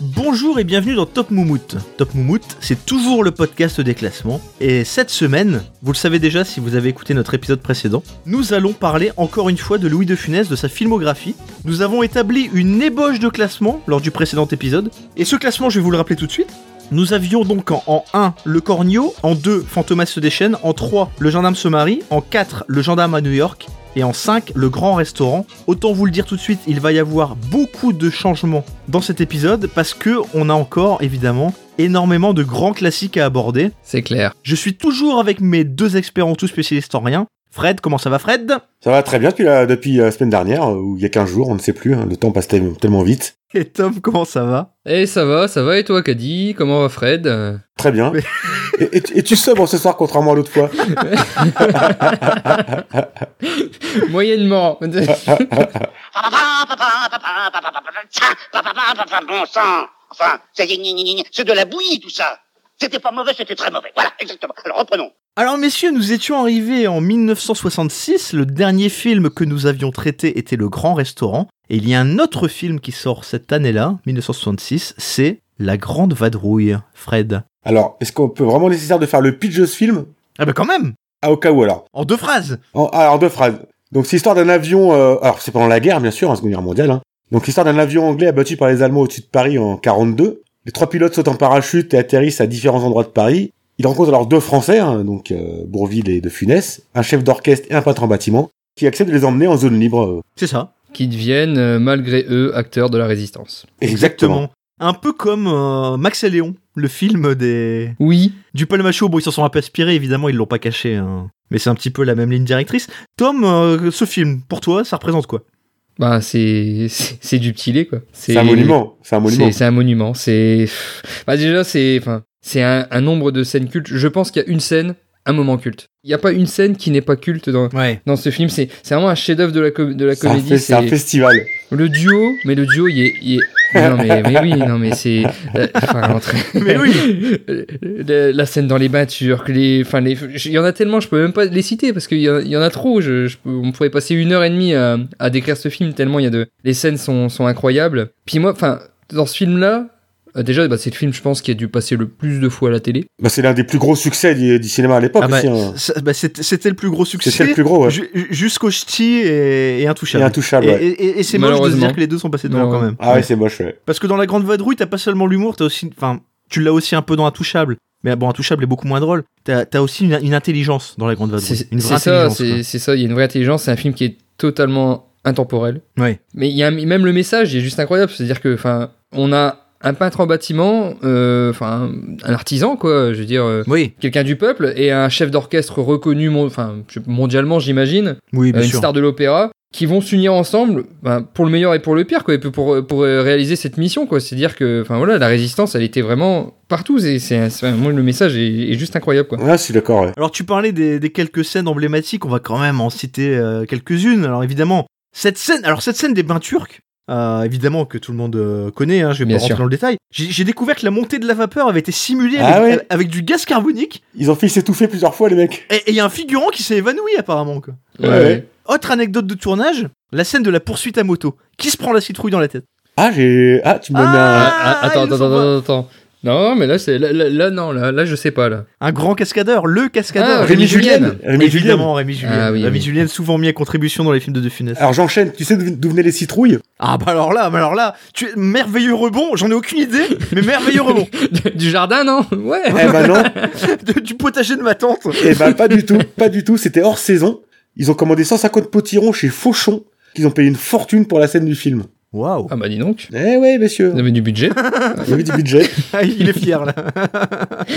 Bonjour et bienvenue dans Top Moumout. Top Moumout, c'est toujours le podcast des classements. Et cette semaine, vous le savez déjà si vous avez écouté notre épisode précédent, nous allons parler encore une fois de Louis de Funès, de sa filmographie. Nous avons établi une ébauche de classement lors du précédent épisode. Et ce classement, je vais vous le rappeler tout de suite. Nous avions donc en, 1 le Cornio, en 2 Fantomas se déchaîne, en 3 le gendarme se marie, en 4 le gendarme à New York et en 5 le grand restaurant. Autant vous le dire tout de suite, il va y avoir beaucoup de changements dans cet épisode parce que on a encore évidemment énormément de grands classiques à aborder. C'est clair. Je suis toujours avec mes deux experts en tout spécialistes en rien. Fred, comment ça va Fred Ça va très bien depuis la, depuis la semaine dernière, euh, ou il y a 15 jours, on ne sait plus, hein, le temps passe tel- tellement vite. Et Tom, comment ça va Et Eh, ça va, ça va, et toi, Caddy Comment va Fred Euh, Très bien. Mais- Et, et- et tu sobres ce soir, contrairement à l'autre fois. Moyennement. Bon sang Enfin, c'est c'est de la bouillie tout ça C'était pas mauvais, c'était très mauvais. Voilà, exactement. Alors reprenons. Alors messieurs, nous étions arrivés en 1966, le dernier film que nous avions traité était Le Grand Restaurant, et il y a un autre film qui sort cette année-là, 1966, c'est La Grande Vadrouille, Fred. Alors, est-ce qu'on peut vraiment nécessaire de faire le pitch de ce film Ah bah quand même Ah, au cas où alors. En deux phrases En, ah, alors, deux phrases. Donc, c'est l'histoire d'un avion, euh, alors c'est pendant la guerre, bien sûr, la Seconde Guerre mondiale. hein. Donc, l'histoire d'un avion anglais abattu par les Allemands au-dessus de Paris en 42. Les trois pilotes sautent en parachute et atterrissent à différents endroits de Paris. Ils rencontrent alors deux Français, hein, donc euh, Bourvil et De Funès, un chef d'orchestre et un peintre en bâtiment, qui acceptent de les emmener en zone libre. euh. C'est ça. Qui deviennent, euh, malgré eux, acteurs de la résistance. Un peu comme euh, Max et Léon, le film des... Oui. du Palmachot. Bon, ils s'en sont un peu inspirés, évidemment, ils l'ont pas caché, hein. mais c'est un petit peu la même ligne directrice. Tom, euh, ce film, pour toi, ça représente quoi Bah, c'est c'est c'est du petit lait, quoi. C'est un monument, c'est un monument. C'est c'est un monument. C'est. pff, Bah, déjà, c'est. Enfin, c'est un, un nombre de scènes cultes. Je pense qu'il y a une scène, un moment culte. Il n'y a pas une scène qui n'est pas culte dans. Ouais. Dans ce film, c'est c'est vraiment un chef-d'œuvre de la, com- de la C'est un, comédie. fes- c'est un c'est- festival. Le duo, mais le duo, il est. il est- Mais Non mais, mais oui, non mais c'est. euh, Enfin, l'entrée- Mais Le- la scène dans les battures, que les. Enfin, les. Il y en a tellement, je peux même pas les citer parce qu'il y, en- il y en a trop. Je, je peux- on pourrait passer une heure et demie à, à décrire ce film tellement il y a de. Les scènes sont, sont incroyables. Puis moi, enfin, dans ce film-là, euh, déjà, bah, c'est le film, je pense, qui a dû passer le plus de fois à la télé. Bah, c'est l'un des plus gros succès du, du cinéma à l'époque Ah bah, aussi. hein. ça- bah, c'était c'était le plus gros succès. C'était le plus gros, ouais. Ju- ju- Jusqu'au ch'ti et, et Et intouchable. intouchable, Et, ouais. et- et- et c'est moche de se dire Malheureusement. que les deux sont passés devant quand même. Ah ouais, c'est moche, ouais. Parce que dans La Grande Vadrouille, t'as pas seulement l'humour, t'as aussi, enfin, tu l'as aussi un peu dans Intouchable. Mais bon, Intouchable est beaucoup moins drôle. T'as as aussi une, une intelligence dans La Grande Vadrouille. C'est Une c'est vraie ça, intelligence. c'est c'est ça. Il y a une vraie intelligence. C'est un film qui est totalement intemporel. quoi. Ouais. Mais il y a même le message, il est juste incroyable. C'est-à-dire que, enfin, on a un peintre en bâtiment, euh, enfin, un artisan, quoi. Je veux dire, euh, Oui, quelqu'un du peuple et un chef d'orchestre reconnu, mon- enfin, je- mondialement, j'imagine, oui, bien euh, une sûr. star de l'opéra, qui vont s'unir ensemble, ben, pour le meilleur et pour le pire, quoi, et puis pour pour euh, réaliser cette mission, quoi. C'est-à-dire que, enfin, voilà, la résistance, elle était vraiment partout. C'est, c'est, c'est- moi, le message est, est juste incroyable, quoi. Ouais, je suis d'accord, ouais. Alors tu parlais des, des quelques scènes emblématiques, on va quand même en citer euh, quelques-unes. Alors évidemment, cette scène, alors cette scène des bains turcs, euh, évidemment que tout le monde euh, connaît, hein, je vais Bien pas rentrer sûr. dans le détail. J'ai j'ai découvert que la montée de la vapeur avait été simulée Ah avec, ouais. avec du gaz carbonique, Ils ont fait s'étouffer plusieurs fois, les mecs. et il y a un figurant qui s'est évanoui apparemment. Quoi. Euh, Ouais, ouais. Autre anecdote de tournage, la scène de la poursuite à moto. Qui se prend la citrouille dans la tête Ah, j'ai. Ah, tu me donnes Ah, Ah, ah, attends, ils le attends, font attends, attends, attends. Non, mais là, c'est, là, là- là, non, là, là, je sais pas, là. Un grand cascadeur, le cascadeur. Ah, un. Rémi Julien. Julien. Rémi Julien. Évidemment, Rémi Julien. Ah oui, Rémi oui. Julien, souvent mis à contribution dans les films de De Funès. Alors, j'enchaîne. Tu sais d'où d'où venaient les citrouilles Ah bah alors là, bah alors là, tu merveilleux rebond, j'en ai aucune idée, mais merveilleux rebond du jardin, non? Ouais. Eh ben non. De- du potager de ma tante. eh ben, pas du tout. Pas du tout. C'était hors saison. Ils ont commandé 150 potirons chez Fauchon, qu'ils ont payé une fortune pour la scène du film. Waouh, Ah bah dis donc, Eh ouais, messieurs. vous avez du budget. Il y avait du budget. bah, il est fier là.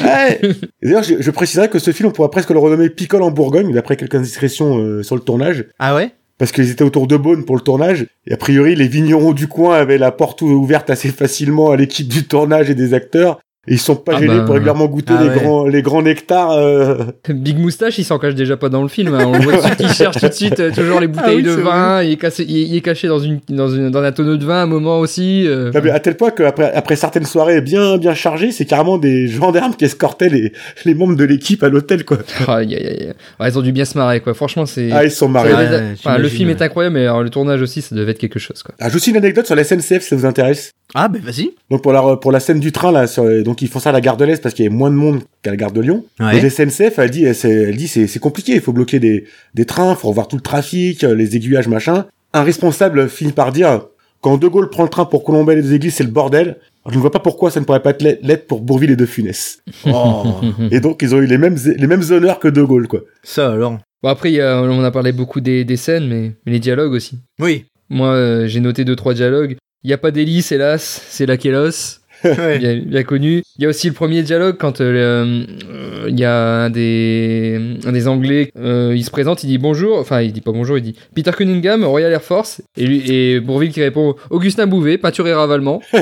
Ouais. Et D'ailleurs, je, je préciserai que ce film, on pourrait presque le renommer Picole en Bourgogne, d'après quelques indiscrétions euh, sur le tournage. Ah ouais parce qu'ils étaient autour de Beaune pour le tournage, et a priori les vignerons du coin avaient la porte ou- ouverte assez facilement à l'équipe du tournage et des acteurs, et ils sont pas Ah gênés ben, pour régulièrement goûter ah les, ouais. grands, les grands nectars. euh. Big Moustache, il s'en cache déjà pas dans le film. hein. On le voit tout de suite, il cherche tout de suite euh, toujours les bouteilles Ah oui, de c'est vin. Il est, cassé- il, il est caché dans, une, dans, une, dans un tonneau de vin à un moment aussi. euh. Non, mais à tel point qu'après après certaines soirées bien bien chargées, c'est carrément des gendarmes qui escortaient les, les membres de l'équipe à l'hôtel quoi. Aïe, aïe, aïe. Ah, ils ont dû bien se marrer, quoi. Franchement, c'est. Ah ils se sont ça marrés. ouais, devait être- enfin, le j'imagine, film ouais. est incroyable, mais alors, le tournage aussi, ça devait être quelque chose, quoi. Ah, juste une anecdote sur la SNCF si ça vous intéresse. Ah, ben vas-y. Donc pour la, pour la scène du train, là, sur- donc ils font ça à la gare de l'Est parce qu'il y a moins de monde qu'à la gare de Lyon. Ouais. Donc SNCF, elle dit, elle, c'est- elle dit c'est c'est compliqué, il faut bloquer des, des trains, faut revoir tout le trafic, euh, les aiguillages, machin. Un responsable finit par dire, quand De Gaulle prend le train pour Colombelle et les églises, c'est le bordel. Alors, je ne vois pas pourquoi ça ne pourrait pas être l'être- l'être pour Bourville et De Funès. Oh, Mhm. et donc ils ont eu les mêmes, les mêmes honneurs que De Gaulle, quoi. ça alors. Bon, après, il y a- on a parlé beaucoup des, des scènes, mais, mais les dialogues aussi. Oui. Moi, euh, j'ai noté deux, trois dialogues. Il n'y a pas d'hélice, hélas, c'est la Kélos. Ouais. bien, bien connu. Il y a aussi le premier dialogue quand euh, le- euh, il y a un des, un des Anglais, euh, il se présente, il dit bonjour, enfin il dit pas bonjour, il dit Peter Cunningham, Royal Air Force, et, lui, et Bourville qui répond Augustin Bouvet, peinture et ravalement.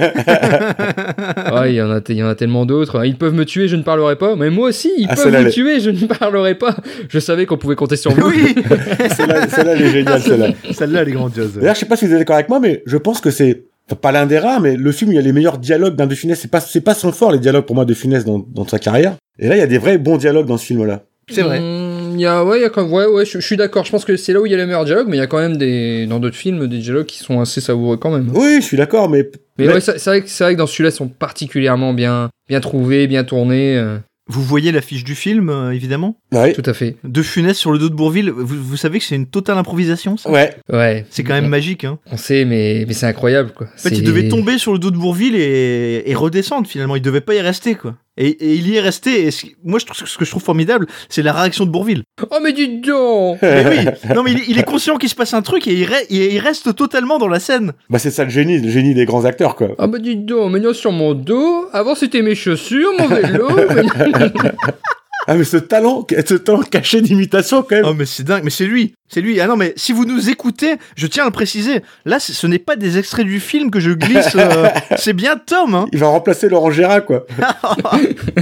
Ah, il, y en a, il y en a tellement d'autres. Ils peuvent me tuer, je ne parlerai pas, mais moi aussi, ils Ah, peuvent celle-là, me elle est- tuer, je ne parlerai pas. Je savais qu'on pouvait compter sur vous. oui. Celle-là, celle-là, elle est géniale, celle-là. Celle-là, elle est grandiose. D'ailleurs, je sais pas si vous êtes d'accord avec moi, mais je pense que c'est enfin, pas l'un des rares, mais le film où il y a les meilleurs dialogues d'un De Funès. C'est pas, c'est pas son fort les dialogues pour moi de Funès dans, dans sa carrière. Et là, il y a des vrais bons dialogues dans ce film-là. C'est vrai. Mm, il y a, ouais, il y a quand, ouais, ouais, je, je suis d'accord. Je pense que c'est là où il y a les meilleurs dialogues, mais il y a quand même des, dans d'autres films, des dialogues qui sont assez savoureux quand même. Oui, je suis d'accord, mais Mais Ouais. ouais, c'est c'est vrai que c'est vrai que dans celui-là, ils sont particulièrement bien, bien trouvés, bien tournés. euh, Vous voyez l'affiche du film, euh, évidemment. ouais, tout à fait. De Funès sur le dos de Bourville. Vous, vous savez que c'est une totale improvisation, ça ouais. Ouais. C'est quand même magique, hein. On sait, mais, mais c'est incroyable quoi. En fait, il devait tomber sur le dos de Bourville et, et redescendre finalement. Il devait pas y rester, quoi. Et, et il y est resté. Et ce- moi, je trouve, ce que je trouve formidable, c'est la réaction de Bourville. Oh mais du donc Mais oui. Non, mais il, il est conscient qu'il se passe un truc et il, re- il- il reste totalement dans la scène. Bah, c'est ça le génie, le génie des grands acteurs, quoi. Ah bah du donc, mais non sur mon dos. Avant c'était mes chaussures, mon vélo. mais- Ah, mais ce talent, ce talent caché d'imitation, quand même. Oh, mais c'est dingue. Mais c'est lui. C'est lui. Ah non, mais si vous nous écoutez, je tiens à le préciser. Là, c- ce n'est pas des extraits du film que je glisse. euh, c'est bien Tom. Hein. Il va remplacer Laurent Gérard, quoi.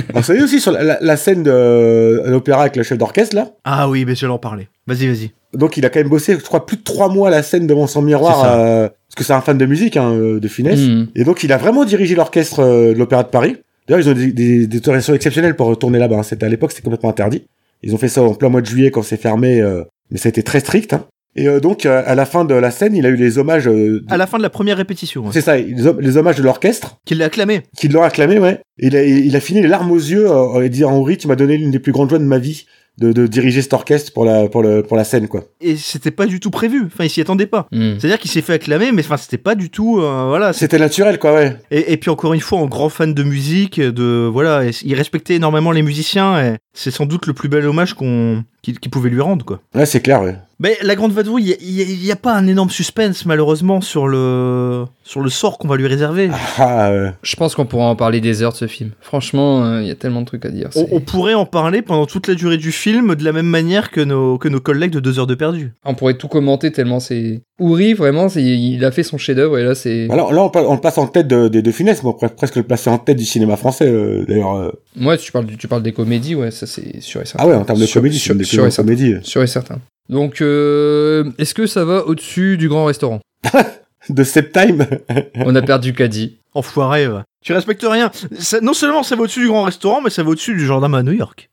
Alors, ça y est aussi sur la, la- la scène de euh, l'opéra avec le chef d'orchestre, là. Ah oui, mais je vais en parler. Vas-y, vas-y. Donc, il a quand même bossé, je crois, plus de trois mois la scène devant son C'est miroir, ça. euh, parce que c'est un fan de musique, hein, euh, de Funès. Hmm. Et donc, il a vraiment dirigé l'orchestre euh, de l'Opéra de Paris. D'ailleurs, ils ont des, des, des autorisations exceptionnelles pour retourner là-bas. hein. C'était à l'époque, c'était complètement interdit. Ils ont fait ça en plein mois de juillet quand c'est fermé, euh, mais ça a été très strict. hein. Et euh, donc, euh, à la fin de la scène, il a eu les hommages. euh, de- À la fin de la première répétition, hein, C'est ça, les, hom- les hommages de l'orchestre qu'il l'a acclamé. qui l'ont acclamé, ouais. Et il a, il a fini les larmes aux yeux euh, en disant Henri, tu m'as donné l'une des plus grandes joies de ma vie de, de diriger cet orchestre pour la pour le pour la scène, quoi. Et c'était pas du tout prévu. Enfin, il s'y attendait pas. Hmm. C'est-à-dire qu'il s'est fait acclamer, mais enfin, c'était pas du tout. euh, voilà. c'est- C'était naturel, quoi, ouais. Et, et puis encore une fois, en grand fan de musique, de voilà, et il respectait énormément les musiciens. et C'est sans doute le plus bel hommage qu'on qu'il qu'il pouvait lui rendre, quoi. Ouais, c'est clair, ouais. Mais la grande vadrouille, il y a- il y, a pas un énorme suspense malheureusement sur le sur le sort qu'on va lui réserver. Ah, euh, Je pense qu'on pourra en parler des heures de ce film. Franchement, euh, il y a tellement de trucs à dire. On, c'est- on pourrait en parler pendant toute la durée du film de la même manière que nos que nos collègues de deux heures de perdu. On pourrait tout commenter tellement c'est. Ouri vraiment, c'est- il a fait son chef-d'œuvre et là c'est. Alors là, on, pa- on le place en tête de, des deux finesses, mais on pourrait presque le placer en tête du cinéma français, euh, d'ailleurs. euh. Moi, tu parles, du- tu parles des comédies, ouais, ça c'est sûr et certain. Ah ouais, en termes de Sur- comédie, sur- sur, des sur plus et grosses comédies. Sûr et certain. Donc, euh, est-ce que ça va au-dessus du grand restaurant euh, De Step Time On a perdu Caddy. Enfoiré, va. tu respectes rien. Ça- non seulement ça va au-dessus du grand restaurant, mais ça va au-dessus du gendarme à New York.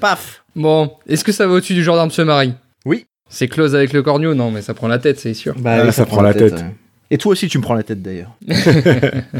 Paf. Bon, est-ce que ça va au-dessus du gendarme se marie Oui. C'est close avec le corneau Non, mais ça prend la tête, c'est sûr. Bah, Ah, oui, ça prend la tête. ouais. Et toi aussi, tu me prends la tête d'ailleurs.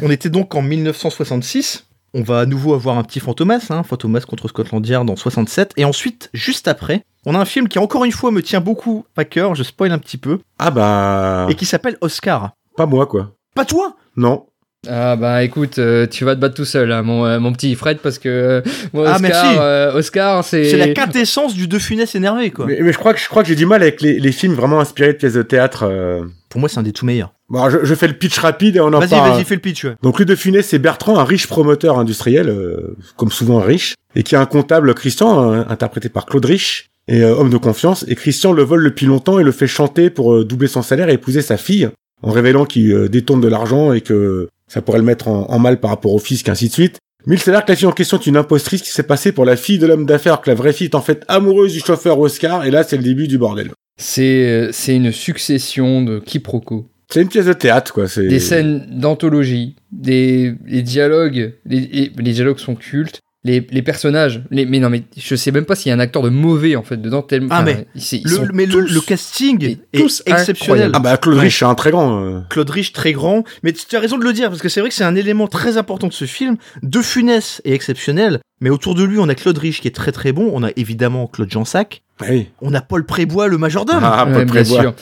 on était donc en 1966. On va à nouveau avoir un petit Fantomas, hein, Fantomas contre Scotland Yard en 67. Et ensuite, juste après, on a un film qui, encore une fois, me tient beaucoup à cœur, je spoil un petit peu, Ah bah... et qui s'appelle Oscar. Pas moi, quoi. Pas toi Non. Ah bah écoute, euh, tu vas te battre tout seul, hein, mon, euh, mon petit Fred, parce que euh, moi, Ah, Oscar, merci. euh, Oscar, c'est... C'est la quintessence du De Funès énervé, quoi. Mais, mais je crois que je crois que j'ai du mal avec les, les films vraiment inspirés de pièces de théâtre. euh. Pour moi, c'est un des tout meilleurs. Bon, alors, je, je fais le pitch rapide et on en vas-y, parle. vas-y, fais le pitch. ouais. Donc lui de Funès, c'est Bertrand, un riche promoteur industriel, euh, comme souvent riche, et qui a un comptable Christian, euh, interprété par Claude Rich, et euh, homme de confiance. Et Christian le vole depuis longtemps et le fait chanter pour euh, doubler son salaire et épouser sa fille, en révélant qu'il euh, détourne de l'argent et que ça pourrait le mettre en, en mal par rapport au fisc, ainsi de suite. Mais il s'avère que la fille en question est une impostrice qui s'est passée pour la fille de l'homme d'affaires, que la vraie fille est en fait amoureuse du chauffeur Oscar, et là c'est le début du bordel. C'est, euh, c'est une succession de quiproquos. C'est une pièce de théâtre, quoi. c'est- des scènes d'anthologie, des les dialogues, les, et- les dialogues sont cultes. les, les personnages. Les, mais non, mais je sais même pas s'il y a un acteur de mauvais en fait dedans. Tellement, Ah, enfin, mais ils- ils Le, sont mais le- tous- le casting mais est tous exceptionnel. incroyables. Ah bah Claude Rich, c'est un très grand. euh. Claude Rich très grand, mais tu as raison de le dire parce que c'est vrai que c'est un élément très important de ce film. De Funès est exceptionnel, mais autour de lui on a Claude Rich qui est très très bon, on a évidemment Claude Jansac, Oui. on a Paul Prébois le majordome Ah, Ouais, Paul bien Prévost. sûr.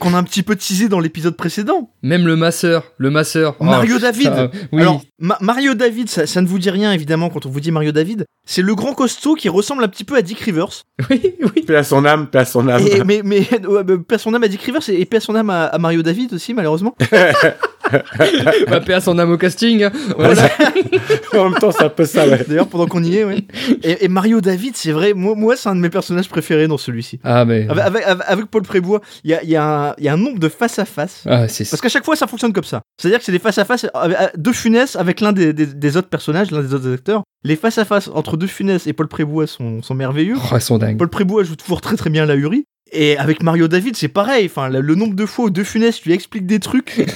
qu'on a un petit peu teasé dans l'épisode précédent. Même le masseur, le masseur. Oh, Mario putain, David. euh, oui. Alors Ma- Mario David, ça, ça ne vous dit rien évidemment quand on vous dit Mario David, c'est le grand costaud qui ressemble un petit peu à Dick Rivers. oui, oui. Paix à son âme, paix à son âme. Et, mais mais ouais, bah, paix à son âme à Dick Rivers et et paix à son âme à, à Mario David aussi malheureusement. ah Bah, paix à son âme au casting. hein. oh Ouais, ça- en même temps, c'est un peu ça, ouais. D'ailleurs pendant qu'on y est, ouais. Et, et Mario David, c'est vrai, moi, moi c'est un de mes personnages préférés dans celui-ci. Ah, mais. Avec, avec- avec- avec Paul Prébois, il y a, il y a un- il y a un nombre de face-à-face. Ah, c'est Parce qu'à chaque fois, ça fonctionne comme ça. C'est-à-dire que c'est des face-à-face de Funès euh, avec l'un des, des- des autres personnages, l'un des autres acteurs. Les face-à-face entre De Funès et Paul Prébois sont, sont merveilleux. Oh, elles sont dingues. Paul Prébois joue toujours très très bien la Hurie. Et avec Mario David, c'est pareil. Enfin, le, le nombre de fois où De Funès lui explique des trucs.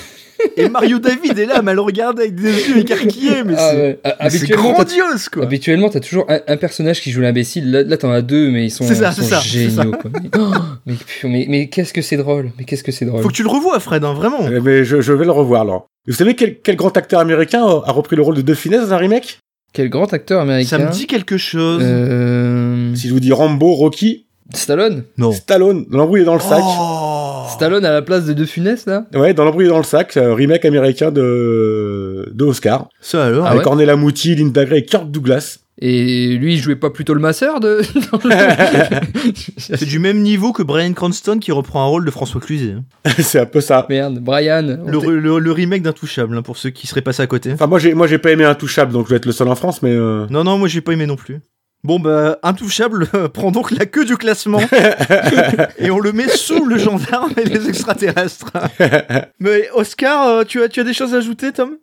et Mario David est là, mais elle le regarde avec des yeux écarquillés. Mais Ah, c'est- ouais. Ah, mais c'est Habituellement, t'as- grandiose, quoi. habituellement, t'as toujours un, un personnage qui joue l'imbécile. Là, là, t'en as deux, mais ils sont, C'est ça, ils sont c'est ça, c'est ça. géniaux. quoi. Mais, oh, mais, putain, mais- mais qu'est-ce que c'est drôle. Mais qu'est-ce que c'est drôle. Faut que tu le revoies, Fred, hein, vraiment. Euh, Mais je, je vais le revoir, là. Vous savez quel, quel grand acteur américain a a repris le rôle de De Funès dans un remake Quel grand acteur américain. Ça me dit quelque chose. Euh, Si je vous dis Rambo, Rocky, Stallone Non. Stallone, dans l'embrouille est dans le sac. Oh. Stallone à la place de De Funès, là Ouais, dans l'embrouille est dans le sac, euh, remake américain de, de Oscar. Ça alors Ah ouais avec Ornella Mouti, Linda Gray et Kirk Douglas. Et lui, il jouait pas plutôt le masseur de. dans C'est le- du même niveau que Brian Cranston qui reprend un rôle de François Cluzet. hein. c'est un peu ça. Merde, Brian. Le, re- le- le remake d'Intouchable, hein, pour ceux qui seraient passés à côté. Enfin, moi, j'ai, moi, j'ai pas aimé Intouchable, donc je vais être le seul en France, mais euh, Non, non, moi j'ai pas aimé non plus. Bon bah, Intouchable prend donc la queue du classement et on le met sous le gendarme et les extraterrestres. Mais Oscar, euh, tu, as, tu as des choses à ajouter, Tom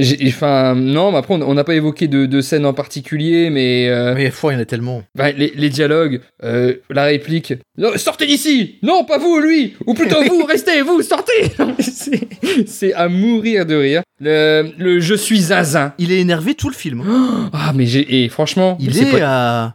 J'ai- Enfin, non, mais après, on on n'a pas évoqué de, de scène en particulier, mais. euh, Ah, Mais fois, il y en a tellement. bah, les, les dialogues, euh, la réplique. Non, sortez d'ici Non, pas vous, lui Ou plutôt vous, restez, vous, sortez Non, mais c'est- C'est à mourir de rire. Le, le je suis zinzin. Il est énervé tout le film. hein. Ah, mais j'ai. Et franchement, mais Il c'est est, pas-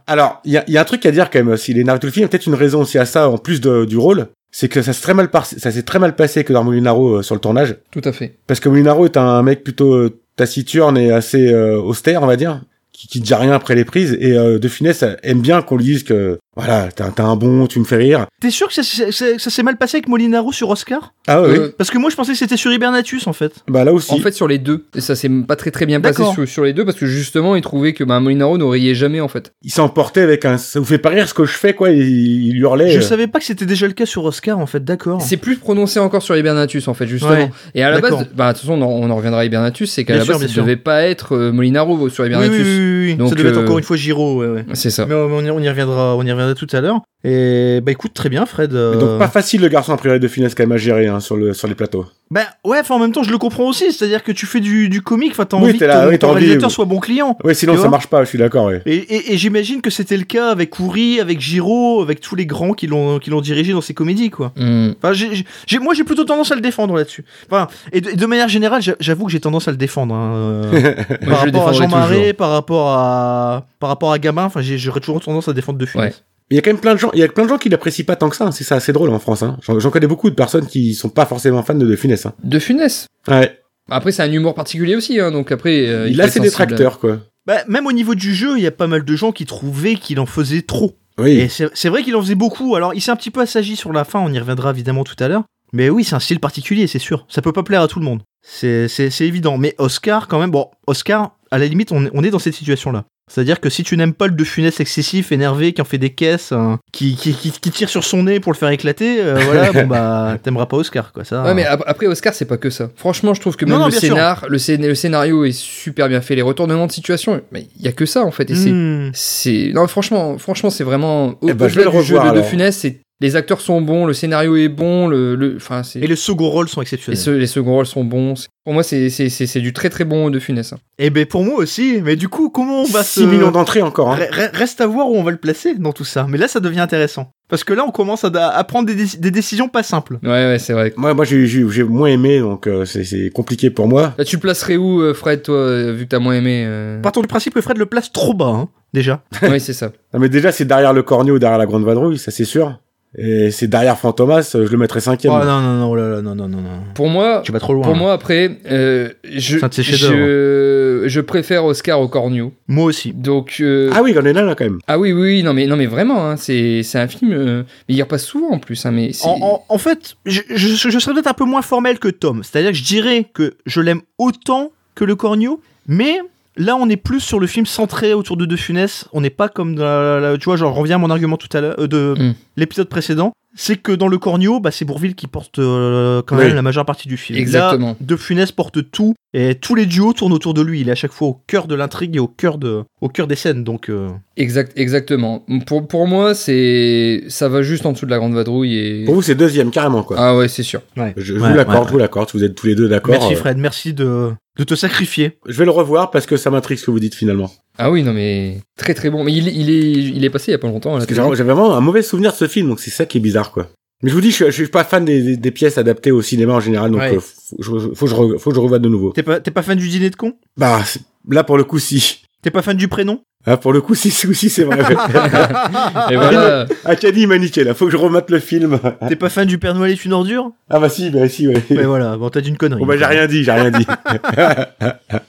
à... Alors, il y a, il y a un truc à dire quand même. euh, S'il est narré tout le film, il y a peut-être une raison aussi à ça, en plus de- du rôle. C'est que ça s'est très mal, par- ça s'est très mal passé que dans Molinaro euh, sur le tournage. hein. Tout à fait. Parce que Molinaro est un mec plutôt euh, taciturne et assez euh, austère, on va dire. Qui, qui dit rien après les prises. Et euh, De Funès euh, aime bien qu'on lui dise que, voilà, t'es un, t'es un bon, tu me fais rire. T'es sûr que ça, s'est- ça- ça s'est mal passé avec Molinaro sur Oscar Ah ouais, oui. Euh, Parce que moi je pensais que c'était sur Hibernatus en fait. Bah là aussi. En fait, sur les deux. Et ça s'est pas très très bien passé D'accord. sur, sur les deux parce que justement, il trouvait que bah, Molinaro n'aurait jamais en fait. il s'est emporté avec un, ça vous fait pas rire ce que je fais, quoi. Il, il hurlait. Je euh. savais pas que c'était déjà le cas sur Oscar en fait, d'accord. C'est plus prononcé encore sur Hibernatus en fait, justement. Oh. Ouais. Et à la D'accord. base, bah, de toute façon, on en, on en reviendra à Hibernatus, c'est qu'à Bien la sûr, base, bien ça sûr. devait pas être euh, Molinaro sur Oui, Hibernatus. oui, oui, oui, oui. Donc, ça devait euh, être encore une fois Giro, ouais, ouais. C'est ça. Mais on, on y, on y reviendra, on y reviendra tout à l'heure. Et bah écoute, très bien, Fred. euh, Mais Donc pas facile le garçon a priori de finesse quand même à gérer hein, sur le sur les plateaux. Bah ouais, enfin en même temps, je le comprends aussi. C'est-à-dire que tu fais du, du comique, enfin t'as Oui, envie t'es là, que ton, oui, t'as ton envie, réalisateur oui. soit bon client. Ouais, sinon Tu ça vois marche pas, je suis d'accord. Ouais. Et, et- et j'imagine que c'était le cas avec Khoury, avec Giro, avec tous les grands qui l'ont qui l'ont dirigé dans ses comédies, quoi. Hmm. Enfin, j'ai- j'ai- j'ai- moi, j'ai plutôt tendance à le défendre là-dessus. Enfin, et de, de manière générale, j'a- j'avoue que j'ai tendance à le défendre. hein, euh, par rapport Moi, je le à défendrai Jean toujours. Marais, par rapport à par rapport à Gabin, enfin, j'ai- j'aurais toujours tendance à défendre de Funès. Ouais. Mais il y a quand même plein de gens, il y a plein de gens qui l'apprécient pas tant que ça. hein, C'est ça, c'est drôle en France. Hein. J'en j'en connais beaucoup de personnes qui sont pas forcément fans de, de finesse. Hein. De Funès. Ouais. Après, c'est un humour particulier aussi, hein, donc après. euh, il faut a être ses sensible. détracteurs quoi. Bah, même au niveau du jeu, il y a pas mal de gens qui trouvaient qu'il en faisait trop. Et Oui. c'est c'est vrai qu'il en faisait beaucoup. Alors, il s'est un petit peu assagi sur la fin, on y reviendra évidemment tout à l'heure. Mais oui, c'est un style particulier, c'est sûr. Ça peut pas plaire à tout le monde. C'est c'est- c'est évident. Mais Oscar, quand même, bon, Oscar, à la limite, on, est- on est dans cette situation-là. C'est-à-dire que si tu n'aimes pas le de funès excessif, énervé, qui en fait des caisses, hein, qui, qui, qui- qui tire sur son nez pour le faire éclater, euh, voilà, bon bah, t'aimeras pas Oscar, quoi. Ça, Ouais, mais ap- après Oscar, c'est pas que ça. Franchement, je trouve que Non, même non, le, bien sûr. scénar, le, scén- le scénario est super bien fait. Les retournements de situation, mais il y a que ça en fait. Et c'est Hmm. C'est non franchement franchement c'est vraiment au- Eh ben, je au-delà vais le du jeu revoir, de, de alors. Funès c'est les acteurs sont bons, le scénario est bon, le, le- enfin, c'est- Et les seconds rôles sont les, exceptionnels. se- les seconds rôles sont bons. C'est- Pour moi, c'est c'est- c'est- c'est du très très bon de Funès. hein. Eh ben pour moi aussi, mais du coup, comment on va 6 se... millions d'entrées encore. Hein. Re- re- Reste à voir où on va le placer dans tout ça. Mais là, ça devient intéressant. Parce que là, on commence à, à prendre des, déci- des décisions pas simples. Ouais, ouais, c'est vrai. Moi, moi j'ai j'ai- j'ai moins aimé, donc euh, c'est- c'est compliqué pour moi. Là, tu le placerais où, euh, Fred, toi, euh, vu que t'as moins aimé euh Partons du principe que Fred le place trop bas, hein, déjà. Oui, c'est ça. Non, mais déjà, c'est derrière le cornet ou derrière la grande vadrouille, ça c'est sûr. Et c'est derrière Fantomas, euh, je le mettrais Oh cinquième. non, non, non, oh là là, non, non, non, non. Pour moi, Tu vas trop loin. pour là. moi après, euh, je, C'est un de ses je, je préfère Oscar au Cornio. Moi aussi. Donc, euh, Ah oui, il y en a là, là quand même. Ah oui, oui, oui, non mais, non, mais vraiment, hein, c'est c'est un film. euh, mais il repasse souvent en plus. Hein, mais c'est- En, en- en fait, je, je- je serais peut-être un peu moins formel que Tom. C'est-à-dire que je dirais que je l'aime autant que le Cornio, mais là, on est plus sur le film centré autour de De Funès. On n'est pas comme dans la- la- tu vois, genre, je reviens à mon argument tout à l'heure euh, de Mm. l'épisode précédent. C'est que dans le Cornio, bah, c'est Bourville qui porte euh, quand Oui. même la majeure partie du film. Exactement. Là, de Funès porte tout et tous les duos tournent autour de lui. Il est à chaque fois au cœur de l'intrigue et au cœur, de, au cœur des scènes. Donc, euh, Exact, exactement. Pour, pour moi, c'est ça va juste en dessous de la grande vadrouille. Et... Pour vous, c'est deuxième, carrément, quoi. Ah ouais, c'est sûr. Je, je Ouais, vous l'accorde, ouais, je vous l'accorde, vous êtes tous les deux d'accord. merci euh, Fred, merci de, de te sacrifier. Je vais le revoir parce que ça m'intrigue ce que vous dites finalement. Ah oui, non mais très très bon. Mais il, il, est, il est passé il y a pas longtemps. à la Parce que télé. j'ai- j'avais vraiment un mauvais souvenir de ce film, donc c'est ça qui est bizarre, quoi. Mais je vous dis, je, suis- je suis pas fan des, des- des pièces adaptées au cinéma en général, donc Ouais. euh, faut, je- faut que je, re- faut que je revoie de nouveau. T'es pas, t'es pas fan du dîner de con Bah, c'est- là pour le coup, si. T'es pas fan du prénom Ah, pour le coup, si, si, si, c'est vrai. Ah. Et voilà. Akadi il m'a niqué, là. Faut que je remate le film. T'es pas fan du Père Noël est une ordure ah, bah si, bah si, ouais. Mais voilà, bon, t'as dit une connerie. Bon, bah, j'ai rien dit, j'ai rien dit.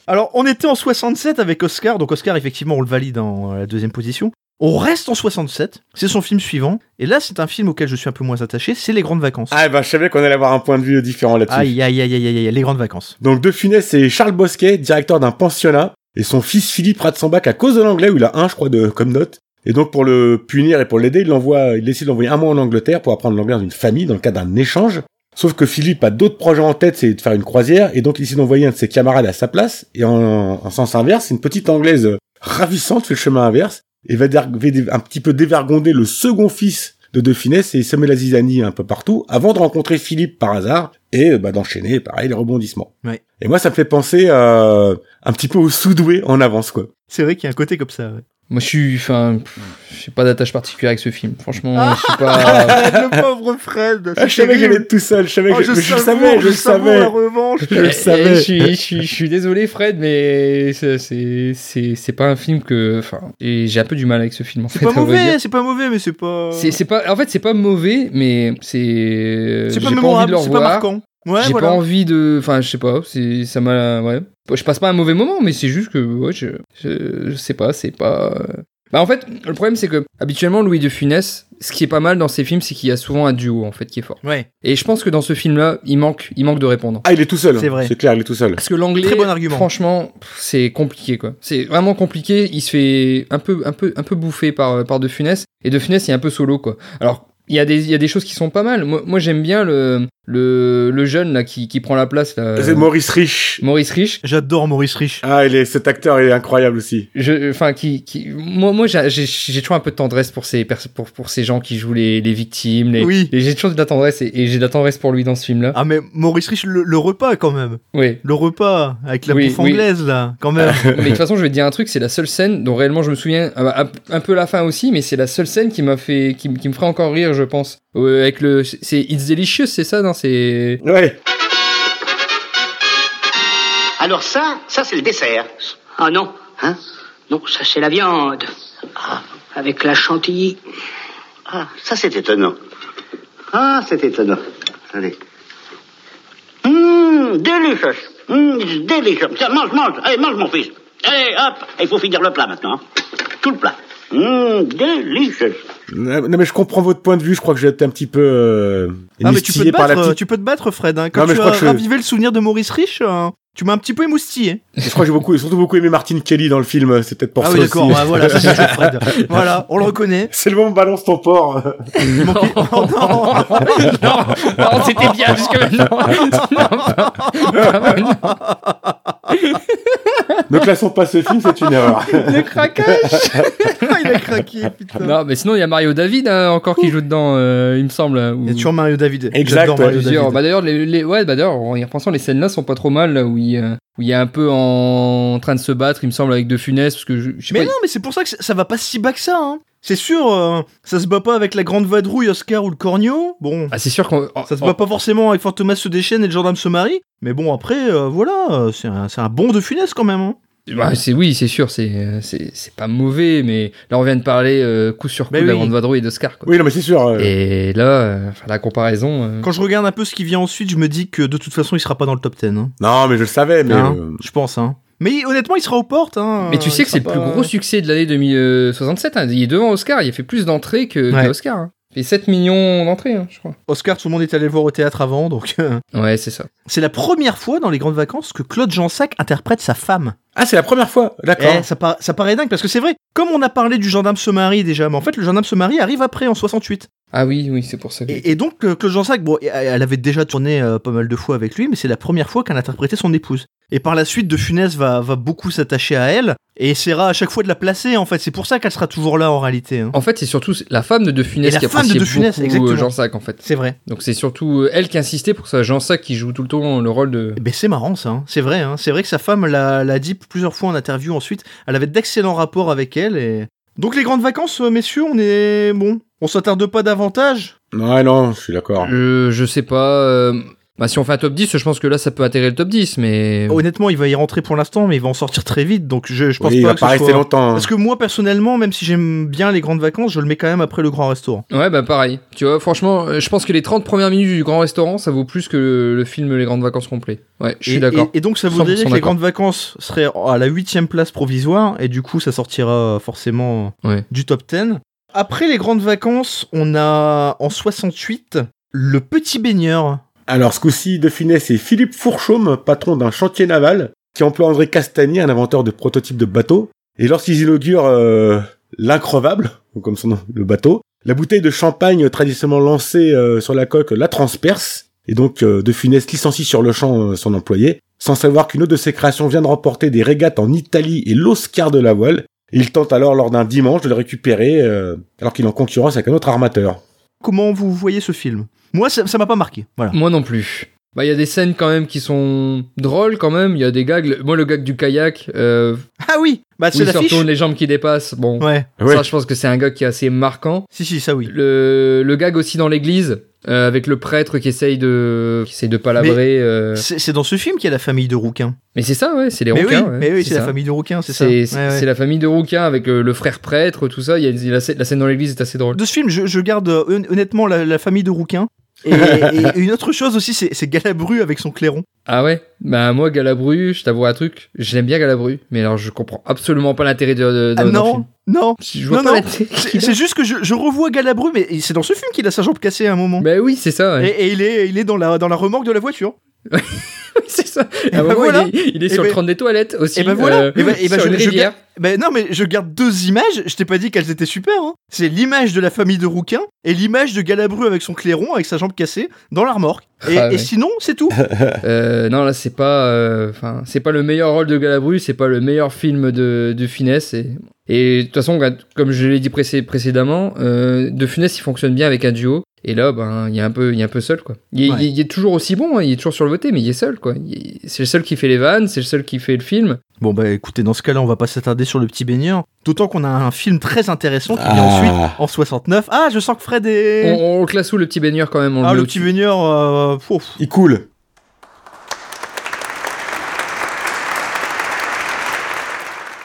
Alors, on était en 67 avec Oscar, donc Oscar, effectivement, on le valide en euh, la deuxième position. On reste en 67, c'est son film suivant, et là, c'est un film auquel je suis un peu moins attaché, c'est Les Grandes Vacances. ah, bah, je savais qu'on allait avoir un point de vue différent là-dessus. Aïe, aïe, aïe, aïe, aïe, aïe, Les Grandes Vacances. Donc De Funès, c'est Charles Bosquet, directeur d'un pensionnat, et son fils Philippe rate son bac à cause de l'anglais, où il a un, je crois, de, comme note. Et donc pour le punir et pour l'aider, il l'envoie, il décide d'envoyer un mois en Angleterre pour apprendre l'anglais dans une famille, dans le cadre d'un échange. Sauf que Philippe a d'autres projets en tête, c'est de faire une croisière, et donc il décide d'envoyer un de ses camarades à sa place, et en, en sens inverse, une petite anglaise ravissante fait le chemin inverse, et va, dé- va dé- un petit peu dévergonder le second fils de De Funès et semer la zizanie un peu partout, avant de rencontrer Philippe par hasard, et euh, bah, d'enchaîner, pareil, les rebondissements. Et moi, ça me fait penser euh, un petit peu au soudoué en avance, quoi. C'est vrai qu'il y a un côté comme ça. ouais. Moi, je suis, enfin, pff, j'ai pas d'attache particulière avec ce film. Franchement, Ah. je suis pas. Le pauvre Fred Ah, je savais que j'allais être tout seul, je savais que Oh, Ah, je, je savoure, savais, je, savoure savais. la revanche. Je le Eh, eh, savais. Je suis, je suis- je suis désolé, Fred, mais ça, c'est c'est- c'est pas un film que. Enfin, et j'ai un peu du mal avec ce film. en C'est fait, pas à vrai dire. mauvais, c'est pas mauvais, mais c'est pas. C'est c'est pas. En fait, c'est pas mauvais, mais c'est. euh, c'est pas j'ai envie de mémorable, le c'est pas revoir. marquant. Ouais, j'ai voilà. pas envie de. Enfin, je sais pas. C'est ça m'a. Ouais. Je passe pas un mauvais moment, mais c'est juste que ouais, je, je, je sais pas. C'est pas. euh. Bah en fait, le problème c'est que habituellement Louis de Funès, ce qui est pas mal dans ses films, c'est qu'il y a souvent un duo en fait qui est fort. Ouais, Et je pense que dans ce film-là, il manque, il manque de répondre. Ah, il est tout seul. C'est vrai. Euh. C'est clair, il est tout seul. Parce que l'anglais, Très bon argument. franchement, pff, c'est compliqué quoi. C'est vraiment compliqué. Il se fait un peu, un peu, un peu bouffer par, euh, par De Funès. Et De Funès, il est un peu solo quoi. Alors, il y a des, il y a des choses qui sont pas mal. Moi, moi, j'aime bien le, le, le jeune là qui, qui prend la place là. euh, C'est Maurice Rich. Maurice Rich. j'adore Maurice Rich. Ah, il est, cet acteur, il est incroyable aussi. Je, enfin, qui, qui, moi, moi, j'ai- j'ai j'ai toujours un peu de tendresse pour ces, pers- pour, pour ces gens qui jouent les, les victimes. Les, Oui. les- j'ai toujours de la tendresse et, et j'ai de la tendresse pour lui dans ce film-là. Ah mais Maurice Rich, le, le repas quand même. Oui. Le repas avec la Oui, bouffe oui. anglaise là, quand même. Mais de toute façon, je vais te dire un truc, c'est la seule scène dont réellement je me souviens, euh, un, un peu la fin aussi, mais c'est la seule scène qui m'a fait, qui, m- qui me fera encore rire, je pense. Euh, avec le, c'est It's Delicious, c'est ça, non, c'est, Ouais. Alors ça, ça c'est le dessert. Ah non, Hein non, ça c'est la viande. Avec la chantilly. Ah, ça c'est étonnant. Ah, c'est étonnant. Allez. Hum, délicieux. Hum, délicieux. Tiens, mange, mange. Allez, mange mon fils. Allez, hop. Il faut finir le plat maintenant. hein. Tout le plat. Hum, délicieux. Non, mais je comprends votre point de vue, je crois que j'ai été un petit peu, euh, Ah mais tu peux émoustillé te par la battre, petite tu peux te battre Fred. Hein. Quand Non, mais tu je as crois que je- ravivé le souvenir de Maurice Rich, hein, Tu m'as un petit peu émoustillé. Je crois que j'ai beaucoup, surtout beaucoup aimé Martin Kelly dans le film. C'est peut-être pour Ah ça oui, aussi. d'accord, bah voilà, ça c'est Joe Fred. Voilà, on le reconnaît. C'est le moment où balance ton porc. Il manquait- Oh non non, non, Oh, c'était bien jusque maintenant. Non, ne classons pas ce film, c'est une erreur. le craquage. Ah, Il a craqué, putain. Non, mais sinon il y a Mario David hein, encore qui joue dedans, euh, il me semble. ou- Il y a toujours Mario David. Exact, J'adore Mario ouais, David. Plusieurs. Bah d'ailleurs, les, les- ouais, bah d'ailleurs, en y repensant, les scènes là sont pas trop mal, là, où il, euh, où il est un peu en, en train de se battre, il me semble, avec De Funès, parce que je, je sais mais pas, non, mais c'est pour ça que ça- ça va pas si bas que ça. Hein. C'est sûr, euh, ça se bat pas avec la grande vadrouille Oscar ou le Cornio. Bon, Ah, c'est sûr qu'on. ça se bat pas forcément avec Fantomas se déchaîne et le gendarme se marie. Mais bon, après, euh, voilà, euh, c'est un, c'est un bon de funeste quand même. hein. Bah, c'est oui, c'est sûr, c'est euh, c'est c'est pas mauvais, mais là on vient de parler euh, coup sur coup Mais de la oui. grande vadrouille et d'Oscar. quoi. Oui, non, mais c'est sûr. euh, Et là, euh, enfin, la comparaison. euh, Quand je regarde un peu ce qui vient ensuite, je me dis que de toute façon, il sera pas dans le top 10. hein. Non, mais je le savais, mais Hein, euh, Je pense. Hein. Mais honnêtement, il sera aux portes. Hein. Mais tu Il sais que sera c'est le plus pas- gros succès de l'année 2067. hein. Il est devant Oscar, il a fait plus d'entrées que, que Ouais. Oscar. hein. Il fait 7 millions d'entrées, hein, je crois. Oscar, tout le monde est allé le voir au théâtre avant, donc. euh, Ouais, c'est ça. C'est la première fois dans les grandes vacances que Claude Jansac interprète sa femme. Ah, c'est la première fois. D'accord. Eh, ça, para- ça paraît dingue parce que c'est vrai. Comme on a parlé du gendarme se marie déjà, mais en fait le gendarme se marie arrive après en 68. Ah oui, oui, c'est pour ça. que- Et, et donc euh, Claude Jansac, bon, elle avait déjà tourné euh, pas mal de fois avec lui, mais c'est la première fois qu'elle interprétait son épouse. Et par la suite, De Funès va, va beaucoup s'attacher à elle et essaiera à chaque fois de la placer. En fait, c'est pour ça qu'elle sera toujours là en réalité. hein. En fait, c'est surtout la femme de De Et Funès la qui femme de appréciait De Funès, beaucoup exactement. euh, Jean Sac, en fait. C'est vrai. Donc c'est surtout euh, elle qui insistait pour que ce soit Jean Sac qui joue tout le temps le rôle de... Eh Ben c'est marrant ça, hein. c'est vrai. hein. C'est vrai que sa femme l'a l'a dit plusieurs fois en interview ensuite. Elle avait d'excellents rapports avec elle. Et... Donc les grandes vacances, euh, messieurs, on est bon. On s'attarde pas davantage. Ouais, non, je suis d'accord. Je, je sais pas... euh, Bah, si on fait un top 10, je pense que là, ça peut atterrir le top 10, Eh mais... Honnêtement, il va y rentrer pour l'instant, mais il va en sortir très vite, donc je, je pense Oui, il pas va que ce pas rester soit- longtemps. hein. Parce que moi, personnellement, même si j'aime bien les grandes vacances, je le mets quand même après le grand restaurant. Ouais, bah pareil. Tu vois, franchement, euh, je pense que les 30 premières minutes du Grand Restaurant, ça vaut plus que le, le film Les Grandes Vacances complet. Ouais, je suis Et- d'accord. Et, et donc, ça voudrait 100% dire que les d'accord. grandes vacances seraient à la huitième place provisoire, et du coup, ça sortira forcément Ouais. du top 10. Après les grandes vacances, on a en 68 le petit baigneur. Alors, ce coup-ci, De Funès et Philippe Fourchaume, patron d'un chantier naval, qui emploie André Castagnier, un inventeur de prototypes de bateaux. Et lorsqu'ils inaugurent euh, l'increvable, ou comme son nom, le bateau, la bouteille de champagne traditionnellement lancée euh, sur la coque la transperce. Et donc, euh, De Funès licencie sur le champ euh, son employé, sans savoir qu'une autre de ses créations vient de remporter des régates en Italie et l'Oscar de la voile. Il tente alors, lors d'un dimanche, de le récupérer, euh, alors qu'il est en concurrence avec un autre armateur. Comment vous voyez ce film Moi, ça ça m'a pas marqué. Voilà. Moi non plus. Bah, il y a des scènes quand même qui sont drôles quand même. Il y a des gags. Le- Moi, le gag du kayak, euh, Ah oui Bah, où c'est il se l'affiche retourne, les jambes qui dépassent. Bon, Ouais. ça, je pense que c'est un gag qui est assez marquant. Si, si, ça oui. Le, le gag aussi dans l'église, euh, avec le prêtre qui essaye de, qui essaye de palabrer. euh, Mais, C'est c'est dans ce film qu'il y a la famille de Rouquin. c'est ça, ouais, c'est les Mais rouquins. oui, ouais, mais oui, c'est la ça. famille de rouquins, c'est ça. C'est c'est- Ouais, ouais. c'est la famille de rouquins avec euh, le frère prêtre, tout ça. Il y a, il y a la, scè- la scène dans l'église est assez drôle. De ce film, je, je garde euh, hon- honnêtement la, la famille de rouquins. Et, et une autre chose aussi, c'est c'est Galabru avec son clairon. Ah ouais Bah moi Galabru, je t'avoue un truc, je l'aime bien Galabru, mais alors je comprends absolument pas l'intérêt de, de, Ah d'un non, film. non. Je vois Non, pas non, l'intérêt C'est qu'il a. c'est juste que je, je revois Galabru, mais c'est dans ce film qu'il a sa jambe cassée à un moment. Bah oui, c'est ça. ouais. Et, et il est, il est dans, la, dans la remorque de la voiture. c'est ça. Et À un bah moment, voilà. il est, il est Et sur le ben- trône des toilettes aussi. et ben voilà. euh, Et ben- et ben sur je- une je rivière. Ben non, mais je garde deux images. Je t'ai pas dit qu'elles étaient super. hein. C'est l'image de la famille de rouquins et l'image de Galabru avec son clairon, avec sa jambe cassée, dans la remorque. Et, Ah et ouais. sinon, c'est tout. Euh, non là c'est pas, euh, enfin c'est pas le meilleur rôle de Galabru, c'est pas le meilleur film de, de Funès et et de toute façon regarde, comme je l'ai dit pré- précédemment, euh, de Funès il fonctionne bien avec un duo et là ben il est un peu il est un peu seul quoi. Il, est- Ouais. il est- il est toujours aussi bon, hein, il est toujours sur le voté mais il est seul quoi. Il- C'est le seul qui fait les vannes, c'est le seul qui fait le film. Bon bah écoutez, dans ce cas-là, on va pas s'attarder sur le petit baigneur. D'autant qu'on a un film très intéressant qui vient ensuite Ah. en 69. Ah, je sens que Fred On, est. on le classe où le petit baigneur quand même on Ah, met le au-dessus. petit baigneur. euh, pouf. Il coule.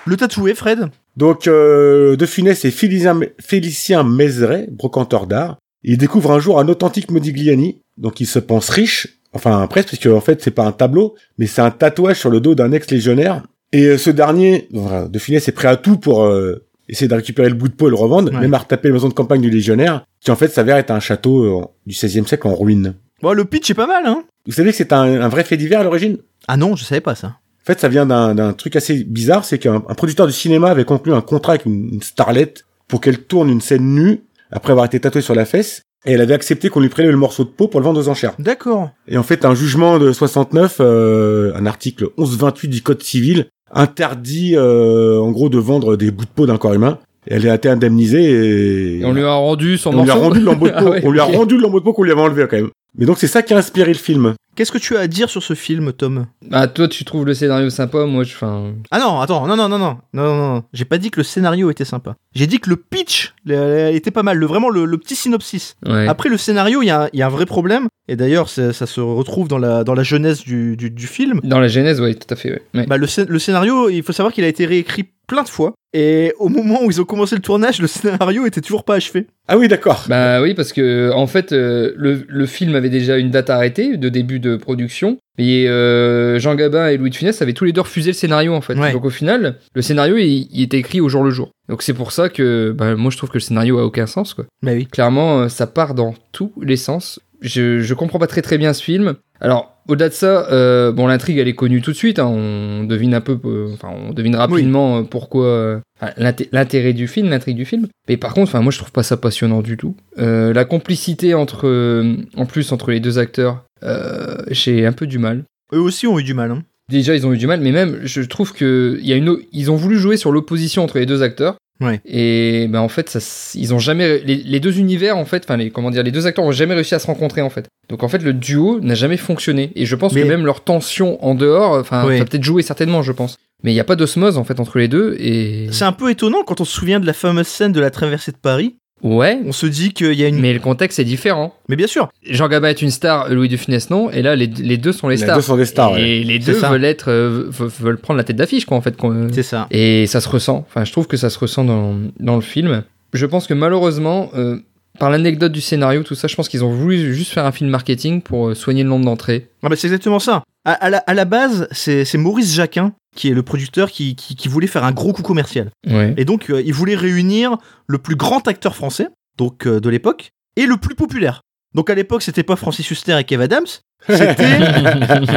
Le tatoué, Fred. Donc, euh, De Funès et Félicien, Félicien Mézeray, brocanteur d'art, ils découvrent un jour un authentique Modigliani. Donc, ils se pensent riches, enfin presque, puisque en fait, c'est pas un tableau, mais c'est un tatouage sur le dos d'un ex-légionnaire. Et euh, ce dernier, voilà, De Funès est prêt à tout pour euh, essayer de récupérer le bout de peau et le revendre, Ouais. même à retaper la maison de campagne du légionnaire, qui en fait s'avère être un château euh, du XVIe siècle en ruine. Bon, le pitch est pas mal, hein. Vous savez que c'est un, un vrai fait divers à l'origine Ah non, je savais pas ça. En fait, ça vient d'un d'un truc assez bizarre, c'est qu'un un producteur de cinéma avait conclu un contrat avec une, une starlette pour qu'elle tourne une scène nue après avoir été tatouée sur la fesse, et elle avait accepté qu'on lui prélève le morceau de peau pour le vendre aux enchères. D'accord. Et en fait, un jugement de 69, euh, un article 1128 du Code civil, interdit euh, en gros de vendre des bouts de peau d'un corps humain. Et elle a été indemnisée et, Et on lui a rendu son et on lui a morceau. rendu le lambeau de peau. Ah ouais, on lui a ok. rendu le lambeau de peau qu'on lui avait enlevé quand même. Mais donc c'est ça qui a inspiré le film. Qu'est-ce que tu as à dire sur ce film, Tom Ah, toi, tu trouves le scénario sympa, moi, je. Enfin. Ah non, attends, non, non, non, non, non, non, non. J'ai pas dit que le scénario était sympa. J'ai dit que le pitch euh, était pas mal, le, vraiment le, le petit synopsis. Ouais. Ah. Après le scénario, il y, a un- il y a un vrai problème, et d'ailleurs ça, ça se retrouve dans la, dans la jeunesse du, du- du film. Dans la genèse, ouais, tout à fait, ouais. Ouais. Bah, le, scé- le scénario, il faut savoir qu'il a été réécrit plein de fois, et au moment où ils ont commencé le tournage, le scénario était toujours pas achevé. Ah oui, d'accord. Bah oui, parce que en fait, euh, le, le film avait déjà une date arrêtée de début de production. Et euh, Jean Gabin et Louis de Funès avaient tous les deux refusé le scénario en fait. Ouais. Donc au final, le scénario il, il était écrit au jour le jour. Donc c'est pour ça que bah, moi je trouve que le scénario a aucun sens quoi. Bah oui. Clairement, euh, ça part dans tous les sens. Je, je comprends pas très très bien ce film. Alors, au-delà de ça, euh, bon, l'intrigue elle est connue tout de suite. hein. on devine un peu, euh, enfin, on devine rapidement euh, pourquoi euh, enfin, l'inté- l'intérêt du film, l'intrigue du film. Mais par contre, enfin, moi je trouve pas ça passionnant du tout. Euh, la complicité entre, euh, en plus, entre les deux acteurs, euh, j'ai un peu du mal. Eux aussi ont eu du mal. Hein. Déjà, ils ont eu du mal, mais même, je trouve que il y a une, o- ils ont voulu jouer sur l'opposition entre les deux acteurs. Ouais. Et ben en fait, ça, s- ils ont jamais les, les deux univers en fait, enfin les comment dire, les deux acteurs ont jamais réussi à se rencontrer en fait. Donc en fait, le duo n'a jamais fonctionné. Et je pense Mais- que même leur tension en dehors, enfin, Ouais. ça a peut-être joué certainement, je pense. Mais il n'y a pas d'osmose en fait entre les deux. Et C'est un peu étonnant quand on se souvient de la fameuse scène de la traversée de Paris. ouais. On se dit qu'il y a une. Mais le contexte est différent. Mais bien sûr, Jean Gabin est une star, Louis de Funès non. Et là, les, les deux sont les Les stars. deux sont des stars, Et les C'est deux ça. veulent être, euh, ve- veulent prendre la tête d'affiche quoi en fait. qu'on- euh, c'est ça. Et ça se ressent. Enfin, je trouve que ça se ressent dans, dans le film. Je pense que malheureusement, euh, par l'anecdote du scénario, tout ça, je pense qu'ils ont voulu juste faire un film marketing pour euh, soigner le nombre d'entrées. Ah bah c'est exactement ça. À, à la, à la base, c'est c'est Maurice Jacquin qui est le producteur qui, qui, qui voulait faire un gros coup commercial. Ouais. Et donc, euh, il voulait réunir le plus grand acteur français, donc euh, de l'époque, et le plus populaire. Donc à l'époque, c'était pas Francis Huster et Kev Adams, c'était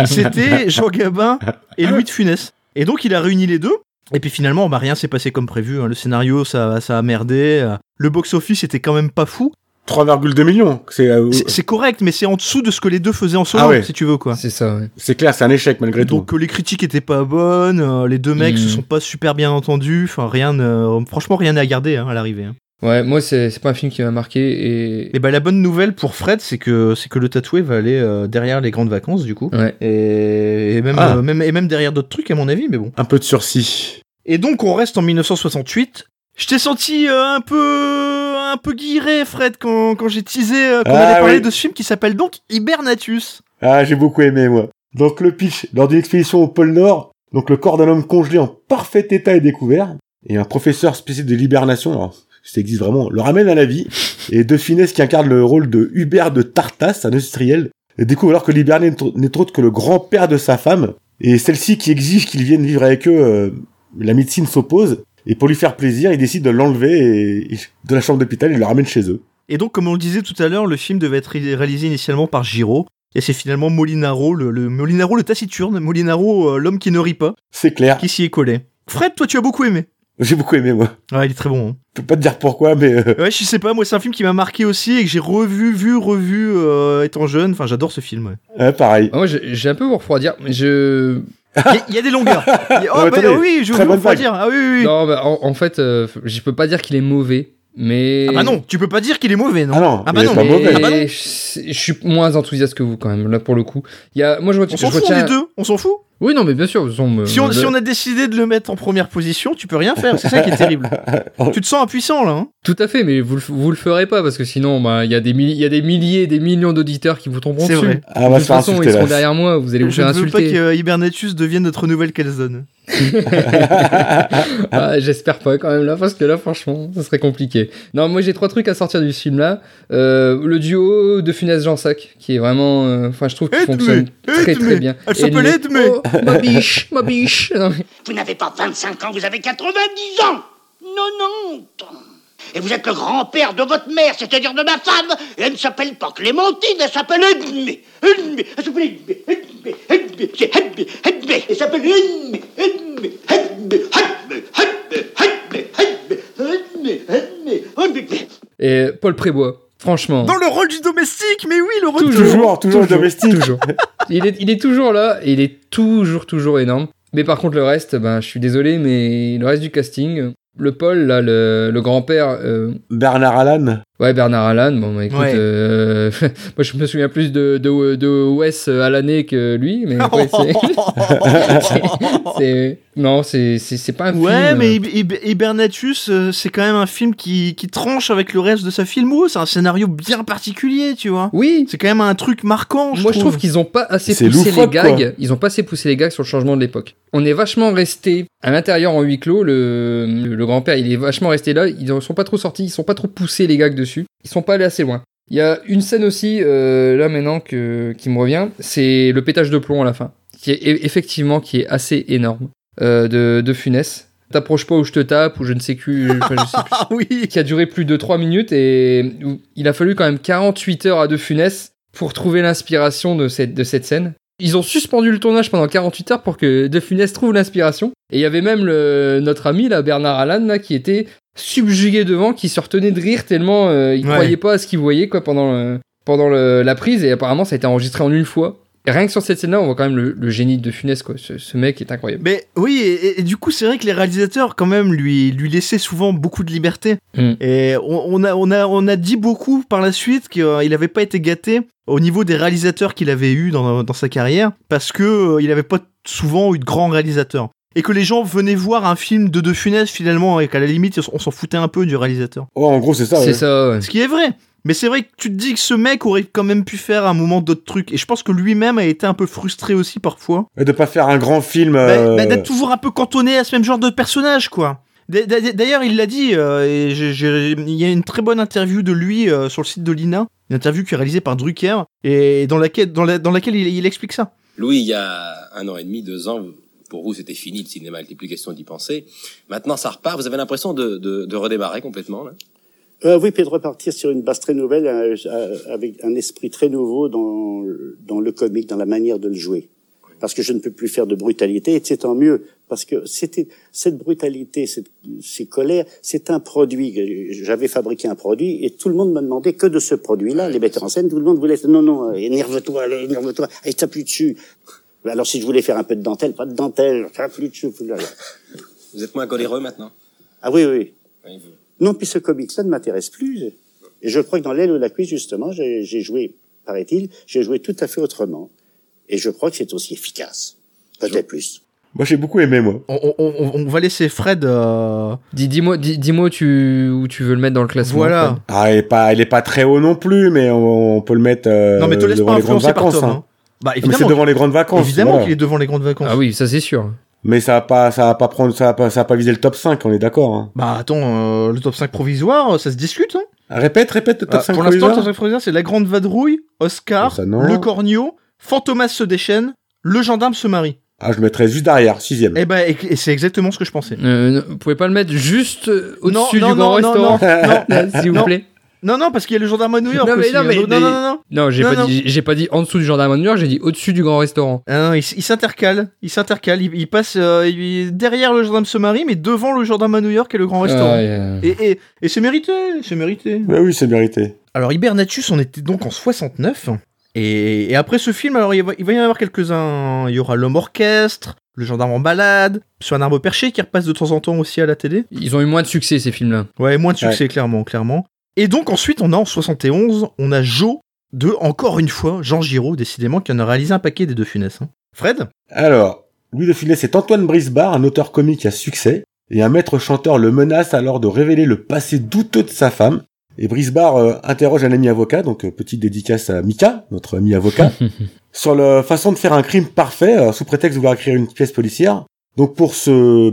c'était Jean Gabin et Louis de Funès. Et donc il a réuni les deux. Et puis finalement, bah, rien s'est passé comme prévu. hein. Le scénario, ça, ça a merdé. euh, Le box-office était quand même pas fou. 3,2 millions. C'est euh, C'est c'est correct, mais c'est en dessous de ce que les deux faisaient en solo, Ah ouais. si tu veux, quoi. C'est ça, ouais. c'est clair, c'est un échec malgré tout. Donc euh, les critiques étaient pas bonnes, euh, les deux mecs Mm. se sont pas super bien entendus, enfin rien, ne- franchement rien à garder hein, à l'arrivée. hein. Ouais, moi, c'est c'est pas un film qui m'a marqué. Et... Et bah la bonne nouvelle pour Fred, c'est que c'est que le tatoué va aller euh, derrière les grandes vacances du coup, Ouais. et, et même, Ah. euh, même et même derrière d'autres trucs à mon avis, mais bon. Un peu de sursis. Et donc on reste en 1968. Je t'ai senti euh, un peu un peu guiré Fred quand, quand j'ai teasé euh, qu'on Ah, allait parler oui. de ce film qui s'appelle donc Hibernatus. Ah, j'ai beaucoup aimé, moi. Donc, le pitch, lors d'une expédition au pôle Nord, donc le corps d'un homme congelé en parfait état est découvert, et un professeur spécialiste de l'hibernation, alors, ça existe vraiment, le ramène à la vie, et De Finesse, qui incarne le rôle de Hubert de Tartas, un industriel, découvre alors que l'hiberné n'est autre que le grand-père de sa femme, et celle-ci qui exige qu'il vienne vivre avec eux, euh, la médecine s'oppose, et pour lui faire plaisir, il décide de l'enlever et- et de la chambre d'hôpital et le ramène chez eux. Et donc, comme on le disait tout à l'heure, le film devait être ré- réalisé initialement par Giraud. Et c'est finalement Molinaro, le, le- Molinaro le taciturne, Molinaro euh, l'homme qui ne rit pas, C'est clair. qui s'y est collé. Fred, toi tu as beaucoup aimé. J'ai beaucoup aimé, moi. Ouais, il est très bon. hein. Je peux pas te dire pourquoi, mais euh, Ouais, je sais pas, moi c'est un film qui m'a marqué aussi et que j'ai revu, vu, revu euh, étant jeune. Enfin, j'adore ce film. ouais. ouais, pareil. Ah, Moi, j'ai j'ai un peu vous refroidir, mais je. Il y a- il y, a des longueurs. Il y a- Non, Oh, mais bah, attendez, oui, je très voulais bonne vous le dire. Ah oui, oui, oui. Non, bah, en, en fait, euh, je peux pas dire qu'il est mauvais, mais. Ah bah non, tu peux pas dire qu'il est mauvais, non. Ah non, Ah bah il est non, pas Mais mauvais. Ah bah non. je je suis moins enthousiaste que vous quand même là pour le coup. Il y a, moi je retiens. on s'en je fout, on retiens- est deux, on s'en fout. Oui non mais bien sûr. ils sont, euh, Si on, le- si on a décidé de le mettre en première position, tu peux rien faire, c'est ça qui est terrible. tu te sens impuissant là. hein. Tout à fait, mais vous, le- vous le ferez pas parce que sinon, bah, il y a des milliers, il y a des milliers, des millions d'auditeurs qui vous tomberont C'est dessus. vrai. Ah, on De va toute se faire façon, ils insulter seront là. derrière moi, vous allez vous Je faire ne veux pas que insulter. euh, Hibernatus devienne notre nouvelle calzone. Ah, J'espère pas quand même là, parce que là, franchement, ça serait compliqué. Non, moi j'ai trois trucs à sortir du film là. Euh, le duo de Funès Jean Sac, qui est vraiment, euh, enfin, je trouve qu'il Edme, fonctionne très Edme. très bien. Elle Et s'appelle le- Edme. Oh, ma biche, ma biche. Non, mais- Vous n'avez pas 25 ans, vous avez 90 ans Non, non Et vous êtes le grand-père de votre mère, c'est-à-dire de ma femme Et elle ne s'appelle pas Clémentine, elle s'appelle Edmé Edmé Elle s'appelle Edmé Edmé Edmé C'est Edmé Et Paul Prébois, franchement. Dans le rôle du domestique, mais oui, le rôle du Toujours. toujours domestique. Toujours. il, est, il est toujours là et il est toujours, toujours énorme. Mais par contre, le reste, ben, je suis désolé, mais le reste du casting, le Paul, là, le, le grand-père, euh, Bernard Allan. ouais, Bernard Allan, bon, bah, écoute, Ouais. euh, moi je me souviens plus de, de, de Wes Allané que lui, mais ouais, c'est- c'est. Non, c'est c'est- c'est pas un Ouais, film. euh. mais Hib- Hib- Hibernatus, euh, c'est quand même un film qui, qui tranche avec le reste de sa filmo. C'est un scénario bien particulier, tu vois. Oui, C'est quand même un truc marquant, je Moi, trouve. je trouve qu'ils ont pas assez C'est poussé loufoque, les gags. quoi. Ils ont pas assez poussé les gags sur le changement de l'époque. On est vachement resté à l'intérieur en huis clos. Le, le, le grand-père, il est vachement resté là. Ils ne sont pas trop sortis. Ils sont pas trop poussés les gags dessus. Ils sont pas allés assez loin. Il y a une scène aussi euh, là maintenant que, qui me revient. C'est le pétage de plomb à la fin, qui est e- effectivement qui est assez énorme euh, de, de Funès. T'approches pas où je te tape ou je ne sais plus. euh, enfin, je sais plus Ah oui qui a duré plus de 3 minutes et où il a fallu quand même 48 heures à De Funès pour trouver l'inspiration de cette, de cette scène. Ils ont suspendu le tournage pendant 48 heures pour que De Funès trouve l'inspiration. Et il y avait même le, notre ami, là, Bernard Allan, là, qui était subjugué devant, qui se retenait de rire tellement euh, il Ouais. croyait pas à ce qu'il voyait quoi, pendant, le- pendant le- la prise. Et apparemment, ça a été enregistré en une fois. Et rien que sur cette scène-là, on voit quand même le, le génie de De Funès. Quoi. Ce, ce mec est incroyable. Mais oui, et, et- et du coup, c'est vrai que les réalisateurs, quand même, lui, lui laissaient souvent beaucoup de liberté. Mm. Et on, on a, on, a, on a dit beaucoup par la suite qu'il n'avait pas été gâté au niveau des réalisateurs qu'il avait eu dans, dans sa carrière, parce que euh, il n'avait pas souvent eu de grands réalisateurs. Et que les gens venaient voir un film de De Funès, finalement, et qu'à la limite, on s'en foutait un peu du réalisateur. Oh, en gros, c'est ça. C'est ouais. ça, ouais. Ce qui est vrai. Mais c'est vrai que tu te dis que ce mec aurait quand même pu faire à un moment d'autres trucs. Et je pense que lui-même a été un peu frustré aussi parfois. Et de pas faire un grand film. Bah, euh, bah, d'être toujours un peu cantonné à ce même genre de personnage, quoi. D'a- d'a- D'ailleurs, il l'a dit, euh, et j'ai- j'ai- il y a une très bonne interview de lui euh, sur le site de l'INA, une interview qui est réalisée par Drucker, et dans laquelle, dans la- dans laquelle il, il explique ça. Louis, il y a un an et demi, deux ans, pour vous, c'était fini le cinéma, il n'était plus question d'y penser. Maintenant, ça repart. Vous avez l'impression de, de, de redémarrer complètement. Là. Euh, oui, puis de repartir sur une base très nouvelle, euh, euh, avec un esprit très nouveau dans, le- dans le comique, dans la manière de le jouer. Parce que je ne peux plus faire de brutalité, et c'est tant mieux. Parce que c'était cette brutalité, cette, ces colères, c'est un produit. J'avais fabriqué un produit et tout le monde me demandait que de ce produit-là. Les metteurs en scène, tout le monde voulait non, non, euh, énerve-toi, allez, énerve-toi, et t'appuies dessus. Mais Alors si je voulais faire un peu de dentelle, pas de dentelle, t'appuies dessus. fous le- Vous êtes moins coléreux maintenant. Ah oui, oui. Oui, vous- Non, puis ce comics-là ne m'intéresse plus. Et je crois que dans l'aile ou la cuisse, justement, j'ai j'ai joué, paraît-il, j'ai joué tout à fait autrement. Et je crois que c'est aussi efficace. Peut-être plus. Moi, j'ai beaucoup aimé, moi. On, on- on- on va laisser Fred. euh, Dis- Dis-moi dis, dis-moi où tu, où tu veux le mettre dans le classement. voilà. Fred. Ah, il est pas, il est pas très haut non plus, mais on, on peut le mettre. euh, non, mais te laisse devant pas les grandes influencer par vacances. Tom. hein. hein. Bah, Mais c'est évidemment, devant les grandes vacances. évidemment voilà. qu'il est devant les grandes vacances. Ah oui, ça c'est sûr. Mais ça va pas, ça va pas prendre, ça va pas, ça va pas viser le top 5, on est d'accord. Hein. Bah attends, euh, le top 5 provisoire, euh, ça se discute. Hein Répète, répète le top Ah, 5 pour l'instant, le top provisoire. 5 provisoire, c'est La Grande Vadrouille, Oscar, Ça, non. Le Cornio, Fantomas se déchaîne, Le Gendarme se marie. Ah, je le mettrais juste derrière, sixième. Eh ben, et- et c'est exactement ce que je pensais. Mm. Euh, non, vous pouvez pas le mettre juste euh, Non, au-dessus du non, non, grand non, restaurant non, là, S'il vous Non. plaît. Non, non, parce qu'il y a le gendarme à New York. Non, mais aussi, non, hein. mais- non, non, non, non. Non, j'ai Non, pas, non. dit- j'ai pas dit en dessous du gendarme à New York, j'ai dit au-dessus du grand restaurant. Ah non, il, s- il s'intercale, il s'intercale, il, il passe euh, il- derrière le gendarme se marie, mais devant le gendarme à New York et le grand restaurant. Ah, euh, Et, et, et c'est mérité, c'est mérité. Bah oui, c'est mérité. Alors, Hibernatus, on était donc en 69. Et, et après ce film, alors il va, il va y en avoir quelques-uns. Il y aura l'homme orchestre, le gendarme en balade, sur un arbre perché qui repasse de temps en temps aussi à la télé. Ils ont eu moins de succès ces films-là. Ouais, moins de succès, clairement, clairement. Et donc ensuite, on a en 71, on a Joe de, encore une fois, Jean Giraud, décidément, qui en a réalisé un paquet des deux funesses. hein. Fred Alors, Louis de Funès c'est Antoine Brisbard, un auteur comique à succès, et un maître chanteur le menace alors de révéler le passé douteux de sa femme. Et Brisbard euh, interroge un ami avocat, donc euh, petite dédicace à Mika, notre ami avocat, sur la façon de faire un crime parfait euh, sous prétexte de vouloir créer une pièce policière. Donc pour se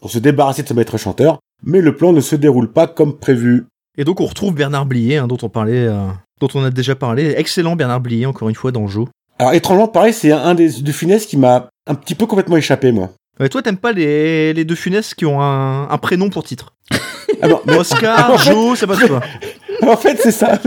pour se débarrasser de ce maître chanteur, mais le plan ne se déroule pas comme prévu. Et donc on retrouve Bernard Blier, hein, dont on parlait, euh, dont on a déjà parlé. Excellent Bernard Blier, encore une fois, dans Joe. Alors étrangement, pareil, c'est un, un des de Funès qui m'a un petit peu complètement échappé, moi. Mais toi, t'aimes pas les, les deux funesses qui ont un, un prénom pour titre. Ah non, mais- Oscar, Joe, ça passe pas. en fait, c'est ça.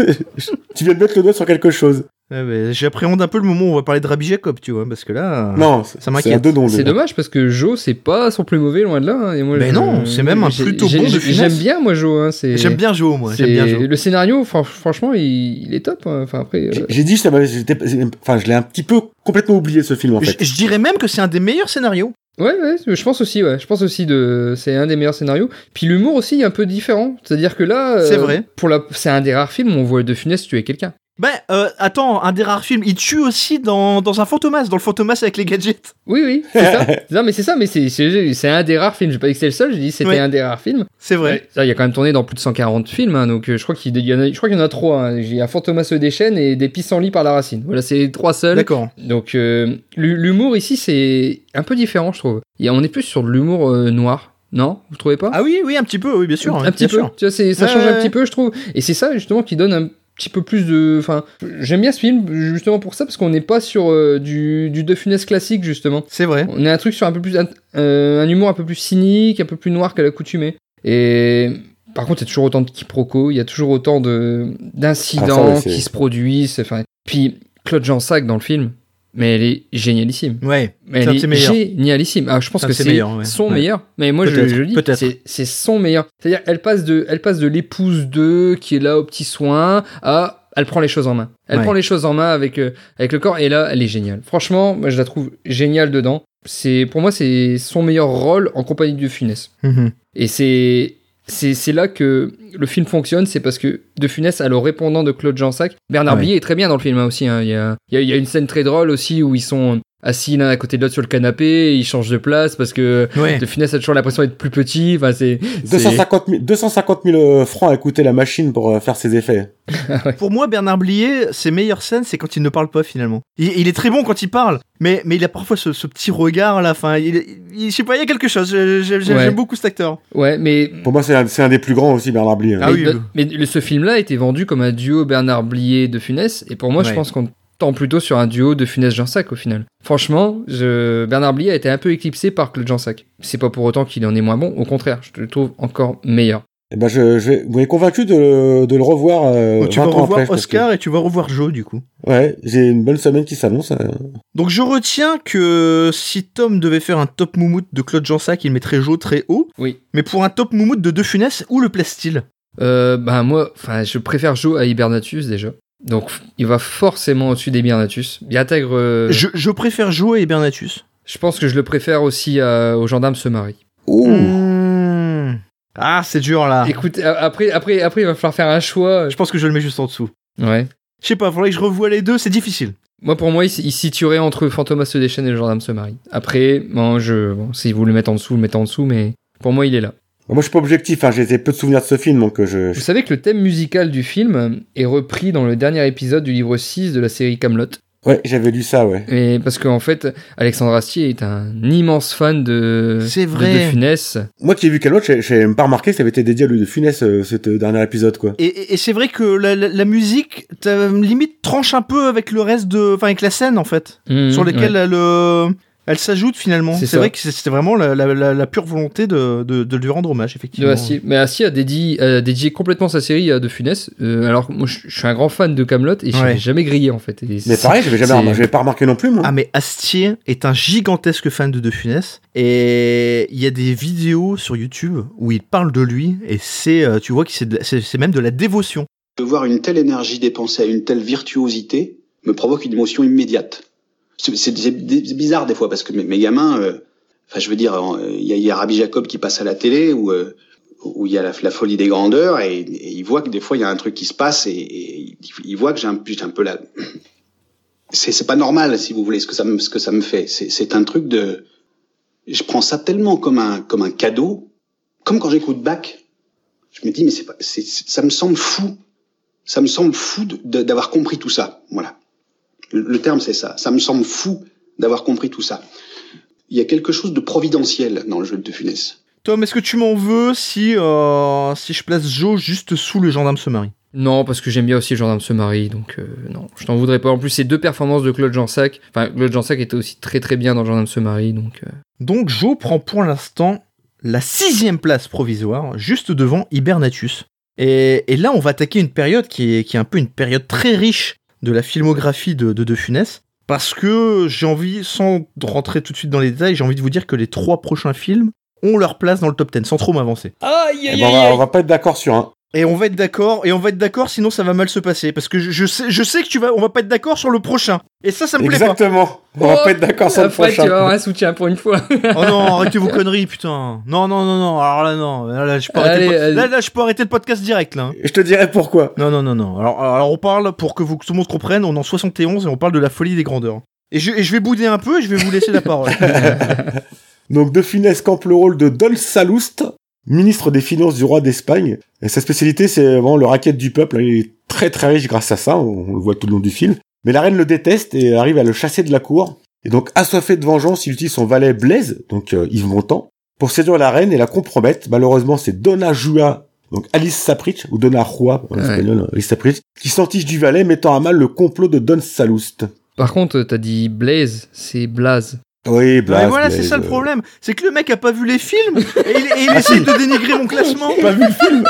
tu viens de mettre le doigt sur quelque chose. Ouais, mais J'appréhende un peu le moment où on va parler de Rabbi Jacob, tu vois, parce que là. Non, ça m'inquiète. m'inquiète. C'est dommage parce que Joe, c'est pas son plus mauvais, loin de là. hein, et moi, Mais je- Ben non, c'est même un j'ai- plutôt j'ai- bon de j'ai- finesse. J'aime bien, moi, Joe. Hein, c'est- J'aime bien Joe, moi. c'est- J'aime bien Joe. Le scénario, fran- franchement, il, il est top. hein. Enfin, après, euh, J'ai j'ai dit, ça m'avait- j'étais- enfin, je l'ai un petit peu complètement oublié ce film en fait. Je, je dirais même que c'est un des meilleurs scénarios. Ouais, ouais, je pense aussi, ouais. Je pense aussi de, c'est un des meilleurs scénarios. Puis l'humour aussi est un peu différent. C'est-à-dire que là, euh, C'est vrai. Pour la, c'est un des rares films où on voit De Funès tuer quelqu'un. Ben, euh, attends, un des rares films. Il tue aussi dans, dans un fantomas, dans le fantomas avec les gadgets. Oui, oui, c'est ça. C'est ça, mais c'est ça, mais c'est, c'est, c'est un des rares films. J'ai pas dit que c'est le seul, j'ai dit que c'était Ouais. un des rares films. C'est vrai. Ouais, Ça, il y a quand même tourné dans plus de 140 films, hein, donc euh, je crois qu'il y en a, je crois qu'il y en a trois. hein. J'ai un Fantomas se déchaîne et des pissenlits par la racine. Voilà, c'est les trois seuls. D'accord. Donc euh, l'hu- l'humour ici, c'est un peu différent, je trouve. Il y a- on est plus sur de l'humour euh, noir, non Vous trouvez pas Ah oui, oui, un petit peu, oui, bien sûr. hein, un bien petit peu. sûr. Tu vois, c'est- ça Ouais, change ouais, un ouais. petit peu, je trouve. Et c'est ça justement qui donne un petit peu plus de. Enfin, j'aime bien ce film justement pour ça parce qu'on n'est pas sur euh, du du De Funès classique justement. C'est vrai. On a un truc sur un peu plus un, euh, un humour un peu plus cynique, un peu plus noir qu'à l'accoutumée. Et par contre, il y a toujours autant de quiproquos, il y a toujours autant de Ah, ça, d'incidents ouais, c'est- qui se produisent. Enfin, puis Claude Jansac dans le film, mais elle est génialissime. Ouais. Mais C'est un elle de ses est meilleurs. génialissime. Ah, je pense C'est un que de ses c'est meilleurs, ouais. son Ouais. meilleur. Mais moi, je, Peut-être, je le dis, peut-être. c'est- c'est son meilleur. C'est-à-dire, elle passe de, elle passe de l'épouse de qui est là au petit soin à elle prend les choses en main. Elle Ouais. prend les choses en main avec euh, avec le corps et là, elle est géniale. Franchement, moi, je la trouve géniale dedans. C'est pour moi, c'est son meilleur rôle en compagnie de Funès. Mhm. Et c'est c'est c'est là que le film fonctionne, c'est parce que De Funès a le répondant de Claude Jansac. Bernard Ouais. Blier est très bien dans le film hein, aussi. hein. Il, y a, il, y a, il y a une scène très drôle aussi où ils sont assis l'un à côté de l'autre sur le canapé, ils changent de place parce que Ouais. De Funès a toujours l'impression d'être plus petit. Enfin, c'est 250 000, 250 000 euh, francs a coûté la machine pour euh, faire ses effets. Pour moi, Bernard Blier, ses meilleures scènes, c'est quand il ne parle pas finalement. Il, il est très bon quand il parle, mais, mais il a parfois ce, ce petit regard là. Enfin, il, il- je sais pas, il y a quelque chose. Je- je- je- J'aime Ouais. beaucoup cet acteur. ouais, mais Pour moi, c'est un, c'est un des plus grands aussi, Bernard hein. Blier. Ah mais, oui, no- oui. mais le- ce film-là a été vendu comme un duo Bernard Blier de Funès, et pour moi, je Ouais. pense qu'on tend plutôt sur un duo de Funès Jansac au final. Franchement, je- Bernard Blier a été un peu éclipsé par Claude Jansac. C'est pas pour autant qu'il en est moins bon, au contraire, je le trouve encore meilleur. Eh ben, je, je vais- vous m'avez convaincu de, de le revoir. euh, Donc, Oh, tu 20 vas ans revoir après, je pense Oscar et tu vas revoir Joe du coup. que- Ouais, j'ai une bonne semaine qui s'annonce. euh. Donc je retiens que si Tom devait faire un top moumoute de Claude Jansac, il mettrait Joe très haut. Oui. Mais pour un top moumoute de De Funès, où le place-t-il Euh, ben moi, enfin, je préfère Joe à Hibernatus déjà. Donc, f- il va forcément au-dessus d'Hibernatus. Il intègre. euh, je... je, je préfère Joe et Hibernatus. pense que je le préfère aussi à- au gendarme se marie. Ouh. Mmh. Ah, c'est dur là. Écoute, a- après, après, après, il va falloir faire un choix. Je pense que je le mets juste en dessous. Ouais. Je sais pas, faudrait que je revoie les deux, c'est difficile. Moi, pour moi, il, s- il se situerait entre Fantomas se déchaîne et le gendarme se marie. Après, bon, je, bon, si vous le mettez en dessous, vous le mettez en dessous, mais pour moi, il est là. Moi, je suis pas objectif. Hein, j'ai j'ai peu de souvenirs de ce film, donc euh, je. Vous je- savez que le thème musical du film est repris dans le dernier épisode du livre 6 de la série Camelot. Ouais, j'avais lu ça, ouais. Et parce qu'en fait, Alexandre Astier est un immense fan de, C'est de- vrai. de, Funès. Moi qui ai vu Calmot, j'ai j'ai même pas remarqué que ça avait été dédié à lui de Funès, euh, cet euh, dernier épisode, quoi. Et, et- et c'est vrai que la, la- la musique, t'as- limite, tranche un peu avec le reste de. Enfin, avec la scène, en fait. Mhm, sur ouais. lesquelles elle, euh, elle s'ajoute finalement. C'est C'est ça. vrai que c'est- c'était vraiment la, la- la- la pure volonté de, de- de lui rendre hommage, effectivement. De Astier. Mais Astier a dédié, a dédié complètement sa série à De Funès. Euh, alors, que moi, je je suis un grand fan de Camelot et je Ouais. l'ai jamais grillé, en fait. Et Mais c'est- pareil, j'avais jamais c'est- remarqué, j'avais pas remarqué non plus, moi. Ah, mais Astier est un gigantesque fan de De Funès. Et il y a des vidéos sur YouTube où il parle de lui. Et c'est, euh, tu vois que c'est de la- c'est c'est même de la dévotion. De voir une telle énergie dépensée à une telle virtuosité me provoque une émotion immédiate. C'est c'est- c'est bi- c'est bizarre des fois parce que mes, mes gamins, euh, enfin je veux dire, en- euh, il y, a- il y a Rabbi Jacob qui passe à la télé où euh, où il y a la, la folie des grandeurs et, et ils voient que des fois il y a un truc qui se passe et, et ils voient que j'ai un, j'ai un peu la. C'est c'est pas normal si vous voulez ce que ça me ce que ça me fait. C'est c'est un truc de. Je prends ça tellement comme un comme un cadeau, comme quand j'écoute Bach. Je me dis mais c'est pas, c'est- c'est- ça me semble fou ça me semble fou de- de- d'avoir compris tout ça. Voilà. Le, le terme, c'est ça. Ça me semble fou d'avoir compris tout ça. Il y a quelque chose de providentiel dans le jeu de De Funès. Tom, est-ce que tu m'en veux si, euh, si je place Joe juste sous le gendarme se marie Non, parce que j'aime bien aussi le gendarme se marie, donc euh, non, je t'en voudrais pas. En plus, ces deux performances de Claude Jansac, enfin, Claude Jansac était aussi très très bien dans le gendarme se marie, donc. euh, Donc Joe prend pour l'instant la sixième place provisoire, juste devant Hibernatus. Et, et là, on va attaquer une période qui est, qui est un peu une période très riche de la filmographie de de, de Funès. Parce que j'ai envie, sans rentrer tout de suite dans les détails, j'ai envie de vous dire que les trois prochains films ont leur place dans le top 10, sans trop m'avancer. Aïe, Eh aïe, ben, on, va, on aïe, va pas être d'accord sur un. Et on va être d'accord, et on va être d'accord, sinon ça va mal se passer. Parce que je, je sais, je sais que tu vas, on va pas être d'accord sur le prochain. Et ça, ça me plaît pas. Exactement. On va Oh, pas être d'accord sur aïe. le Fred, tu prochain. vas avoir un soutien pour une fois. Oh non, arrêtez vos conneries, putain. Non, non, non, non. Alors là, non. Là, là, je peux arrêter, Allez, le po- allez. là, là, je peux arrêter le podcast direct, là. hein. Je te dirai pourquoi. Non, non, non, non. Alors, alors on parle, pour que vous, tout le monde comprenne, on est en 71 et on parle de la folie des grandeurs. Et je, et je vais bouder un peu et je vais vous laisser la parole. Donc, De Funès campe le rôle de Dol Salouste, ministre des Finances du roi d'Espagne. Et sa spécialité, c'est vraiment le racket du peuple. Il est très très riche grâce à ça, on on le voit tout le long du film. Mais la reine le déteste et arrive à le chasser de la cour. Et donc, assoiffé de vengeance, il utilise son valet Blaise, donc euh, Yves Montand, pour séduire la reine et la compromettre. Malheureusement, c'est Donna Jua, donc Alice Sapritch, ou Donna Rua, en Ouais. espagnol, Alice Sapritch, qui s'entiche du valet, mettant à mal le complot de Don Salouste. Par contre, t'as dit Blaze, c'est Blaze. Oui, Non, Blaise. mais Ah, voilà, c'est Blaise, ça le euh, problème. C'est que le mec a pas vu les films et il, et il essaie de dénigrer mon classement. pas vu le film.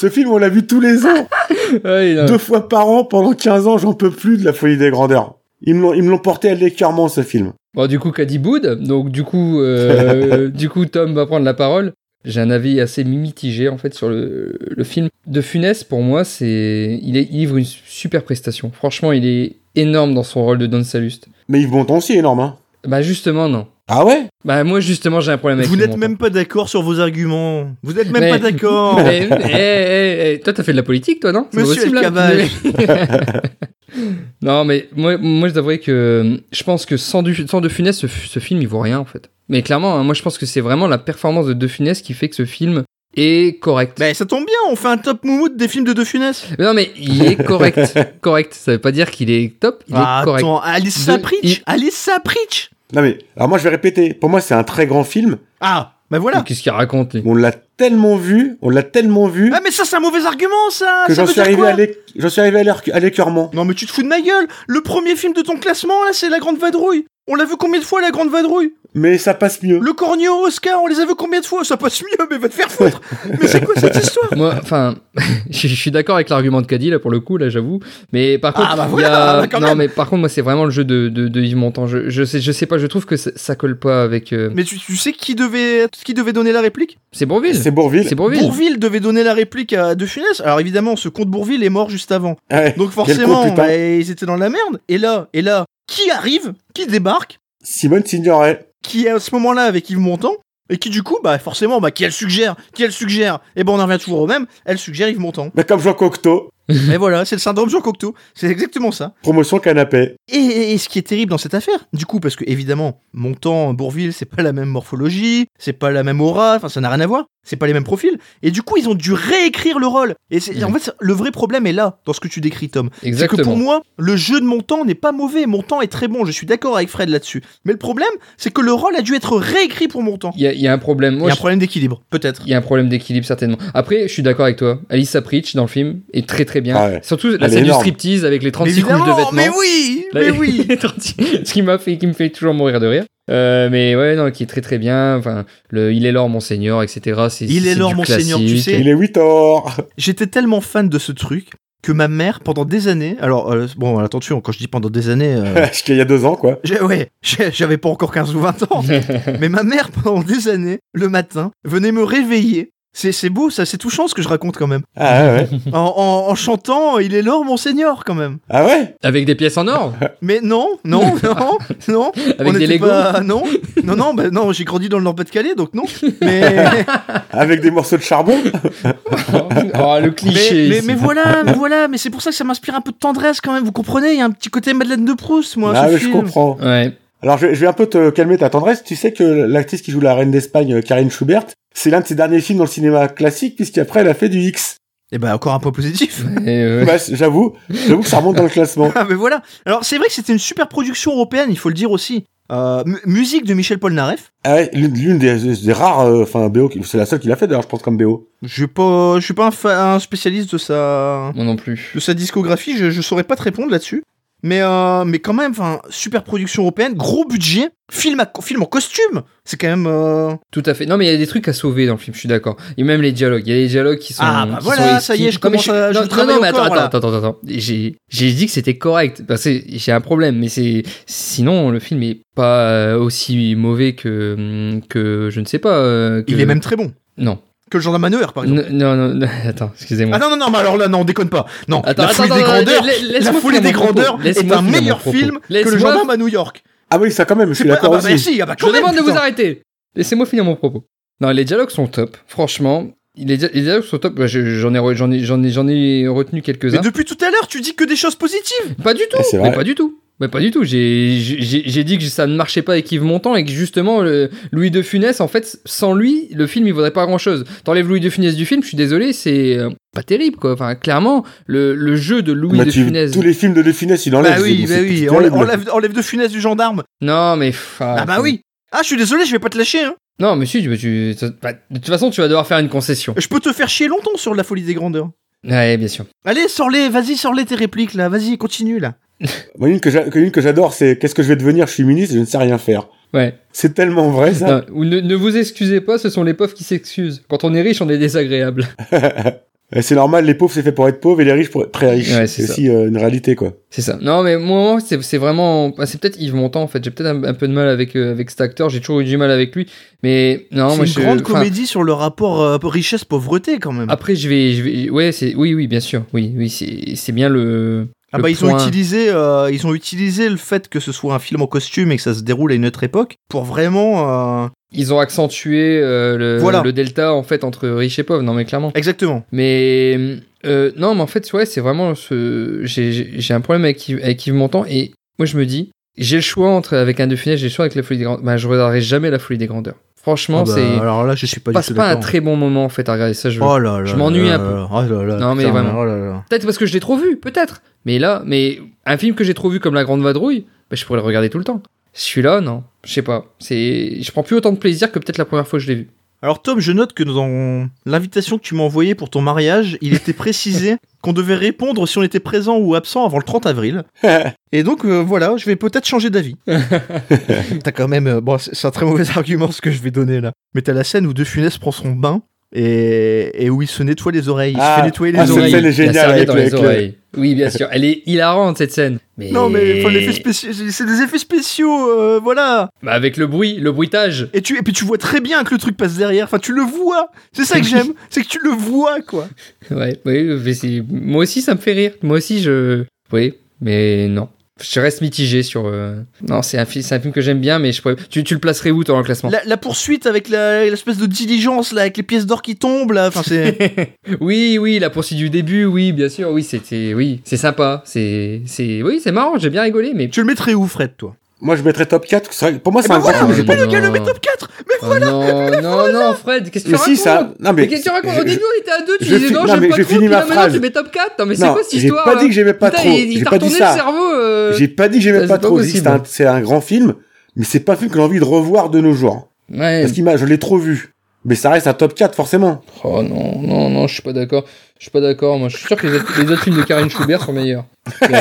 Ce film, on l'a vu tous les ans, Ouais, Euh. il a- deux fois par an, pendant 15 ans, j'en peux plus de la folie des grandeurs. Ils me l'ont, ils me l'ont porté à l'écœurement, ce film. Bon, du coup, qu'a dit Boud, donc du coup, euh, du coup, Tom va prendre la parole. J'ai un avis assez mitigé en fait sur le, le film. De Funès, pour moi, c'est il, est, il livre une super prestation. Franchement, il est énorme dans son rôle de Don Saluste. Mais Yves Montand aussi est énorme, hein. Bah justement, non. Ah ouais? Bah moi, justement, j'ai un problème avec Vous ce n'êtes montant. même pas d'accord sur vos arguments. Vous n'êtes même Mais- pas d'accord. Eh, eh, eh, eh, toi, t'as fait de la politique, toi, non C'est pas Oh. Monsieur possible, hein. El là. non, mais moi, moi, je t'avouerais que euh, je pense que sans, du, sans De Funès, ce, f- ce film, il vaut rien, en fait. Mais clairement, hein, moi, je pense que c'est vraiment la performance de De Funès qui fait que ce film est correct. Ben ça tombe bien, on fait un top moumoute des films de De Funès. Mais non, mais il est correct. correct. Ça veut pas dire qu'il est top, il Ah, est correct. Attends, Alice De- Sapritch il- Alice Sapritch Non mais, alors moi je vais répéter. Pour moi c'est un très grand film. Ah, ben Mais voilà. Qu'est-ce qu'il raconte, lui On l'a tellement vu, on l'a tellement vu, Ah mais ça c'est un mauvais argument ça. que ça j'en veut suis dire arrivé quoi à l'éc- j'en suis arrivé à l'éc- à l'écœurement. Non mais tu te fous de ma gueule. Le premier film de ton classement là, c'est La Grande Vadrouille. On l'a vu combien de fois la Grande Vadrouille Mais ça passe mieux. Le Cornio, Oscar, on les a vu combien de fois Ça passe mieux, mais va te faire foutre. mais c'est quoi cette histoire Moi, enfin, je je suis d'accord avec l'argument de Caddy là pour le coup, là j'avoue. Mais par contre, Ah, bah il voilà, y a... bah quand non, même. mais par contre, moi c'est vraiment le jeu de, de, de Yves Montand. Je, je sais, je sais pas, je trouve que ça, ça colle pas avec. euh, Mais tu, tu sais qui devait qui devait donner la réplique C'est Bourville. C'est Bourville. C'est Bourville. Bourville devait donner la réplique à De Funès. Alors évidemment, ce comte Bourville est mort juste avant. Ouais. Donc Quel con, forcément, putain. bah, ils étaient dans la merde. Et là, et là, qui arrive Qui débarque Simone Signoret. Qui est à ce moment-là avec Yves Montand Et qui du coup, bah forcément, bah qui elle suggère Qui elle suggère Et ben on en revient toujours au même. Elle suggère Yves Montand. Mais comme Jean Cocteau. Et voilà, c'est le syndrome Jean Cocteau. C'est exactement ça. Promotion canapé. Et, et- et ce qui est terrible dans cette affaire, du coup, parce que évidemment, Montand, Bourville, c'est pas la même morphologie, c'est pas la même aura, enfin ça n'a rien à voir, c'est pas les mêmes profils, et du coup ils ont dû réécrire le rôle. Et c'est- Mhm. en fait, c'est- le vrai problème est là, dans ce que tu décris, Tom. C'est que Exactement. pour moi, le jeu de Montand n'est pas mauvais, Montand est très bon, je suis d'accord avec Fred là-dessus. Mais le problème, c'est que le rôle a dû être réécrit pour Montand. Il y a, il y a un problème. Il y Moi, a un je- problème d'équilibre, peut-être. il y a un problème d'équilibre certainement. Après, je suis d'accord avec toi. Alice Sapritch dans le film est très très bien. Ah ouais. Surtout la Elle est scène du énorme. striptease avec les 36 couches de Évidemment, vêtements. mais oui, mais Là, oui. il est gentil. ce qui m'a fait, qui me fait toujours mourir de rire. Euh, mais ouais, non, qui est très très bien. Enfin, le il est l'or monseigneur, etc. C'est, Il c'est est l'or, du monseigneur, tu classique. sais. Il est 8 heures. J'étais tellement fan de ce truc que ma mère, pendant des années, alors euh, bon, attention, quand je dis pendant des années, euh, Parce qu'il y a deux ans, quoi. j'ai- ouais, j'ai- j'avais pas encore 15 ou 20 ans, mais ma mère, pendant des années, le matin, venait me réveiller. C'est c'est beau, ça, c'est touchant ce que je raconte quand même. Ah ouais, ouais. En, en- en chantant, il est l'or, monseigneur, quand même. Ah ouais? Avec des pièces en or, Mais non, non, non, non. avec on des était Lego. pas- Non, non, non, bah, non j'ai grandi dans le Nord-Pas-de-Calais, donc non. Mais. Avec des morceaux de charbon? oh, le cliché. Mais, mais, ici. mais voilà, mais voilà, mais c'est pour ça que ça m'inspire un peu de tendresse quand même, vous comprenez Il y a un petit côté Madeleine de Proust, moi. ah ce mais je film. comprends. Ouais. Alors je, je vais un peu te calmer ta tendresse. Tu sais que l'actrice qui joue la reine d'Espagne, euh, Karine Schubert, c'est l'un de ses derniers films dans le cinéma classique, puisqu'après elle a fait du X. Et bah, encore un point positif. Et, euh, Bah, c- j'avoue, j'avoue que ça remonte dans le classement. ah, mais voilà. Alors, c'est vrai que c'était une super production européenne, il faut le dire aussi. Euh, mu- musique de Michel Polnareff. Ah ouais, l'une- l'une des, des rares, euh, enfin BO, qui- c'est la seule qu'il a fait d'ailleurs, je pense comme BO. Je suis pas, je suis pas un, fa- un spécialiste de sa, Moi non plus. de sa discographie, je, je saurais pas te répondre là-dessus. Mais, euh, mais quand même, enfin, super production européenne, gros budget, film, à- film en costume, c'est quand même. euh, Tout à fait. Non, mais il y a des trucs à sauver dans le film, je suis d'accord. Et même les dialogues. Il y a les dialogues qui sont. Ah, bah qui voilà, sont ça y est, esquives. je Non, mais commence à- je non, le non, travaille non, mais encore, attends, là. attends, attends, attends, attends. J'ai, j'ai dit que c'était correct. Parce que j'ai un problème, mais c'est. Sinon, le film est pas euh, aussi mauvais que. hum, que je ne sais pas. euh, que- Il est même très bon. Non. Que le gendarme à Neuer, par exemple. Non, non, non, non, attends, excusez-moi. Ah non, non, non, mais alors là, non, on déconne pas. Non, Attends, la attends, folie des attends, grandeurs, la- la- la laisse-moi folie finir des mon propos. grandeurs est Laisse-moi un finir mon meilleur propos. film que le Laisse-moi- gendarme à New York. Ah oui, ça quand même, je C'est suis pas- d'accord ah bah, bah, aussi. si, ah bah, Je quand même, demande de vous putain. arrêter. Laissez-moi finir mon propos. Non, les dialogues sont top. Franchement, les, dia- les dialogues sont top. Bah, je- J'en ai, re- j'en ai, j'en ai, j'en ai retenu Mais quelques-uns. depuis tout à l'heure, tu dis que des choses positives. Pas du tout. Eh, c'est Mais vrai. pas du tout. Mais pas du tout. J'ai- J'ai j'ai- j'ai dit que ça ne marchait pas avec Yves Montand et que justement le- Louis de Funès, en fait, sans lui, le film il vaudrait pas grand-chose. T'enlèves Louis de Funès du film, je suis désolé, c'est euh, pas terrible quoi. Enfin, clairement, le, le jeu de Louis Bah, de tu- Funès. tous les films de De Funès, il Bah enlève. oui, bah c'est- oui, c'est on terrible. enlève, enlève de funeste du gendarme. Non mais pff, Ah, bah enfin, oui. Ah, je suis désolé, je vais pas te lâcher. Hein. Non mais si, tu, tu- bah, de toute façon tu vas devoir faire une concession. Je peux te faire chier longtemps sur la folie des grandeurs. Ouais, bien sûr. Allez, sors-les, vas-y, sors-les tes répliques là, vas-y, continue là. Moi, une que j'a- une que j'adore, c'est Qu'est-ce que je vais devenir Je suis ministre, je ne sais rien faire. Ouais. C'est tellement vrai, ça. Non, ou ne, ne vous excusez pas, ce sont les pauvres qui s'excusent. Quand on est riche, on est désagréable. Euh, C'est normal, les pauvres, c'est fait pour être pauvres et les riches pour être très riches. Ouais, c'est c'est ça. aussi euh, une réalité, quoi. C'est ça. Non, mais moi, c'est c'est vraiment. ah, C'est peut-être Yves Montand, en fait. J'ai peut-être un, un peu de mal avec, euh, avec cet acteur. J'ai toujours eu du mal avec lui. Mais non, moi, C'est je. une grande enfin, comédie sur le rapport euh, richesse-pauvreté quand même. Ah, Après, je vais. Je vais ouais, c'est. Oui, oui, bien sûr. Oui, oui, c'est c'est bien le. le bah ils ont point. utilisé, euh, ils ont utilisé le fait que ce soit un film en costume et que ça se déroule à une autre époque pour vraiment. euh, Ils ont accentué euh, le, Voilà. le delta, en fait, entre riche et pauvre. Non, mais clairement. Exactement. Mais euh, non, mais en fait, ouais, c'est vraiment ce. j'ai- J'ai j'ai un problème avec Yves, avec Yves Montand et moi je me dis, j'ai le choix entre avec un de Funès, j'ai le choix avec la folie des grandeurs. Bah, je regarderai jamais la folie des grandeurs. Franchement, Ah bah, c'est. Alors là, je suis pas Je du passe tout pas un d'accord. très bon moment en fait à regarder ça. Je... Oh là là. Je m'ennuie là là un peu. là. Oh là là. Non, mais putain, vraiment. oh là là. Peut-être parce que je l'ai trop vu, peut-être. Mais là, mais un film que j'ai trop vu comme La Grande Vadrouille, bah, je pourrais le regarder tout le temps. Celui-là, non, je sais pas. C'est, je prends plus autant de plaisir que peut-être la première fois que je l'ai vu. Alors Tom, je note que dans l'invitation que tu m'as envoyée pour ton mariage, il était précisé qu'on devait répondre si on était présent ou absent avant le 30 avril. Et donc euh, voilà, je vais peut-être changer d'avis. t'as quand même... euh, bon, c'est c'est un très mauvais argument ce que je vais donner là. Mais t'as la scène où De Funès prend son bain et, et où il se nettoie les oreilles. Il Ah, se fait nettoyer les ah, cette oreilles. scène est la géniale serviette avec dans le- les avec le- oreilles. Oui, bien sûr. Elle est hilarante cette scène. Mais Non mais enfin, l'effet spécial, c'est des effets spéciaux, euh, voilà. Bah, avec le bruit, le bruitage. Et tu et puis tu vois très bien que le truc passe derrière. Enfin tu le vois. C'est ça que j'aime, c'est que tu le vois quoi. Ouais, oui, mais c'est- moi aussi ça me fait rire. Moi aussi je. Oui, mais non. Je reste mitigé sur. euh, Non, c'est un, fi- c'est un film que j'aime bien, mais je pourrais. Tu, tu le placerais où toi dans le classement La, la poursuite avec la- l'espèce de diligence là, avec les pièces d'or qui tombent là, enfin c'est. Oui, oui, la poursuite du début, oui, bien sûr, oui, c'était, oui, c'est sympa, c'est, c'est, oui, c'est marrant, j'ai bien rigolé, mais. tu le mettrais où, Fred, toi Moi, je mettrais top 4. c'est vrai- Pour moi, Eh c'est ben un grand voilà, film. mais j'ai pas- le gars le Non. met top 4 Oh non, non, non, Fred, qu'est-ce que tu Mais racontes si, ça. Non, mais. Mais qu'est-ce que tu racontes Au je- début, on était à deux, tu je disais fi- non, non, j'aime mais pas je trop, finis puis ma là, maintenant, phrase. tu mets top 4, non, mais c'est Non, quoi cette j'ai histoire pas là dit que j'aimais pas Putain, trop. il, il J'ai t'a pas dit retourné le ça. cerveau. euh. J'ai pas dit que Ça, j'aimais pas c'est pas trop. j'ai dit que possible. c'était un- C'est un grand film, mais c'est pas un film que j'ai envie de revoir de nos jours. Ouais. Parce que je l'ai trop vu. Mais ça reste un top 4, forcément. Oh non, non, non, je suis pas d'accord. Je suis pas d'accord. Moi, je suis sûr que les autres, les autres films de Karine Schubert sont meilleurs.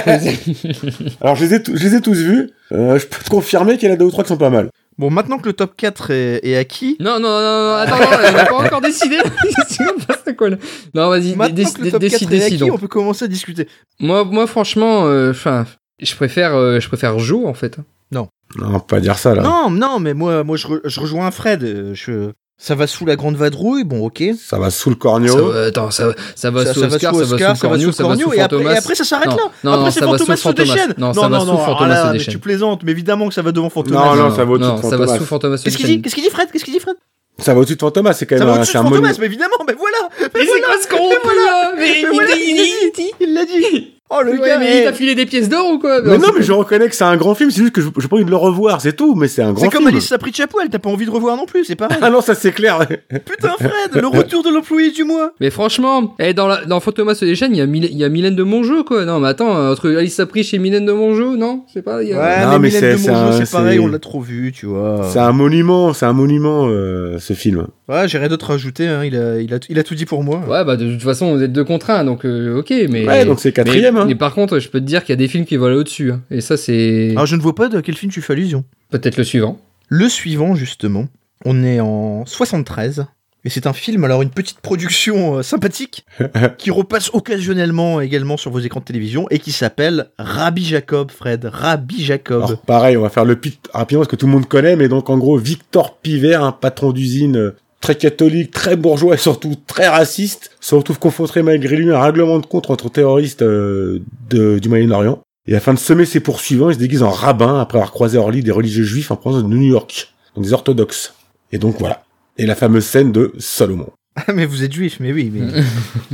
Alors, je les ai, tou- je les ai tous vus. Euh, je peux te confirmer qu'il y en a deux ou trois qui sont pas mal. Bon, maintenant que le top 4 est, est acquis, Non, non, non, non, attends, non, on n'a pas encore décidé. C'est n'importe quoi, là. Non, vas-y, dé- maintenant dé- que le top 4 décide, est acquis, décidons. on peut commencer à discuter. Moi, moi, franchement, euh, enfin, je préfère, euh, je préfère Jo en fait. Non, on peut pas dire ça, là. Non, non, mais moi, moi je, re- je rejoins Fred. euh, Je, ça va sous la grande vadrouille, bon, ok. Ça va sous le Ça cornio. va, attends, ça, ça va oh. ça, sous ça Oscar, ça va sous Cornu, ça va sous et après, Fantomas. et après, ça s'arrête Non, là. non, non, après, c'est ça va Fantomas sous sous Fantomas. Déchaîne. Non, ça va sous alors Fantomas ah là, sous mais Déchaîne. tu plaisantes, mais évidemment que ça va devant Fantomas. Ah Non, non, ça va au-dessus non, de ça va Fantomas. sous Fantomas. Qu'est-ce qu'il Solution. dit Qu'est-ce qu'il dit, Fred Qu'est-ce qu'il dit, Fred Ça va au-dessus de Fantomas, c'est quand Ça même va un, au-dessus Eh de ben, c'est un Fantomas, monument. mais évidemment, mais voilà Mais c'est quoi ce corrompu là Mais Mais voilà, il l'a il dit, Il l'a dit Oh le Ouais, gars mais il eh. t'a filé des pièces d'or ou quoi Mais non, mais je reconnais que c'est un grand film, c'est juste que je- j'ai pas envie de le revoir, c'est tout, mais c'est un grand C'est film. comme Alice Sapri Chapouel, t'as pas envie de revoir non plus, c'est pareil Ah non, ça c'est clair. Putain Fred, le retour de l'employé du mois Mais franchement, eh, dans, la, dans Fantomas et les chaînes, il y, a Mylè- il y a Mylène de Mongeau, quoi. Non, mais attends, euh, entre Alice Sapritch et Mylène de Mongeau, non Je sais pas. il Y a... Ouais, mais Non, mais Mylène c'est- de Mongeau, c'est un- c'est pareil, c'est- on l'a trop vu, tu vois. C'est un monument, c'est un monument, euh, ce film. Ouais, j'ai rien d'autre à ajouter, hein, il, a, il, a, il a tout dit pour moi. Ouais, bah de toute façon, vous êtes deux contre un, donc euh, ok, mais. Ouais, donc c'est quatrième, même, hein. Mais par contre, je peux te dire qu'il y a des films qui volent au-dessus. hein. Et ça, c'est Ah Alors, je ne vois pas de quel film tu fais allusion. peut-être le suivant. Le suivant, justement, on est en 73. Et c'est un film, alors une petite production euh, sympathique, qui repasse occasionnellement également sur vos écrans de télévision et qui s'appelle Rabbi Jacob, Fred. Rabbi Jacob. Alors, pareil, on va faire le pitch rapidement parce que tout le monde connaît, mais donc en gros, Victor Pivert, un patron d'usine euh, très catholique, très bourgeois et surtout très raciste, se retrouve confronté malgré lui à un règlement de compte entre terroristes euh, de- du Moyen-Orient. Et afin de semer ses poursuivants, il se déguise en rabbin après avoir croisé hors lit des religieux juifs en province de New York, donc des orthodoxes. Et donc voilà. Et la fameuse scène de Salomon. Ah, mais vous êtes juif, mais oui. Mais...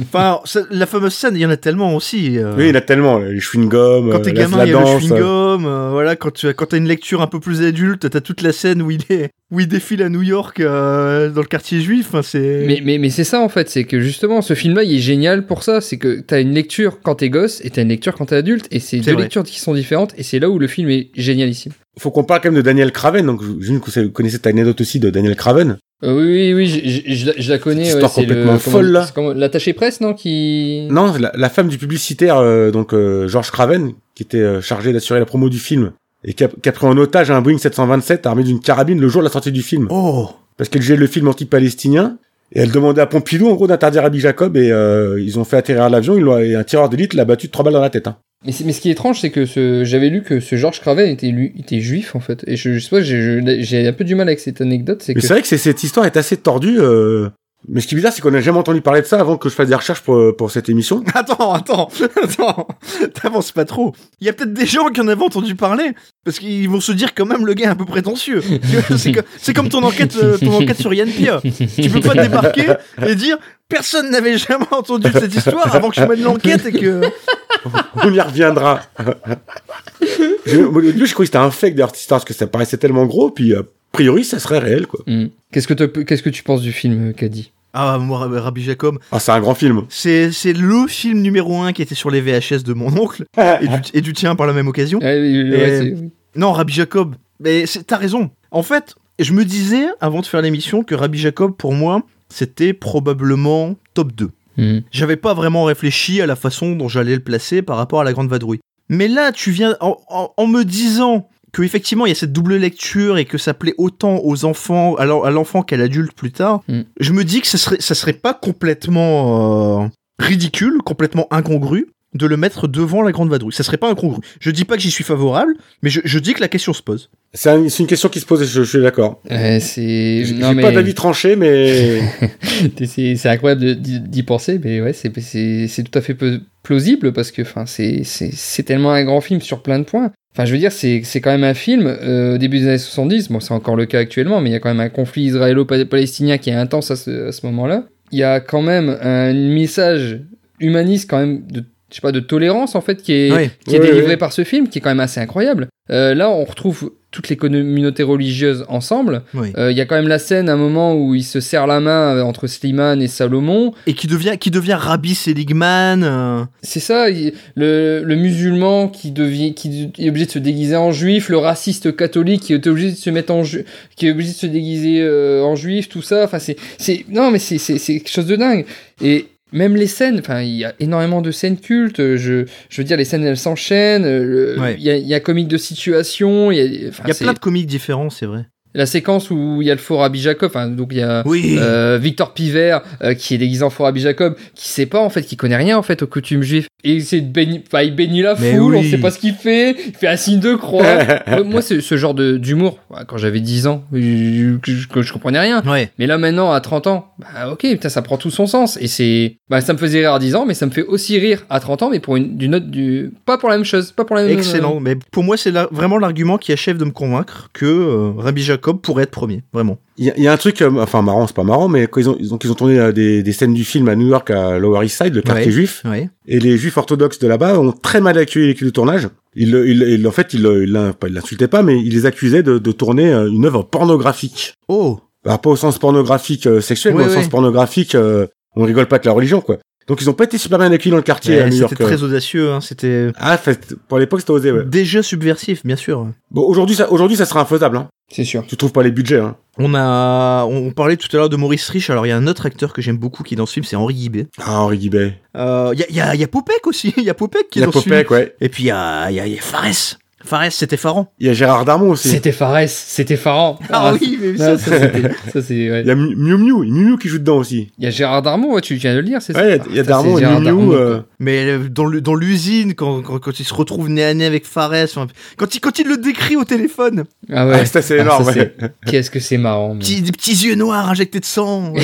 enfin, ça- la fameuse scène, il y en a tellement aussi. euh, Oui, il a tellement, les chewing-gums, Quand euh, t'es la, gamin, la il y a le danse. euh, chewing-gum, euh, voilà, quand tu as, quand t'as une lecture un peu plus adulte, t'as toute la scène où il est, où il défile à New York, euh, dans le quartier juif, enfin, c'est... Mais, mais, mais c'est ça en fait, c'est que justement ce film-là il est génial pour ça, c'est que t'as une lecture quand t'es gosse et t'as une lecture quand t'es adulte et c'est C'est deux vrai. lectures qui sont différentes et c'est là où le film est génialissime. Faut qu'on parle quand même de Daniel Craven, donc je- je vous connaissez cette anecdote aussi de Daniel Craven. Euh, oui oui oui, je- je- je la- je la connais. Cette ouais, histoire c'est le- complètement comment- folle, là. c'est comment- L'attaché presse non qui. Non, la, la femme du publicitaire, euh, donc euh, George Craven, qui était euh, chargé d'assurer la promo du film, et qui a, qui a pris en otage un Boeing 727 armé d'une carabine le jour de la sortie du film, Oh parce qu'elle gère le film anti-palestinien, et elle demandait à Pompidou, en gros, d'interdire Abby Jacob, et euh, ils ont fait atterrir l'avion, ils l'ont- et un tireur d'élite l'a battu de trois balles dans la tête. Hein. Mais, c'est- mais ce qui est étrange, c'est que ce, j'avais lu que ce Georges Craven était, lui, était juif en fait. Et je, je sais pas, j'ai, je- j'ai un peu du mal avec cette anecdote. C'est Mais que c'est vrai que c'est- cette histoire est assez tordue, euh, mais ce qui est bizarre, c'est qu'on n'a jamais entendu parler de ça avant que je fasse des recherches pour, pour cette émission. Attends, attends, attends, t'avances pas trop. Il y a peut-être des gens qui en avaient entendu parler, parce qu'ils vont se dire quand même le gars est un peu prétentieux. Tu vois, c'est, co- c'est comme ton enquête, euh, ton enquête sur Yann Pia. Tu peux pas débarquer et dire personne n'avait jamais entendu de cette histoire avant que je mène l'enquête et que. On y reviendra. je, au début, je croyais que c'était un fake d'ailleurs, cette histoire, parce que ça paraissait tellement gros, puis euh, a priori, ça serait réel, quoi. Hmm. qu'est-ce que te- qu'est-ce que tu penses du film, euh, Caddy Ah, moi, Rabbi Jacob, Ah, c'est un grand film. c'est, c'est le film numéro un qui était sur les VHS de mon oncle et du, et du tien par la même occasion. Ouais, ouais, ouais, Euh, c'est- Ah oui. Non, Rabbi Jacob, mais c'est- t'as raison. En fait, je me disais, avant de faire l'émission, que Rabbi Jacob, pour moi, c'était probablement top 2. Hmm. J'avais pas vraiment réfléchi à la façon dont j'allais le placer par rapport à la Grande Vadrouille. Mais là, tu viens, en, en- en me disant que effectivement il y a cette double lecture et que ça plaît autant aux enfants, à l'en- à l'enfant qu'à l'adulte plus tard, Mm. je me dis que ça serait, ça serait pas complètement euh, ridicule, complètement incongru de le mettre devant la Grande Vadrouille. Ça serait pas incongru. Je dis pas que j'y suis favorable, mais je, je dis que la question se pose. C'est un- c'est une question qui se pose, je, je suis d'accord. Euh, c'est... J'ai non, j'ai pas d'avis tranché, mais c'est, c'est incroyable de- d'y d'y penser, mais ouais, c'est, c'est, c'est tout à fait peu- plausible parce que enfin, c'est, c'est, c'est tellement un grand film sur plein de points. Enfin, je veux dire, c'est, c'est quand même un film euh, au début des années 70. Bon, c'est encore le cas actuellement, mais il y a quand même un conflit israélo-palestinien qui est intense à ce, à ce moment-là. Il y a quand même un message humaniste, quand même, de, je sais pas, de tolérance en fait, qui est, Ouais. qui est Ouais, délivré ouais. par ce film, qui est quand même assez incroyable. Euh, là, on retrouve toutes les communautés religieuses ensemble. Oui. Euh, Il y a quand même la scène, un moment où il se serre la main euh, entre Slimane et Salomon. Et qui devient, qui devient Rabbi Seligman. euh, C'est ça, il- le, le musulman qui, devient, qui est obligé de se déguiser en juif, le raciste catholique qui est obligé de se mettre en ju- qui est obligé de se déguiser euh, en juif, tout ça. Enfin, c'est, c'est, non, mais c'est, c'est, c'est quelque chose de dingue. Et même les scènes, enfin, il y a énormément de scènes cultes. euh, Je, je veux dire, les scènes, elles s'enchaînent. euh, le- Il Ouais. y, a, il y a comique de situation. Il y a, enfin, Il y a Ah, c'est- plein de comiques différents, c'est vrai. la séquence où il y a le faux Rabbi Jacob. Enfin, donc il y a Oui. euh, Victor Piver euh, qui est déguisé en faux Rabbi Jacob qui sait pas en fait qui connaît rien en fait aux coutumes juives et il essaie de béni- enfin, il bénit la Mais foule oui. on sait pas ce qu'il fait il fait un signe de croix Ouais, moi c'est ce genre de- d'humour ouais, quand j'avais 10 ans je, je- je- je comprenais rien ouais. mais là maintenant à 30 ans bah ok putain ça prend tout son sens et c'est bah ça me faisait rire à 10 ans mais ça me fait aussi rire à 30 ans mais pour une d'une autre du pas pour la même chose pas pour la Euh, même Excellent, mais pour moi c'est la- vraiment l'argument qui achève de me convaincre que euh, Rabbi Jacob pourrait être premier, vraiment. il y, a- il y a un truc, euh, enfin marrant, c'est pas marrant, mais quand ils ont, donc, ils ont tourné euh, des, des scènes du film à New York, à Lower East Side, le quartier Ouais. juif, Ouais. et les juifs orthodoxes de là-bas ont très mal accueilli l'équipe de tournage. Ils, le- ils, ils- en fait, ils le- ils l'in- pas- ils l'insultaient pas, mais ils les accusaient de, de tourner euh, une œuvre pornographique. Oh, Alors, pas au Bah, sens pornographique euh, sexuel, Ouais, mais au ouais. sens pornographique, euh, on rigole pas avec la religion, quoi. Donc ils ont pas été super bien accueillis dans le quartier à Ouais, New York. euh. C'était très audacieux, hein, c'était Ah, fait, pour l'époque, c'était osé, ouais. déjà subversif, bien sûr. Bon, aujourd'hui, ça, aujourd'hui, ça sera infaisable, hein. C'est sûr. Tu trouves pas les budgets, hein. On a, on, on parlait tout à l'heure de Maurice Rich. Alors il y a un autre acteur que j'aime beaucoup qui est dans ce film, c'est Henri Guibé. Ah, Henri Guibet. Euh, Il y, a, il y a- il y a Popek aussi, il y a Popek qui Il est y a dans ce film. Popek, ouais. Et puis il y a, il y a- il y a Fares. Fares, c'était effarant. Il y a Gérard Darmon aussi. C'était Fares, c'était Farran. Ah, oui, mais ça, ça, ça, c'était- ça, c'est. ouais. Il y a Miu- Miu Miu, Miu Miu qui joue dedans aussi. Il y a Gérard Darmon, ouais, tu viens de le dire, c'est ça Ouais, il y a- il y Putain, a Darmon c'est et Gérard Miu Darmon, Miu. quoi. euh, Mais euh, dans le dans l'usine quand, quand quand il se retrouve nez à nez avec Fares, enfin, quand il quand il le décrit au téléphone, Ah ouais. ah, c'est assez Ah, énorme, ça, ouais. c'est- Qu'est-ce que c'est marrant. moi. Petits- des petits yeux noirs injectés de sang. ouais.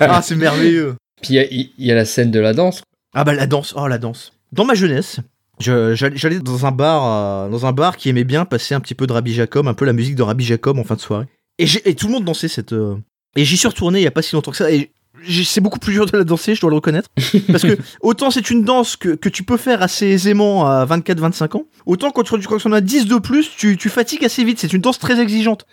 ah c'est merveilleux. Puis il y a- il y, a la scène de la danse. Ah bah la danse, oh la danse. Dans ma jeunesse, je- j'allais j'allais dans un bar, euh, dans un bar qui aimait bien passer un petit peu de Rabbi Jacob, un peu la musique de Rabbi Jacob en fin de soirée. Et, j'ai- et tout le monde dansait cette. euh, Et j'y suis retourné il y a pas si longtemps que ça. Et j'ai- c'est beaucoup plus dur de la danser, je dois le reconnaître, parce que autant c'est une danse que, que tu peux faire assez aisément à 24-25 ans, autant quand tu quand tu en as 10 de plus, tu, tu fatigues assez vite. C'est une danse très exigeante.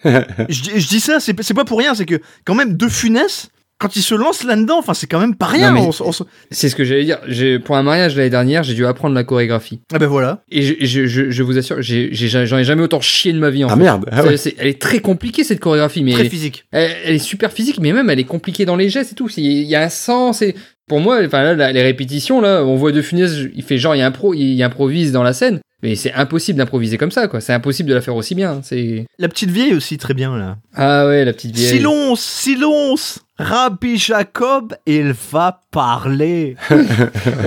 je, dis- je dis ça, c'est c'est pas pour rien, c'est que quand même de Funès. Quand il se lance là-dedans, enfin, c'est quand même pas rien. mais- on s- on s- C'est ce que j'allais dire. J'ai- Pour un mariage l'année dernière, j'ai dû apprendre la chorégraphie. Ah ben voilà. Et je, je- je- je vous assure, j'ai- j'ai- j'en ai jamais autant chié de ma vie en Ah fait. merde. Ah ouais. C'est- c'est- elle est très compliquée cette chorégraphie, mais elle, Très est- physique. elle- elle est super physique, mais même elle est compliquée dans les gestes et tout. C'est- Il y a un sens. Et pour moi, enfin là, la- les répétitions là, on voit De Funès, je- il fait genre il y a un pro, il, il improvise dans la scène, mais c'est impossible d'improviser comme ça, quoi. C'est impossible de la faire aussi bien. hein. C'est La petite vieille aussi, très bien là. ah ouais la petite vieille. Silence, silence Rabbi Jacob, il va parler.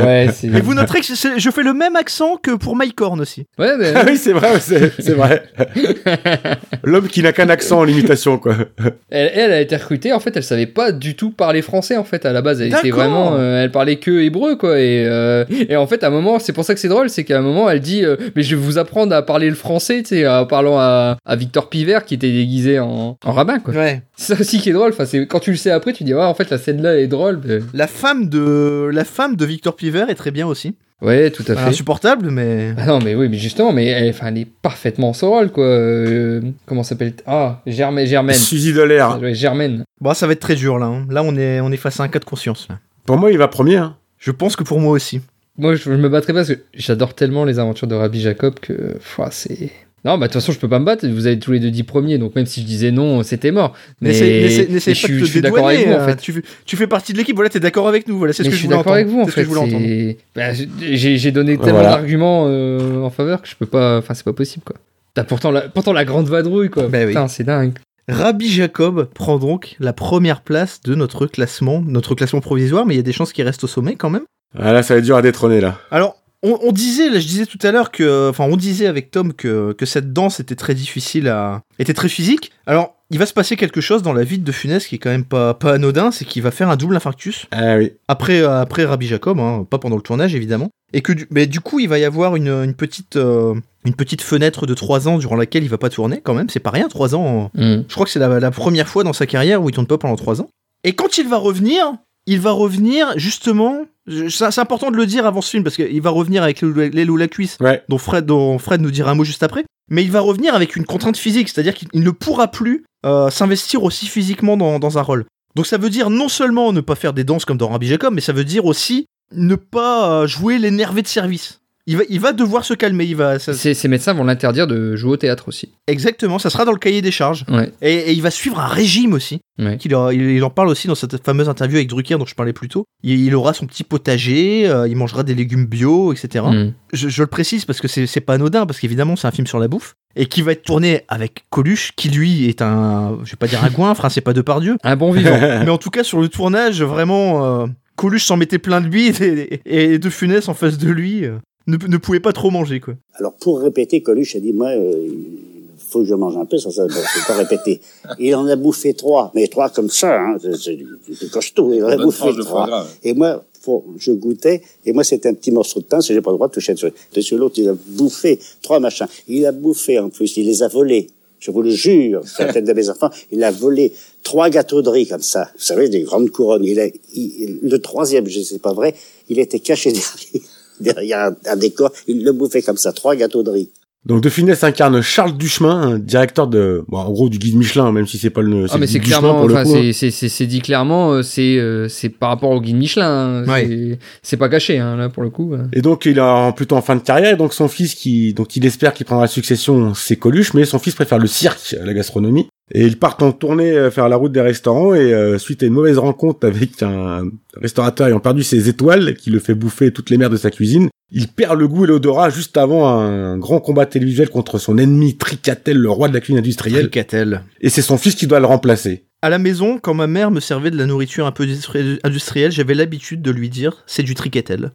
Ouais, c'est. Et vous noterez que c'est- c'est- je fais le même accent que pour Mycorn aussi. Ouais, mais- Ah oui, c'est vrai, ouais, c'est c'est vrai. L'homme qui n'a qu'un accent en imitation, quoi. Elle, elle a été recrutée, en fait, elle savait pas du tout parler français, en fait, à la base. Elle était D'accord. vraiment. euh, elle parlait que hébreu, quoi. Et, euh, et en fait, à un moment, c'est pour ça que c'est drôle, c'est qu'à un moment, elle dit euh, Mais je vais vous apprendre à parler le français, tu sais, en parlant à, à Victor Pivert, qui était déguisé en, en rabbin, quoi. Ouais. C'est ça aussi qui est drôle, enfin, c'est quand tu le sais après, tu dis Ouais, en fait, la scène-là, elle est drôle. ben, mais- La femme de la femme de Victor Piver est très bien aussi. Ouais, tout Ah, à fait. Insupportable, mais Ah non, mais oui, mais justement, mais elle, enfin, elle est parfaitement en son rôle, quoi. Euh, comment s'appelle Ah, Germaine. Germaine. Suzy Dolaire. Ouais, Germaine. bon, ça va être très dur là. hein. Là, on est on est face à un cas de conscience. là. Pour moi, il va premier. hein. Je pense que pour moi aussi. Moi, je, je me battrais pas parce que j'adore tellement les aventures de Rabbi Jacob que, pfouah, c'est. Non, bah, de toute façon, je peux pas me battre. Vous avez tous les deux dit premiers, donc même si je disais non, c'était mort. Mais N'essaie- N'essaie mais n'essaie je pas suis- de je te suis d'accord dédouaner. avec vous, en euh, fait. tu, fais- tu fais partie de l'équipe. Voilà, t'es d'accord avec nous. Voilà, c'est ce Mais que je je suis voulais d'accord entendre. avec vous en C'est ce que fait. je voulais entendre. c'est- Bah, je- J'ai j'ai donné Voilà. tellement d'arguments euh, en faveur que je peux pas. Enfin, c'est pas possible quoi. T'as pourtant la, pourtant la grande vadrouille quoi. Bah oui. Putain, c'est dingue. Rabbi Jacob prend donc la première place de notre classement, notre classement provisoire, mais il y a des chances qu'il reste au sommet quand même. Ah, là, ça va être dur à détrôner, là. Alors, on, on disait, là, je disais tout à l'heure que, enfin, on disait avec Tom que, que cette danse était très difficile à, était très physique. Alors, il va se passer quelque chose dans la vie de Funès qui est quand même pas, pas anodin, c'est qu'il va faire un double infarctus Ah oui. après, euh, après Rabbi Jacob, hein, pas pendant le tournage évidemment. Et que du, mais du coup, il va y avoir une, une petite, euh, une petite fenêtre de 3 ans durant laquelle il va pas tourner quand même. C'est pas rien, 3 ans. euh, Hmm. je crois que c'est la, la première fois dans sa carrière où il tourne pas pendant trois ans. Et quand il va revenir, il va revenir justement. je- ça- C'est important de le dire avant ce film parce qu'il va revenir avec l'aile ou la cuisse, Ouais. dont Fred, dont Fred nous dira un mot juste après. Mais il va revenir avec une contrainte physique, c'est-à-dire qu'il ne pourra plus euh, s'investir aussi physiquement dans, dans un rôle. Donc ça veut dire non seulement ne pas faire des danses comme dans Rabbi Jacob, mais ça veut dire aussi ne pas euh, jouer l'énervé de service. Il va, il va devoir se calmer. Il va, ça- Ces ces médecins vont l'interdire de jouer au théâtre aussi. exactement, ça sera dans le cahier des charges. Ouais. Et, et il va suivre un régime aussi. Ouais. Qu'il aura- il, il en parle aussi dans cette fameuse interview avec Drucker dont je parlais plus tôt. Il, il aura son petit potager, euh, il mangera des légumes bio, etc. Hmm. Je, je le précise parce que c'est c'est pas anodin, parce qu'évidemment c'est un film sur la bouffe. Et qui va être tourné avec Coluche, qui lui est un. Je vais pas dire un goinfre, hein, c'est pas Depardieu. Un bon vivant. Mais en tout cas, sur le tournage, vraiment, euh, Coluche s'en mettait plein de bide et, et De Funès en face de lui euh, ne, ne pouvait pas trop manger, quoi. Alors, pour répéter, Coluche a dit, moi, euh, il faut que je mange un peu, ça, ça, je peux pas répéter. Il en a bouffé trois, mais trois comme ça, hein, c'est- c'est c'est costaud, il en a Bonne bouffé tranche de foie trois. gras. Et moi, faut- je goûtais, et moi, c'était un petit morceau de pain, parce que j'ai pas le droit de toucher dessus. Dessus, l'autre, il a bouffé trois machins. Il a bouffé, en plus, il les a volés. Je vous le jure, c'est la tête de mes enfants, il a volé trois gâteaux de riz comme ça. Vous savez, des grandes couronnes. Il a, il- le troisième, je sais pas vrai, il était caché derrière, derrière un, un décor. Il le bouffait comme ça, trois gâteaux de riz. Donc De Funès incarne Charles Duchemin, un directeur de, bon, en gros du guide Michelin, même si c'est pas le. Ah mais le c'est Duchemin clairement, pour le enfin coup, hein. c'est c'est c'est c'est dit clairement, euh, c'est euh, c'est par rapport au guide Michelin, hein, Ouais. c'est- c'est pas caché hein, là pour le coup. hein. Et donc il est en- plutôt en fin de carrière, et donc son fils qui, donc il espère qu'il prendra la succession, c'est Coluche, mais son fils préfère le cirque à la gastronomie. Et ils partent en tournée euh, faire la route des restaurants, et euh, suite à une mauvaise rencontre avec un restaurateur ayant perdu ses étoiles, qui le fait bouffer toutes les mers de sa cuisine, il perd le goût et l'odorat juste avant un grand combat télévisuel contre son ennemi Tricatel, le roi de la cuisine industrielle, Tricatel. et c'est son fils qui doit le remplacer. À la maison, quand ma mère me servait de la nourriture un peu industrie- industrielle, j'avais l'habitude de lui dire c'est du tricatel.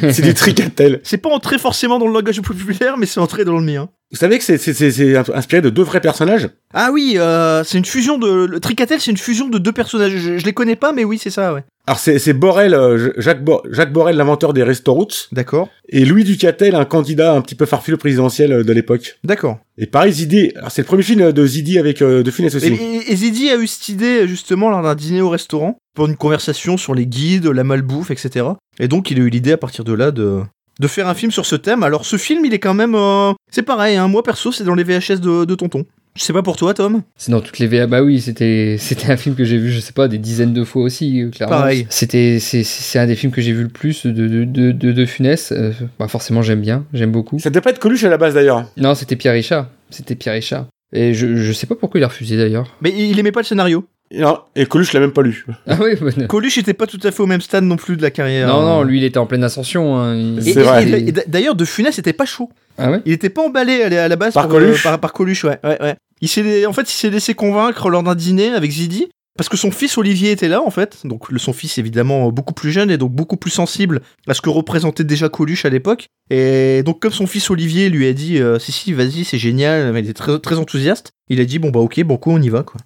C'est du Tricatel. C'est pas entré forcément dans le langage populaire, mais c'est entré dans le mien. Vous savez que c'est- c'est c'est- c'est inspiré de deux vrais personnages Ah oui, euh, c'est une fusion de. Le tricatel, c'est une fusion de deux personnages. Je, je les connais pas, mais oui, c'est ça, ouais. Alors c'est c'est Borel, euh, J- Jacques, Bo- Jacques Borel, l'inventeur des Restaurants, D'accord. et Louis Ducatel, un candidat un petit peu farfelu présidentiel euh, de l'époque. D'accord. Et pareil, Zidi, alors c'est le premier film euh, de Zidi avec euh, de Funès Et, aussi. et- et Zidi a eu cette idée, justement, lors d'un dîner au restaurant, pour une conversation sur les guides, la malbouffe, etc. Et donc, il a eu l'idée à partir de là de. De faire un film sur ce thème. Alors, ce film, il est quand même. euh, c'est pareil, hein. moi perso, c'est dans les VHS de, de Tonton. Je sais pas pour toi, Tom. C'est dans toutes les VA, bah oui, c'était c'était un film que j'ai vu, je sais pas, des dizaines de fois aussi, euh, clairement. Pareil. C'était c'est c'est c'est un des films que j'ai vu le plus de de de de, de Funès. euh, bah forcément j'aime bien, j'aime beaucoup. Ça devait pas être Coluche à la base d'ailleurs. Non, c'était Pierre Richard, c'était Pierre Richard. Et je je sais pas pourquoi il a refusé d'ailleurs. Mais il il aimait pas le scénario. Et Non, et Coluche l'a même pas lu. Ah oui, bah, non. Coluche était pas tout à fait au même stade non plus de la carrière. non non, lui il était en pleine ascension. hein, il- Et- C'est et- vrai. et- et d- D'ailleurs, De Funès était pas chaud. Ah ouais. Il était pas emballé à la- à la base Par le- Coluche par, par Coluche, ouais. ouais, ouais. Il s'est, en fait, il s'est laissé convaincre lors d'un dîner avec Zidi parce que son fils Olivier était là, en fait. Donc, le, son fils, évidemment, beaucoup plus jeune et donc beaucoup plus sensible à ce que représentait déjà Coluche à l'époque. Et donc, comme son fils Olivier lui a dit, euh, si, si, vas-y, c'est génial, il était très, très enthousiaste, il a dit, bon, bah, ok, bon coup, on y va, quoi.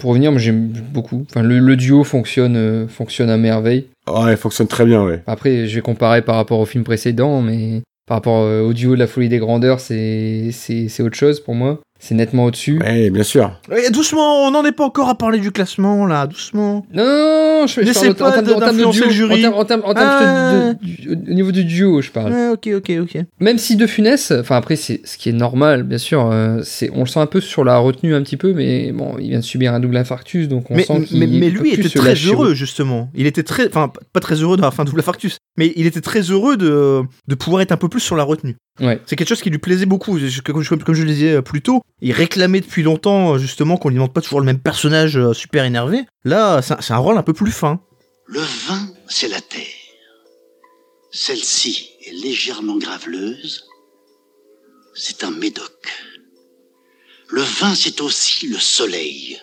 Pour revenir, moi, j'aime beaucoup. Enfin, le, le duo fonctionne, euh, fonctionne à merveille. Ouais, Oh, il fonctionne très bien, ouais. Après, je vais comparer par rapport au film précédent, mais par rapport euh, au duo de la folie des grandeurs, c'est c'est c'est autre chose pour moi. C'est nettement au-dessus. Ouais, bien sûr. Eh, doucement, on n'en est pas encore à parler du classement, là, doucement. Non, non, non, je, je N'essaie parle en- en pas termes de- de- en termes de d'influencer duo. le jury. En termes, en termes- en termes Ah. de- du- au niveau du duo, je parle. Ouais, ok, ok, ok. Même si De Funès, enfin après, c'est ce qui est normal, bien sûr. euh, c'est on le sent un peu sur la retenue un petit peu, mais bon, il vient de subir un double infarctus, donc on mais, sent qu'il mais, mais il peut lui plus était se très lâcher. heureux justement. Il était très, enfin p- pas très heureux de la fin de double infarctus, mais il était très heureux de, de pouvoir être un peu plus sur la retenue. Ouais. C'est quelque chose qui lui plaisait beaucoup. Je- Comme je, comme je le disais euh, plus tôt, il réclamait depuis longtemps euh, justement qu'on lui demande pas toujours le même personnage euh, super énervé. Là, c'est un- c'est un rôle un peu plus fin. Le vin, c'est la terre. Celle-ci est légèrement graveleuse. C'est un médoc. Le vin, c'est aussi le soleil.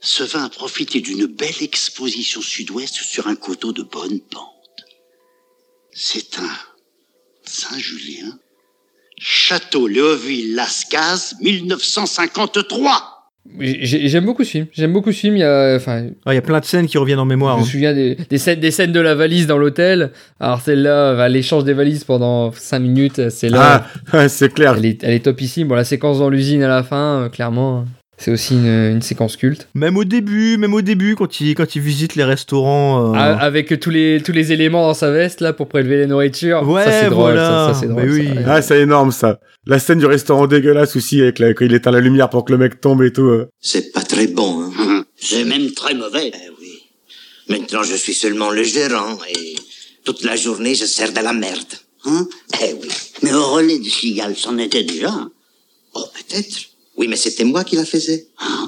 Ce vin a profité d'une belle exposition sud-ouest sur un coteau de bonne pente. C'est un Saint-Julien. Château Léoville-Lascaz, 1953. J'ai- j'ai- J'aime beaucoup ce film. J'aime beaucoup ce film. Il y a, enfin, Ah, Il y a plein de scènes qui reviennent en mémoire. Je me hein. souviens des, des scènes, des scènes de la valise dans l'hôtel. Alors celle-là, euh, bah, l'échange des valises pendant 5 minutes, c'est là. Ah, c'est clair. Elle, est, elle est topissime. Bon, la séquence dans l'usine à la fin, euh, clairement, c'est aussi une, une séquence culte. Même au début, même au début quand il quand il visite les restaurants. euh, A- Avec tous les, tous les éléments dans sa veste, là, pour prélever les nourritures. Ouais, ça, c'est drôle, voilà. ça, ça, c'est drôle. Mais oui. ça. Ah, c'est énorme ça. La scène du restaurant dégueulasse aussi, avec la, quand il éteint la lumière pour que le mec tombe et tout. euh. C'est pas très bon, hein. C'est même très mauvais. Eh oui. Maintenant, je suis seulement le gérant et toute la journée, je sers de la merde. Hein Eh oui. Mais au relais de Cigale, c'en était déjà. hein. Oh, peut-être. Oui, mais c'était moi qui la faisais. Ah.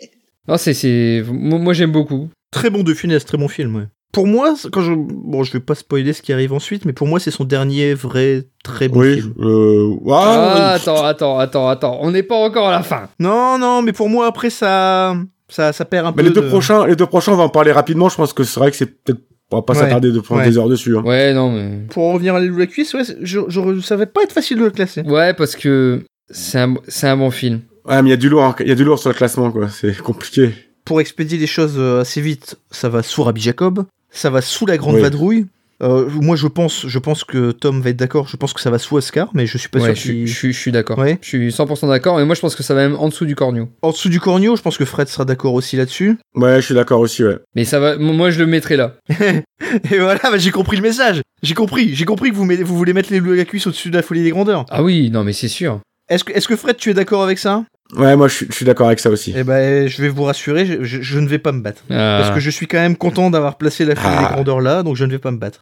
Eh. Non, c'est, c'est, moi, moi, j'aime beaucoup. Très bon de Funès, très bon film. ouais. Pour moi, c'est- quand je bon, je vais pas spoiler ce qui arrive ensuite, mais pour moi c'est son dernier vrai très bon Oui. film. Euh, Ah, ah, attends, attends, attends, attends. On n'est pas encore à la fin. Non, non, mais pour moi, après, ça, ça, ça perd un Mais peu. les deux de- prochains, les deux prochains, on va en parler rapidement. Je pense que c'est vrai que c'est peut-être on va pas Ouais. s'attarder de prendre Ouais. des heures dessus. hein. Ouais, non, mais. Pour en revenir à l'île de la cuisse, ouais, c'est- je, je, ça va pas être facile de le classer. Ouais, parce que c'est un, c'est un bon film. Ouais, mais il y a du lourd, hein. il y a du lourd sur le classement, quoi. C'est compliqué. Pour expédier les choses euh, assez vite, ça va sous Rabbi Jacob, ça va sous la Grande Oui. Vadrouille, Euh, moi, je pense, je pense que Tom va être d'accord. Je pense que ça va sous Oscar, mais je suis pas Ouais, je sûr. qu'il- suis- je suis je suis d'accord. Ouais. Je suis 100% d'accord, mais moi je pense que ça va même en dessous du corneau. En dessous du corneau, je pense que Fred sera d'accord aussi là-dessus. Ouais, je suis d'accord aussi, ouais. Mais ça va, moi je le mettrais là. Et voilà, bah, j'ai compris le message. J'ai compris. J'ai compris que vous, mettez- vous voulez mettre les loups à la cuisse au-dessus de la folie des grandeurs. Ah oui, non mais c'est sûr. Est-ce que, est-ce que Fred, tu es d'accord avec ça Ouais, moi, je suis- je suis d'accord avec ça aussi. Eh ben, je vais vous rassurer, je, je- je ne vais pas me battre. Ah. Parce que je suis quand même content d'avoir placé la folie Ah. des grandeurs là, donc je ne vais pas me battre.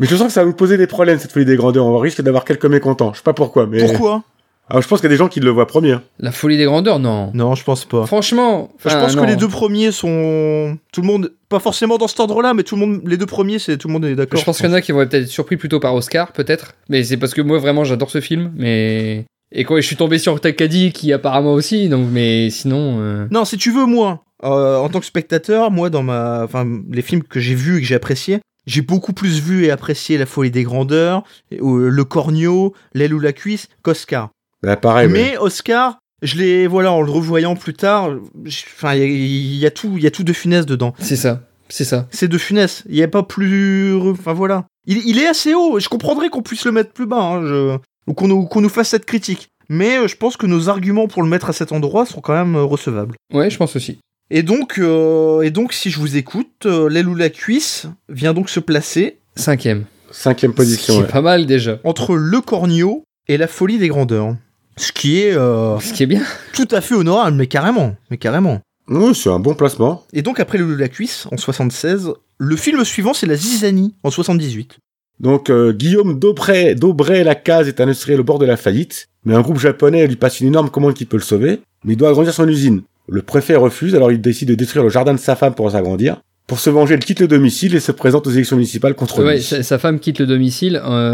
Mais je sens que ça va nous poser des problèmes, cette folie des grandeurs. On risque d'avoir quelques mécontents. Je sais pas pourquoi, mais. Pourquoi Alors, je pense qu'il y a des gens qui le voient premier. hein. La folie des grandeurs, non. Non, je pense pas. Franchement, je enfin, pense non. que les deux premiers sont tout le monde pas forcément dans cet ordre-là, mais tout le monde les deux premiers c'est tout le monde est d'accord. Je pense qu'il y en a qui vont être peut-être surpris plutôt par Oscar, peut-être. Mais c'est parce que moi vraiment j'adore ce film, mais et quoi, je suis tombé sur Takadi qui apparemment aussi, donc mais sinon. euh, Non, si tu veux moi, euh, en tant que spectateur, moi dans ma enfin les films que j'ai vus et que j'ai appréciés, j'ai beaucoup plus vu et apprécié La Folie des Grandeurs, et- ou, euh, Le Cornio, L'aile ou la cuisse qu'Oscar. Bah, pareil, mais. Mais Oscar, je l'ai voilà en le revoyant plus tard, je- enfin il y a- il y, a tout il y a tout de funeste dedans. C'est ça, c'est ça. C'est de funeste. Il n'y a pas plus. Enfin voilà. Il, il est assez haut. Je comprendrais qu'on puisse le mettre plus bas. hein, je- Ou qu'on nous, qu'on nous fasse cette critique. Mais euh, je pense que nos arguments pour le mettre à cet endroit sont quand même euh, recevables. Ouais, je pense aussi. Et donc, euh, et donc si je vous écoute, euh, l'aile ou la cuisse vient donc se placer Cinquième. Cinquième Ce position, qui ouais. est pas mal déjà. entre le cornio et la folie des grandeurs. Ce qui est euh, Ce qui est bien. tout à fait honorable, mais carrément. Mais carrément. Oui, c'est un bon placement. Et donc, après l'aile ou la cuisse, en 76, le film suivant, c'est La Zizanie, en 78. Donc, euh, Guillaume Dobré, Dobré Lacaze est un industriel au bord de la faillite, mais un groupe japonais lui passe une énorme commande qui peut le sauver, mais il doit agrandir son usine. Le préfet refuse, alors il décide de détruire le jardin de sa femme pour s'agrandir. Pour se venger, il quitte le domicile et se présente aux élections municipales contre Ouais, lui. sa, sa femme quitte le domicile euh,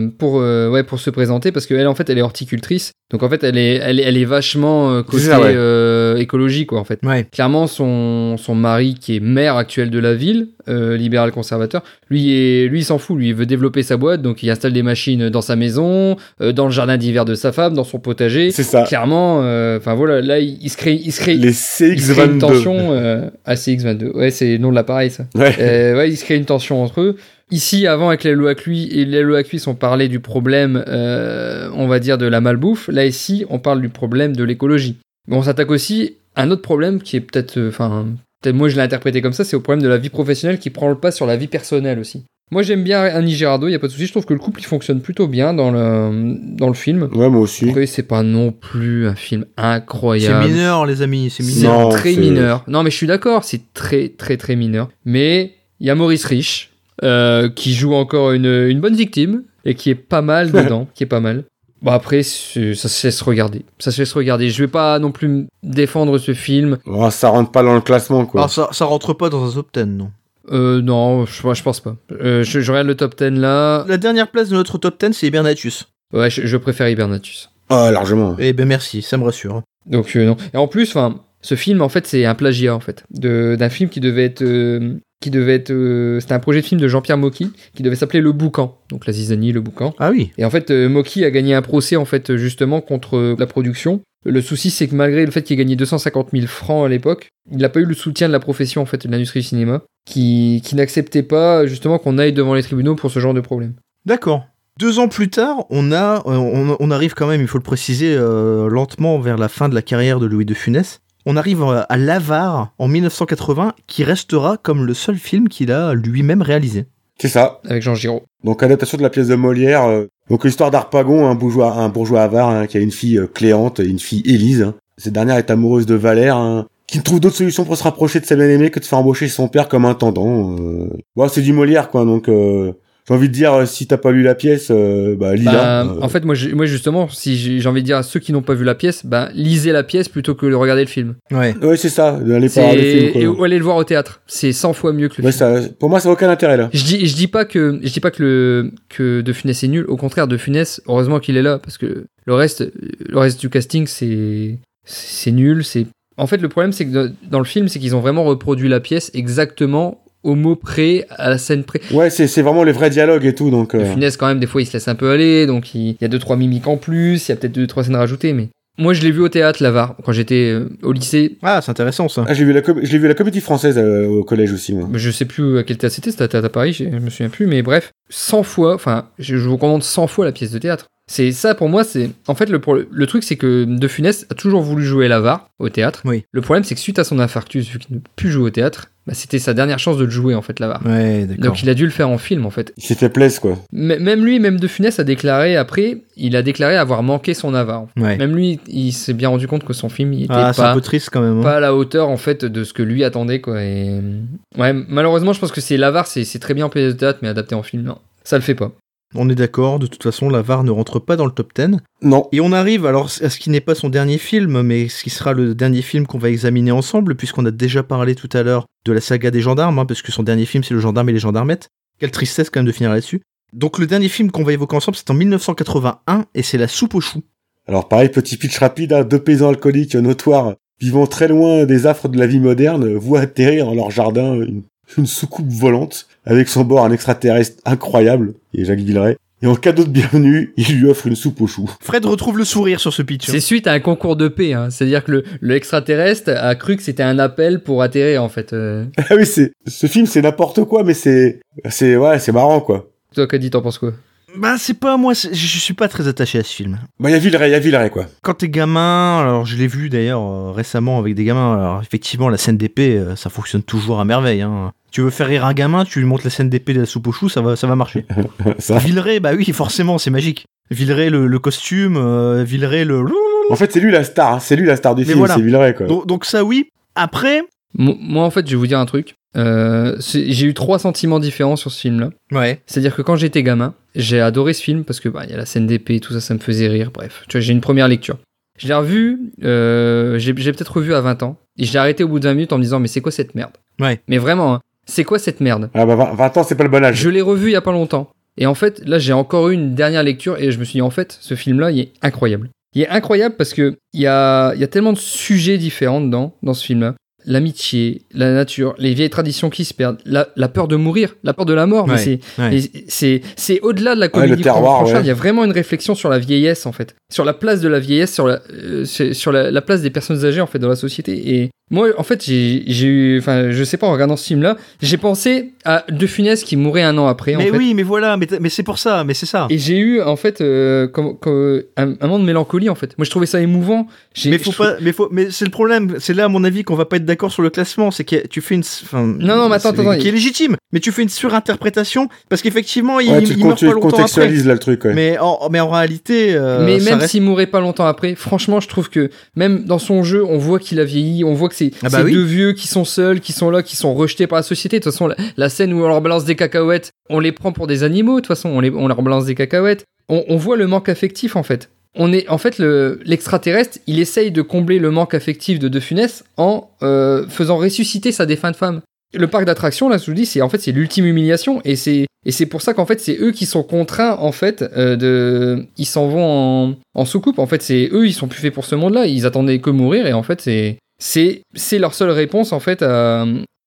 euh, pour euh, ouais pour se présenter parce qu'elle en fait elle est horticultrice donc en fait elle est elle est, elle est vachement euh, côté C'est ça, ouais. euh, écologie quoi en fait Ouais. clairement son son mari qui est maire actuel de la ville euh, libéral conservateur lui est lui il s'en fout lui il veut développer sa boîte donc il installe des machines dans sa maison euh, dans le jardin d'hiver de sa femme dans son potager C'est ça. clairement euh, enfin voilà là il, il se crée il se crée Les il se crée une CX22. tension euh, à CX22 ouais c'est le nom de l'appareil ça Ouais. euh, ouais, il se crée une tension entre eux. Ici, avant, avec les Loakui et les Loakuis, on parlait du problème, euh, on va dire, de la malbouffe. Là, ici, on parle du problème de l'écologie. Mais on s'attaque aussi à un autre problème qui est peut-être, euh, enfin, peut-être moi je l'ai interprété comme ça, c'est au problème de la vie professionnelle qui prend le pas sur la vie personnelle aussi. Moi, j'aime bien Annie Girardot, il n'y a pas de souci. Je trouve que le couple, il fonctionne plutôt bien dans le, dans le film. Ouais, moi aussi. Après, c'est pas non plus un film C'est incroyable. mineur, les amis, c'est mineur. C'est Non, très c'est- mineur. Non, mais je suis d'accord, c'est très, très, très mineur. Mais il y a Maurice Rich, euh, qui joue encore une, une bonne victime, et qui est pas mal dedans, qui est pas mal. Bon, après, c'est- ça se laisse regarder. Ça se laisse regarder. Je vais pas non plus me défendre ce film. Oh, ça rentre pas dans le classement, quoi. Alors ça, ça rentre pas dans un top 10, non. Euh, non, je, moi, je pense pas. Euh, je, je regarde le top 10 là. La dernière place de notre top 10, c'est Hibernatus. Ouais, je, je préfère Hibernatus. Ah, largement. Eh ben merci, ça me rassure. Donc euh, non. Et en plus, enfin, ce film en fait c'est un plagiat en fait de d'un film qui devait être euh, qui devait être euh, c'était un projet de film de Jean-Pierre Mocky qui devait s'appeler Le Boucan. Donc la zizanie, Le Boucan. Ah oui. Et en fait, euh, Mocky a gagné un procès en fait euh, justement contre euh, la production. Le souci, c'est que malgré le fait qu'il ait gagné 250 000 francs à l'époque, il n'a pas eu le soutien de la profession en fait de l'industrie du cinéma, qui qui n'acceptait pas justement qu'on aille devant les tribunaux pour ce genre de problème. D'accord. Deux ans plus tard, on a, euh, on, on arrive quand même, il faut le préciser, euh, lentement vers la fin de la carrière de Louis de Funès. On arrive euh, à L'Avare en 1980, qui restera comme le seul film qu'il a lui-même réalisé. C'est ça. Avec Jean Giraud. Donc adaptation de la pièce de Molière. euh, donc l'histoire d'Arpagon, un bourgeois, un bourgeois avare hein, qui a une fille euh, Cléante et une fille Élise. hein. Cette dernière est amoureuse de Valère, hein, qui ne trouve d'autre solution pour se rapprocher de sa bien-aimée que de se faire embaucher son père comme intendant. Euh... Bon, c'est du Molière quoi. Donc euh, j'ai envie de dire euh, si t'as pas lu la pièce, euh, bah lis-la. Bah, Euh, En fait, moi, j'ai- moi justement, si j'ai j'ai envie de dire à ceux qui n'ont pas vu la pièce, bah, lisez la pièce plutôt que de regarder le film. Ouais. Euh, Ouais, c'est ça. D'aller C'est- pas voir le film, quoi. et ou aller le voir au théâtre. C'est 100 fois mieux que le Ouais, film. ça, pour moi, ça n'a aucun intérêt là. Je dis, je dis pas que, je dis pas que le, que De Funès est nul. Au contraire, De Funès, heureusement qu'il est là parce que le reste, le reste du casting, c'est, c'est nul. C'est, en fait, le problème, c'est que dans- dans le film, c'est qu'ils ont vraiment reproduit la pièce exactement au mot près, à la scène près. Ouais, c'est c'est vraiment les vrais dialogues et tout. Donc De euh, Funès, quand même, des fois, il se laisse un peu aller, donc il il y a deux trois mimiques en plus, il y a peut-être deux trois scènes rajoutées, mais Moi, je l'ai vu au théâtre, l'avare, quand j'étais euh, au lycée. Ah, c'est intéressant ça. Ah, je l'ai vu, à la com- je l'ai vu à la comédie française euh, au collège aussi, moi. Je sais plus à quel théâtre c'était, c'était à théâtre à Paris, je je me souviens plus, mais bref, 100 fois, enfin, je, je vous recommande 100 fois la pièce de théâtre. C'est ça pour moi, c'est. En fait, le, pro- le truc, c'est que De Funès a toujours voulu jouer l'avare au théâtre. Oui. Le problème, c'est que suite à son infarctus, vu qu'il ne peut plus jouer au théâtre, bah, c'était sa dernière chance de le jouer, en fait, l'avare. Ouais, d'accord. Donc il a dû le faire en film, en fait. Il s'est fait plaisir, quoi. M- même lui, même De Funès a déclaré après, il a déclaré avoir manqué son avare. Ouais. Même lui, il s'est bien rendu compte que son film, il était Ah, c'est un pas, peu triste quand même. hein. pas à la hauteur en fait de ce que lui attendait, quoi. Et euh, ouais, malheureusement, je pense que c'est l'avare, c'est c'est très bien en pièce de théâtre, mais adapté en film, non, ça le fait pas. On est d'accord, de toute façon, la VAR ne rentre pas dans le top 10. Non. Et on arrive alors à ce qui n'est pas son dernier film, mais ce qui sera le dernier film qu'on va examiner ensemble, puisqu'on a déjà parlé tout à l'heure de la saga des gendarmes, hein, parce que son dernier film c'est Le Gendarme et les Gendarmettes. Quelle tristesse quand même de finir là-dessus. Donc le dernier film qu'on va évoquer ensemble, c'est en 1981, et c'est La soupe aux choux. Alors pareil, petit pitch rapide, hein, deux paysans alcooliques notoires vivant très loin des affres de la vie moderne voient atterrir dans leur jardin une, une soucoupe volante avec son bord un extraterrestre incroyable, et Jacques Villeray. Et en cadeau de bienvenue, il lui offre une soupe aux choux. Fred retrouve le sourire sur ce pitch. hein. C'est suite à un concours de paix, hein. c'est-à-dire que le, le extraterrestre a cru que c'était un appel pour atterrir en fait. Euh, Ah oui, c'est ce film, c'est n'importe quoi, mais c'est c'est ouais, c'est marrant quoi. Toi, Cody, t'en penses quoi Bah c'est pas moi, c'est- je suis pas très attaché à ce film. Bah y a Villeray, y a Villeray quoi. Quand t'es gamin, alors je l'ai vu d'ailleurs euh, récemment avec des gamins, alors effectivement la scène d'épée, euh, ça fonctionne toujours à merveille. hein. Tu veux faire rire un gamin, tu lui montres la scène d'épée de la soupe aux choux, ça va, ça va marcher. Ça. Villeray, bah oui, forcément, c'est magique. Villeray, le, le costume, euh, Villeray, le... En fait, c'est lui la star, hein, c'est lui la star du Mais film, voilà. c'est Villeray quoi. Donc, donc ça, oui. Après... Mo- Moi, en fait, je vais vous dire un truc. Euh, c'est- j'ai eu trois sentiments différents sur ce film-là. Ouais. C'est-à-dire que quand j'étais gamin, j'ai adoré ce film parce que bah, il y a la scène d'épée, tout ça, ça me faisait rire. Bref, tu vois, j'ai une première lecture. Je l'ai revu, euh, j'ai j'ai peut-être revu à 20 ans, et je l'ai arrêté au bout de 20 minutes en me disant mais c'est quoi cette merde Ouais. Mais vraiment, hein, c'est quoi cette merde Ah bah 20, 20 ans, c'est pas le bon âge. Je l'ai revu il y a pas longtemps, et en fait là j'ai encore eu une dernière lecture et je me suis dit en fait ce film-là il est incroyable. Il est incroyable parce que il y a, il y a tellement de sujets différents dedans dans ce film-là. L'amitié, la nature, les vieilles traditions qui se perdent, la, la peur de mourir, la peur de la mort, mais Ouais. c'est Ouais. et c'est c'est au-delà de la le comédie terroir, Franck Franchard, ouais. il y a vraiment une réflexion sur la vieillesse en fait, sur la place de la vieillesse, sur la euh, c'est- sur la, la place des personnes âgées en fait dans la société. Et moi en fait j'ai j'ai eu enfin je sais pas en regardant ce film là, j'ai pensé à De Funès qui mourait un an après Mais en fait. oui, mais voilà, mais, t- mais c'est pour ça, mais c'est ça. Et j'ai eu en fait euh, comme, comme- un, un moment de mélancolie en fait. Moi je trouvais ça émouvant. J'ai- Mais faut je trou- pas, mais faut, mais c'est le problème. C'est là, à mon avis, qu'on va pas être d'accord sur le classement. C'est que tu fais une, enfin, Non, non, mais attends, c'est- attends, qui il- est légitime, mais tu fais une surinterprétation parce qu'effectivement, il, Ouais, il tu le meurt tu pas le longtemps après. contextualises là le truc. Ouais. Mais en, mais en réalité, euh, mais ça même reste- s'il mourait pas longtemps après, franchement, je trouve que même dans son jeu, on voit qu'il a vieilli, on voit que c'est Ah bah ces oui. deux vieux qui sont seuls, qui sont là, qui sont rejetés par la société. De toute façon, la, la scène où on leur balance des cacahuètes, on les prend pour des animaux. De toute façon, on, les, on leur balance des cacahuètes. On, on voit le manque affectif en fait. On est en fait le- l'extraterrestre, il essaye de combler le manque affectif de De Funès en euh, faisant ressusciter sa défunte femme. Le parc d'attractions, là, je vous dis, c'est en fait c'est l'ultime humiliation et c'est et c'est pour ça qu'en fait c'est eux qui sont contraints en fait euh, de ils s'en vont en, en soucoupe. En fait, c'est eux ils sont plus faits pour ce monde-là. Ils attendaient que mourir et en fait c'est c'est c'est leur seule réponse en fait à-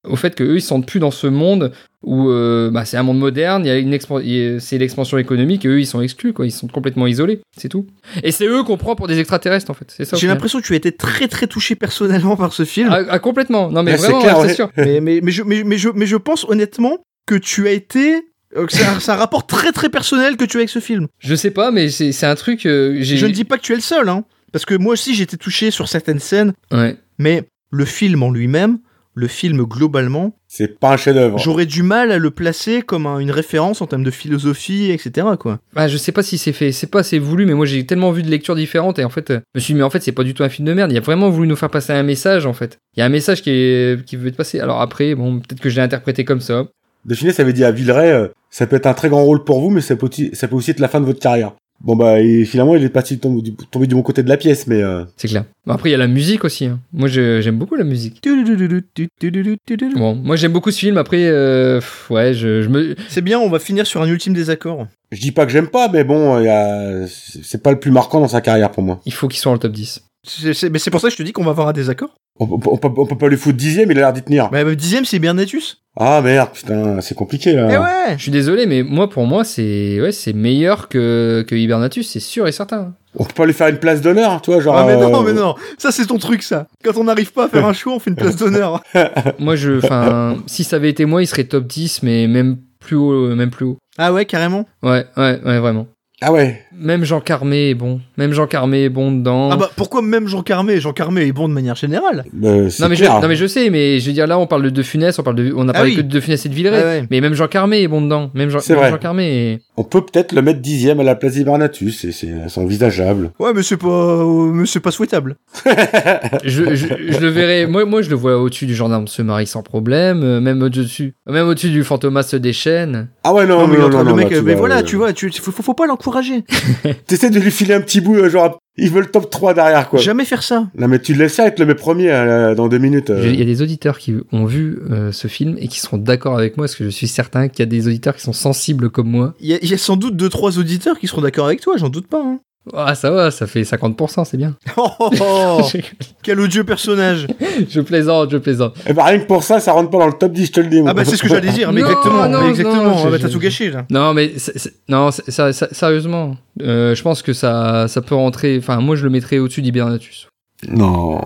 au fait que eux ils se sentent plus dans ce monde où euh, bah, c'est un monde moderne. Il y a une expan- il y a- c'est l'expansion économique. Et eux ils sont exclus quoi. Ils sont complètement isolés. C'est tout. Et c'est eux qu'on prend pour des extraterrestres en fait. C'est ça. au J'ai final. l'impression que tu as été très très touché personnellement par ce film. Ah, ah, complètement. Non mais Ouais, c'est vraiment, clair, ouais, c'est ouais. sûr. mais, mais, mais, je, mais, mais je, mais je pense honnêtement que tu as été. euh, que C'est un, c'est un rapport très très personnel que tu as avec ce film. Je sais pas, mais c'est c'est un truc. euh, j'ai- Je ne dis pas que tu es le seul, hein, parce que moi aussi j'étais touché sur certaines scènes, Ouais. mais le film en lui-même, le film globalement, C'est pas un chef-d'œuvre. j'aurais du mal à le placer comme un- une référence en termes de philosophie, etc. Quoi. Ah, je sais pas si c'est fait, c'est pas c'est voulu, mais moi j'ai tellement vu de lectures différentes et en fait, euh, je me suis dit, mais en fait, c'est pas du tout un film de merde. Il a vraiment voulu nous faire passer un message en fait. Il y a un message qui, est, qui veut être passé. Alors après, bon, peut-être que je l'ai interprété comme ça. De Funès ça avait dit à Villeray, euh, ça peut être un très grand rôle pour vous, mais ça peut, aussi- ça peut aussi être la fin de votre carrière. Bon bah, et finalement, il est parti tomber du, tomber du bon côté de la pièce, mais euh, C'est clair. Bon, Après, il y a la musique aussi. hein. Moi, je- j'aime beaucoup la musique. Bon, moi j'aime beaucoup ce film. Après, euh, pff, ouais, je, je me. C'est bien, on va finir sur un ultime désaccord. je dis pas que j'aime pas, mais bon, euh, il y a- c'est c'est pas le plus marquant dans sa carrière pour moi. Il faut qu'il soit dans le top 10. C'est- c'est- mais c'est pour ça que je te dis qu'on va avoir un désaccord. On, on- on peut- on peut pas lui foutre dixième, il a l'air d'y tenir. Bah, bah, dixième, c'est Bernatus. Ah merde, putain, c'est compliqué là. Eh ouais Je suis désolé, mais moi, pour moi, c'est ouais, c'est meilleur que, que Hibernatus, c'est sûr et certain. On peut pas lui faire une place d'honneur, hein, tu vois, genre. Ah, mais non, euh, mais non. Ça, c'est ton truc, ça. Quand on n'arrive pas à faire un show, on fait une place d'honneur. Moi, je, enfin, si ça avait été moi, il serait top 10, mais même plus haut, même plus haut. Ah ouais, carrément. Ouais, ouais, ouais, vraiment. Ah ouais. Même Jean Carmé est bon. Même Jean Carmé est bon dedans. Ah bah pourquoi même Jean Carmé Jean Carmé est bon de manière générale. Euh, c'est non mais, je, clair. non mais je sais, mais je veux dire là on parle de De Funès, on parle de, on a Ah parlé oui. que de De Funès et de Villeray, Ah ouais. mais même Jean Carmé est bon dedans, même Jean, C'est même vrai. Jean Carmé. est- On peut peut-être le mettre dixième à la place d'Hibernatus, c'est- c'est c'est envisageable. Ouais, mais c'est pas, euh, mais c'est pas souhaitable. Je, je, je le verrais, moi moi je le vois au-dessus du gendarme se marie sans problème, euh, même au-dessus, même au-dessus du fantomas se déchaîne. Ah ouais, non, Non, mais il est non, en train non, de non, mec, là, mais vas, voilà, euh, tu vois, tu, faut, faut- faut pas l'encourager. T'essaies de lui filer un petit bout, euh, genre, il veut le top 3 derrière, quoi. Jamais faire ça. Non, mais tu le laisses faire, il te le met premier euh, dans deux minutes. euh. Je- Il y a des auditeurs qui ont vu euh, ce film et qui seront d'accord avec moi, parce que je suis certain qu'il y a des auditeurs qui sont sensibles comme moi. Il y, a- il y a sans doute deux trois auditeurs qui seront d'accord avec toi, j'en doute pas. hein. Ah ça va, ça fait 50%, c'est bien. Oh, oh, oh, Je, quel odieux personnage. je plaisante, je plaisante. Eh ben, rien que pour ça, ça rentre pas dans le top 10, je te le dis. moi. Ah bah c'est ce que j'allais dire, mais Non, exactement, non, mais exactement. non, Ah bah, je- t'as je- tout gâché là. Non, mais c'est- c'est- non, c'est- ça- ça- sérieusement, euh, je pense que ça, ça peut rentrer. Enfin, moi, je le mettrais au-dessus d'Hibernatus. Non.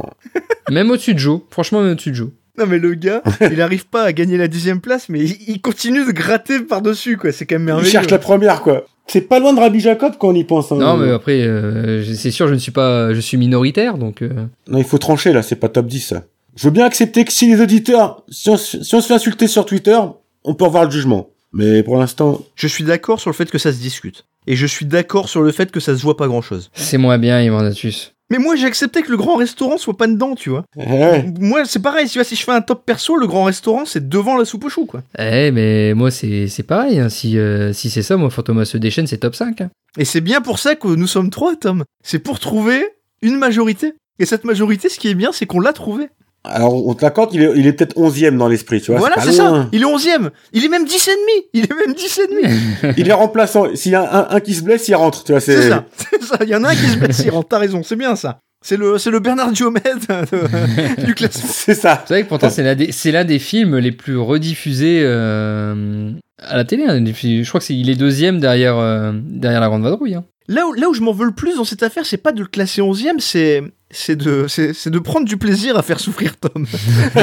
Même au-dessus de Joe. Franchement, même au-dessus de Joe. Non mais le gars, il arrive pas à gagner la dixième place, mais il, il continue de gratter par dessus quoi. C'est quand même Il merveilleux. cherche la première, quoi. C'est pas loin de Rabbi Jacob quand on y pense. hein. Non, mais après, euh, je- c'est sûr, je ne suis pas, je suis minoritaire, donc. euh, Non, il faut trancher, là, c'est pas top 10, ça. Je veux bien accepter que si les auditeurs, si on, se- si on se fait insulter sur Twitter, on peut revoir le jugement. Mais pour l'instant, Je suis d'accord sur le fait que ça se discute, et je suis d'accord sur le fait que ça se voit pas grand chose. c'est moins bien, Hibernatus. Mais moi j'ai accepté que le grand restaurant soit pas dedans, tu vois. eh, ouais. Moi c'est pareil, tu vois, si je fais un top perso, le grand restaurant c'est devant la soupe au chou quoi. Eh, mais moi, c'est, c'est pareil. hein. Si, euh, si c'est ça, moi, Fantomas se déchaîne, c'est top 5. hein. Et c'est bien pour ça que nous sommes trois, Tom. C'est pour trouver une majorité. Et cette majorité, ce qui est bien, c'est qu'on l'a trouvée. alors on te l'accorde, il est, il est peut-être onzième dans l'esprit, tu vois. voilà, pas c'est ça. loin. Il est 11ème. Il est même 10 et demi. Il est même 10 et demi. Il est remplaçant. S'il y a un, un qui se blesse, il rentre, tu vois. C'est ça. C'est ça. Il y en a un qui se blesse, il rentre. T'as raison, c'est bien ça. C'est le, c'est le Bernard Diomède de- du classement. C'est ça. C'est vrai que pourtant, c'est l'un des, c'est l'un des films les plus rediffusés euh, à la télé. hein. Je crois que c'est, il est deuxième derrière, euh, derrière la Grande Vadrouille. hein. Là où, là où je m'en veux le plus dans cette affaire, c'est pas de le classer 11ème, c'est, c'est, de, c'est, c'est de prendre du plaisir à faire souffrir Tom. Vous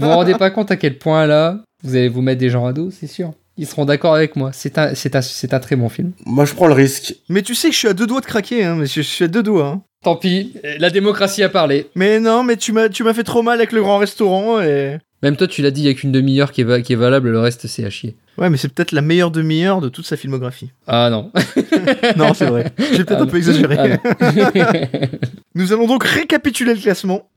vous rendez pas compte à quel point là, vous allez vous mettre des gens à dos, c'est sûr. Ils seront d'accord avec moi. C'est un, c'est un, c'est un très bon film. Moi, je prends le risque. Mais tu sais que je suis à deux doigts de craquer, hein. Mais je, je suis à deux doigts, hein. Tant pis, la démocratie a parlé. Mais non, mais tu m'as, tu m'as fait trop mal avec le grand restaurant et. Même toi, tu l'as dit, il y a qu'une demi-heure qui est, va- qui est valable, le reste, c'est à chier. Ouais, mais c'est peut-être la meilleure demi-heure de toute sa filmographie. Ah non. Non, c'est vrai. J'ai peut-être Ah un peu exagéré. Ah non. Nous allons donc récapituler le classement.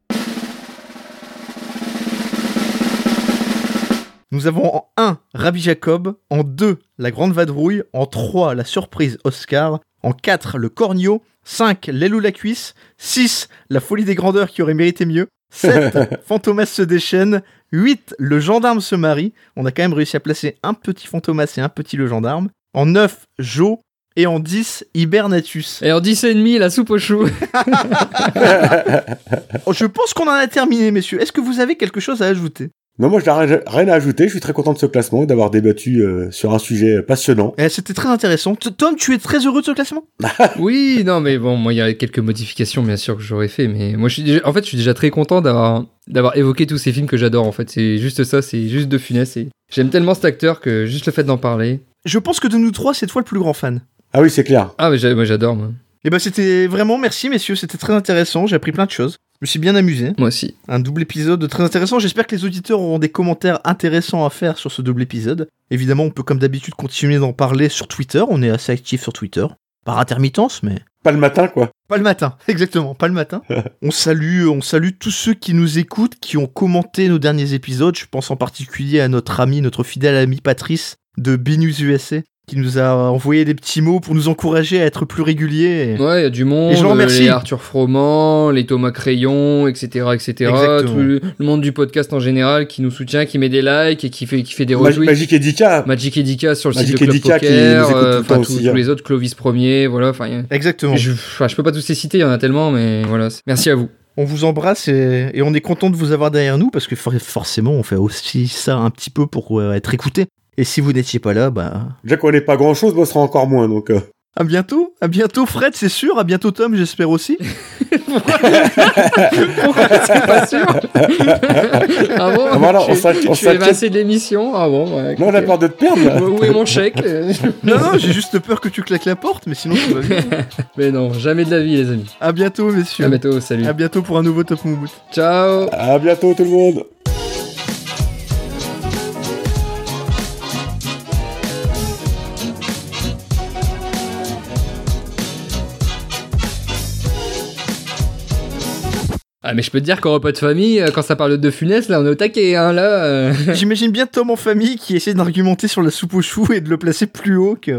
Nous avons en 1 Rabbi Jacob, en 2 La Grande Vadrouille, en 3 La Surprise Oscar, en 4 Le Cornio, 5 L'aile ou la cuisse, 6 La Folie des Grandeurs qui aurait mérité mieux, 7 Fantomas se déchaîne, 8 Le Gendarme se marie, on a quand même réussi à placer un petit Fantomas et un petit Le Gendarme, en 9 Joe et en 10 Hibernatus. Et en 10 et demi, la soupe au chou. Oh, Je pense qu'on en a terminé, messieurs. Est-ce que vous avez quelque chose à ajouter Non, moi, je n'ai rien à ajouter. Je suis très content de ce classement et d'avoir débattu euh, sur un sujet passionnant. Eh, C'était très intéressant. T- Tom, tu es très heureux de ce classement Oui, non, mais bon, moi, il y a quelques modifications, bien sûr, que j'aurais fait, mais moi, je suis déjà, en fait, je suis déjà très content d'avoir, d'avoir évoqué tous ces films que j'adore, en fait. C'est juste ça, c'est juste de funès. et J'aime tellement cet acteur que juste le fait d'en parler. Je pense que de nous trois, c'est toi le plus grand fan. Ah oui, c'est clair. Ah, mais j'a- moi, j'adore, moi. Eh ben, c'était vraiment merci, messieurs. C'était très intéressant. J'ai appris plein de choses. Je me suis bien amusé. Moi aussi. Un double épisode très intéressant. J'espère que les auditeurs auront des commentaires intéressants à faire sur ce double épisode. Évidemment, on peut comme d'habitude continuer d'en parler sur Twitter. On est assez actif sur Twitter. Par intermittence, mais Pas le matin, quoi. Pas le matin, exactement, pas le matin. on salue, on salue tous ceux qui nous écoutent, qui ont commenté nos derniers épisodes. Je pense en particulier à notre ami, notre fidèle ami Patrice de Binus USA, qui nous a envoyé des petits mots pour nous encourager à être plus réguliers. et- Ouais, il y a du monde, Et je vous euh, remercie. les Arthur Froment, les Thomas Crayon, etc., etc. Exactement. Tout le, le monde du podcast en général qui nous soutient, qui met des likes et qui fait, qui fait des Mag- retweets. Magic Edica. Magic Edica sur le Magic site de Club Edica qui Poker, nous écoute tout le euh, enfin temps tous- aussi, tous hein. les autres, Clovis Premier, voilà. Enfin, y a- Exactement. je, enfin, je peux pas tous les citer, il y en a tellement, mais voilà. c'est- Merci à vous. On vous embrasse et, et on est content de vous avoir derrière nous parce que for- forcément, on fait aussi ça un petit peu pour euh, être écouté. Et si vous n'étiez pas là, bah Déjà qu'on n'est pas grand chose, moi, ce sera encore moins, donc, euh, À bientôt, à bientôt Fred, c'est sûr, à bientôt Tom, j'espère aussi. Pourquoi c'est pas sûr Ah bon Ah, voilà, on Je- s'in- Je on suis s'inquiète. évincé de l'émission. Ah bon ouais, Non, on a peur de te perdre. là. Où est mon chèque Euh, Non, non, j'ai juste peur que tu claques la porte, mais sinon tout va bien. Mais non, jamais de la vie, les amis. À bientôt, messieurs. À bientôt, salut. Ah. À bientôt pour un nouveau Top Moumout. Ciao À bientôt tout le monde. Ah, mais je peux te dire qu'en repas de famille, euh, quand ça parle de De Funès, là, on est au taquet, hein, là. euh. J'imagine bien Tom en famille qui essaie d'argumenter sur la soupe aux choux et de le placer plus haut que.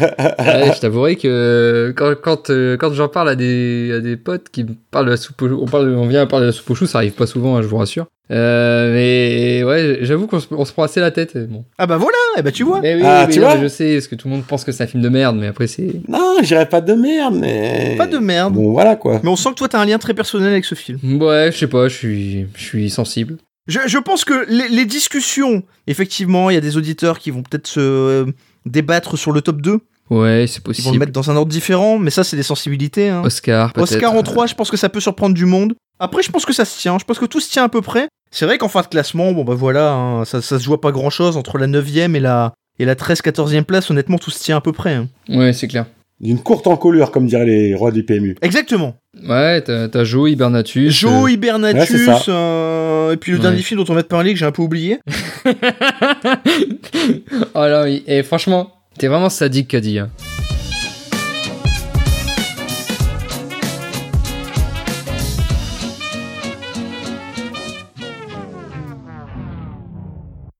Ouais, je t'avouerai que euh, quand, quand, euh, quand j'en parle à des, à des potes qui me parlent de la soupe aux choux, on, parle, on vient à parler de la soupe aux choux, ça arrive pas souvent, hein, je vous rassure. Euh, mais ouais, j'avoue qu'on se, on se prend assez la tête. euh, Bon. Ah bah voilà, et bah tu vois. Mais oui, Ah, mais tu non, vois mais je sais, parce que tout le monde pense que c'est un film de merde, mais après c'est... Non, j'irai pas de merde, mais. Pas de merde. Bon, voilà quoi. Mais on sent que toi t'as un lien très personnel avec ce film. Ouais, je sais pas, je suis, je suis sensible. Je, je pense que les, les discussions, effectivement, il y a des auditeurs qui vont peut-être se euh, débattre sur le top 2. Ouais, c'est Ils vont le possible. mettre dans un ordre différent, mais ça c'est des sensibilités. hein. Oscar, peut-être. Oscar en 3, je pense que ça peut surprendre du monde. Après, je pense que ça se tient. Je pense que tout se tient à peu près. C'est vrai qu'en fin de classement, bon bah voilà, hein, ça, ça se voit pas grand chose entre la 9ème et la, et la 13, 14e place. Honnêtement, tout se tient à peu près. hein. Ouais, c'est clair. D'une courte encolure, comme diraient les rois du PMU. Exactement. Ouais, t'as t'as Joe Hibernatus. Joe, ouais, Hibernatus, c'est ça. euh, et puis le Ouais. dernier film dont on va te parler que j'ai un peu oublié. oh là, oui. et franchement, t'es vraiment sadique, Caddy. hein.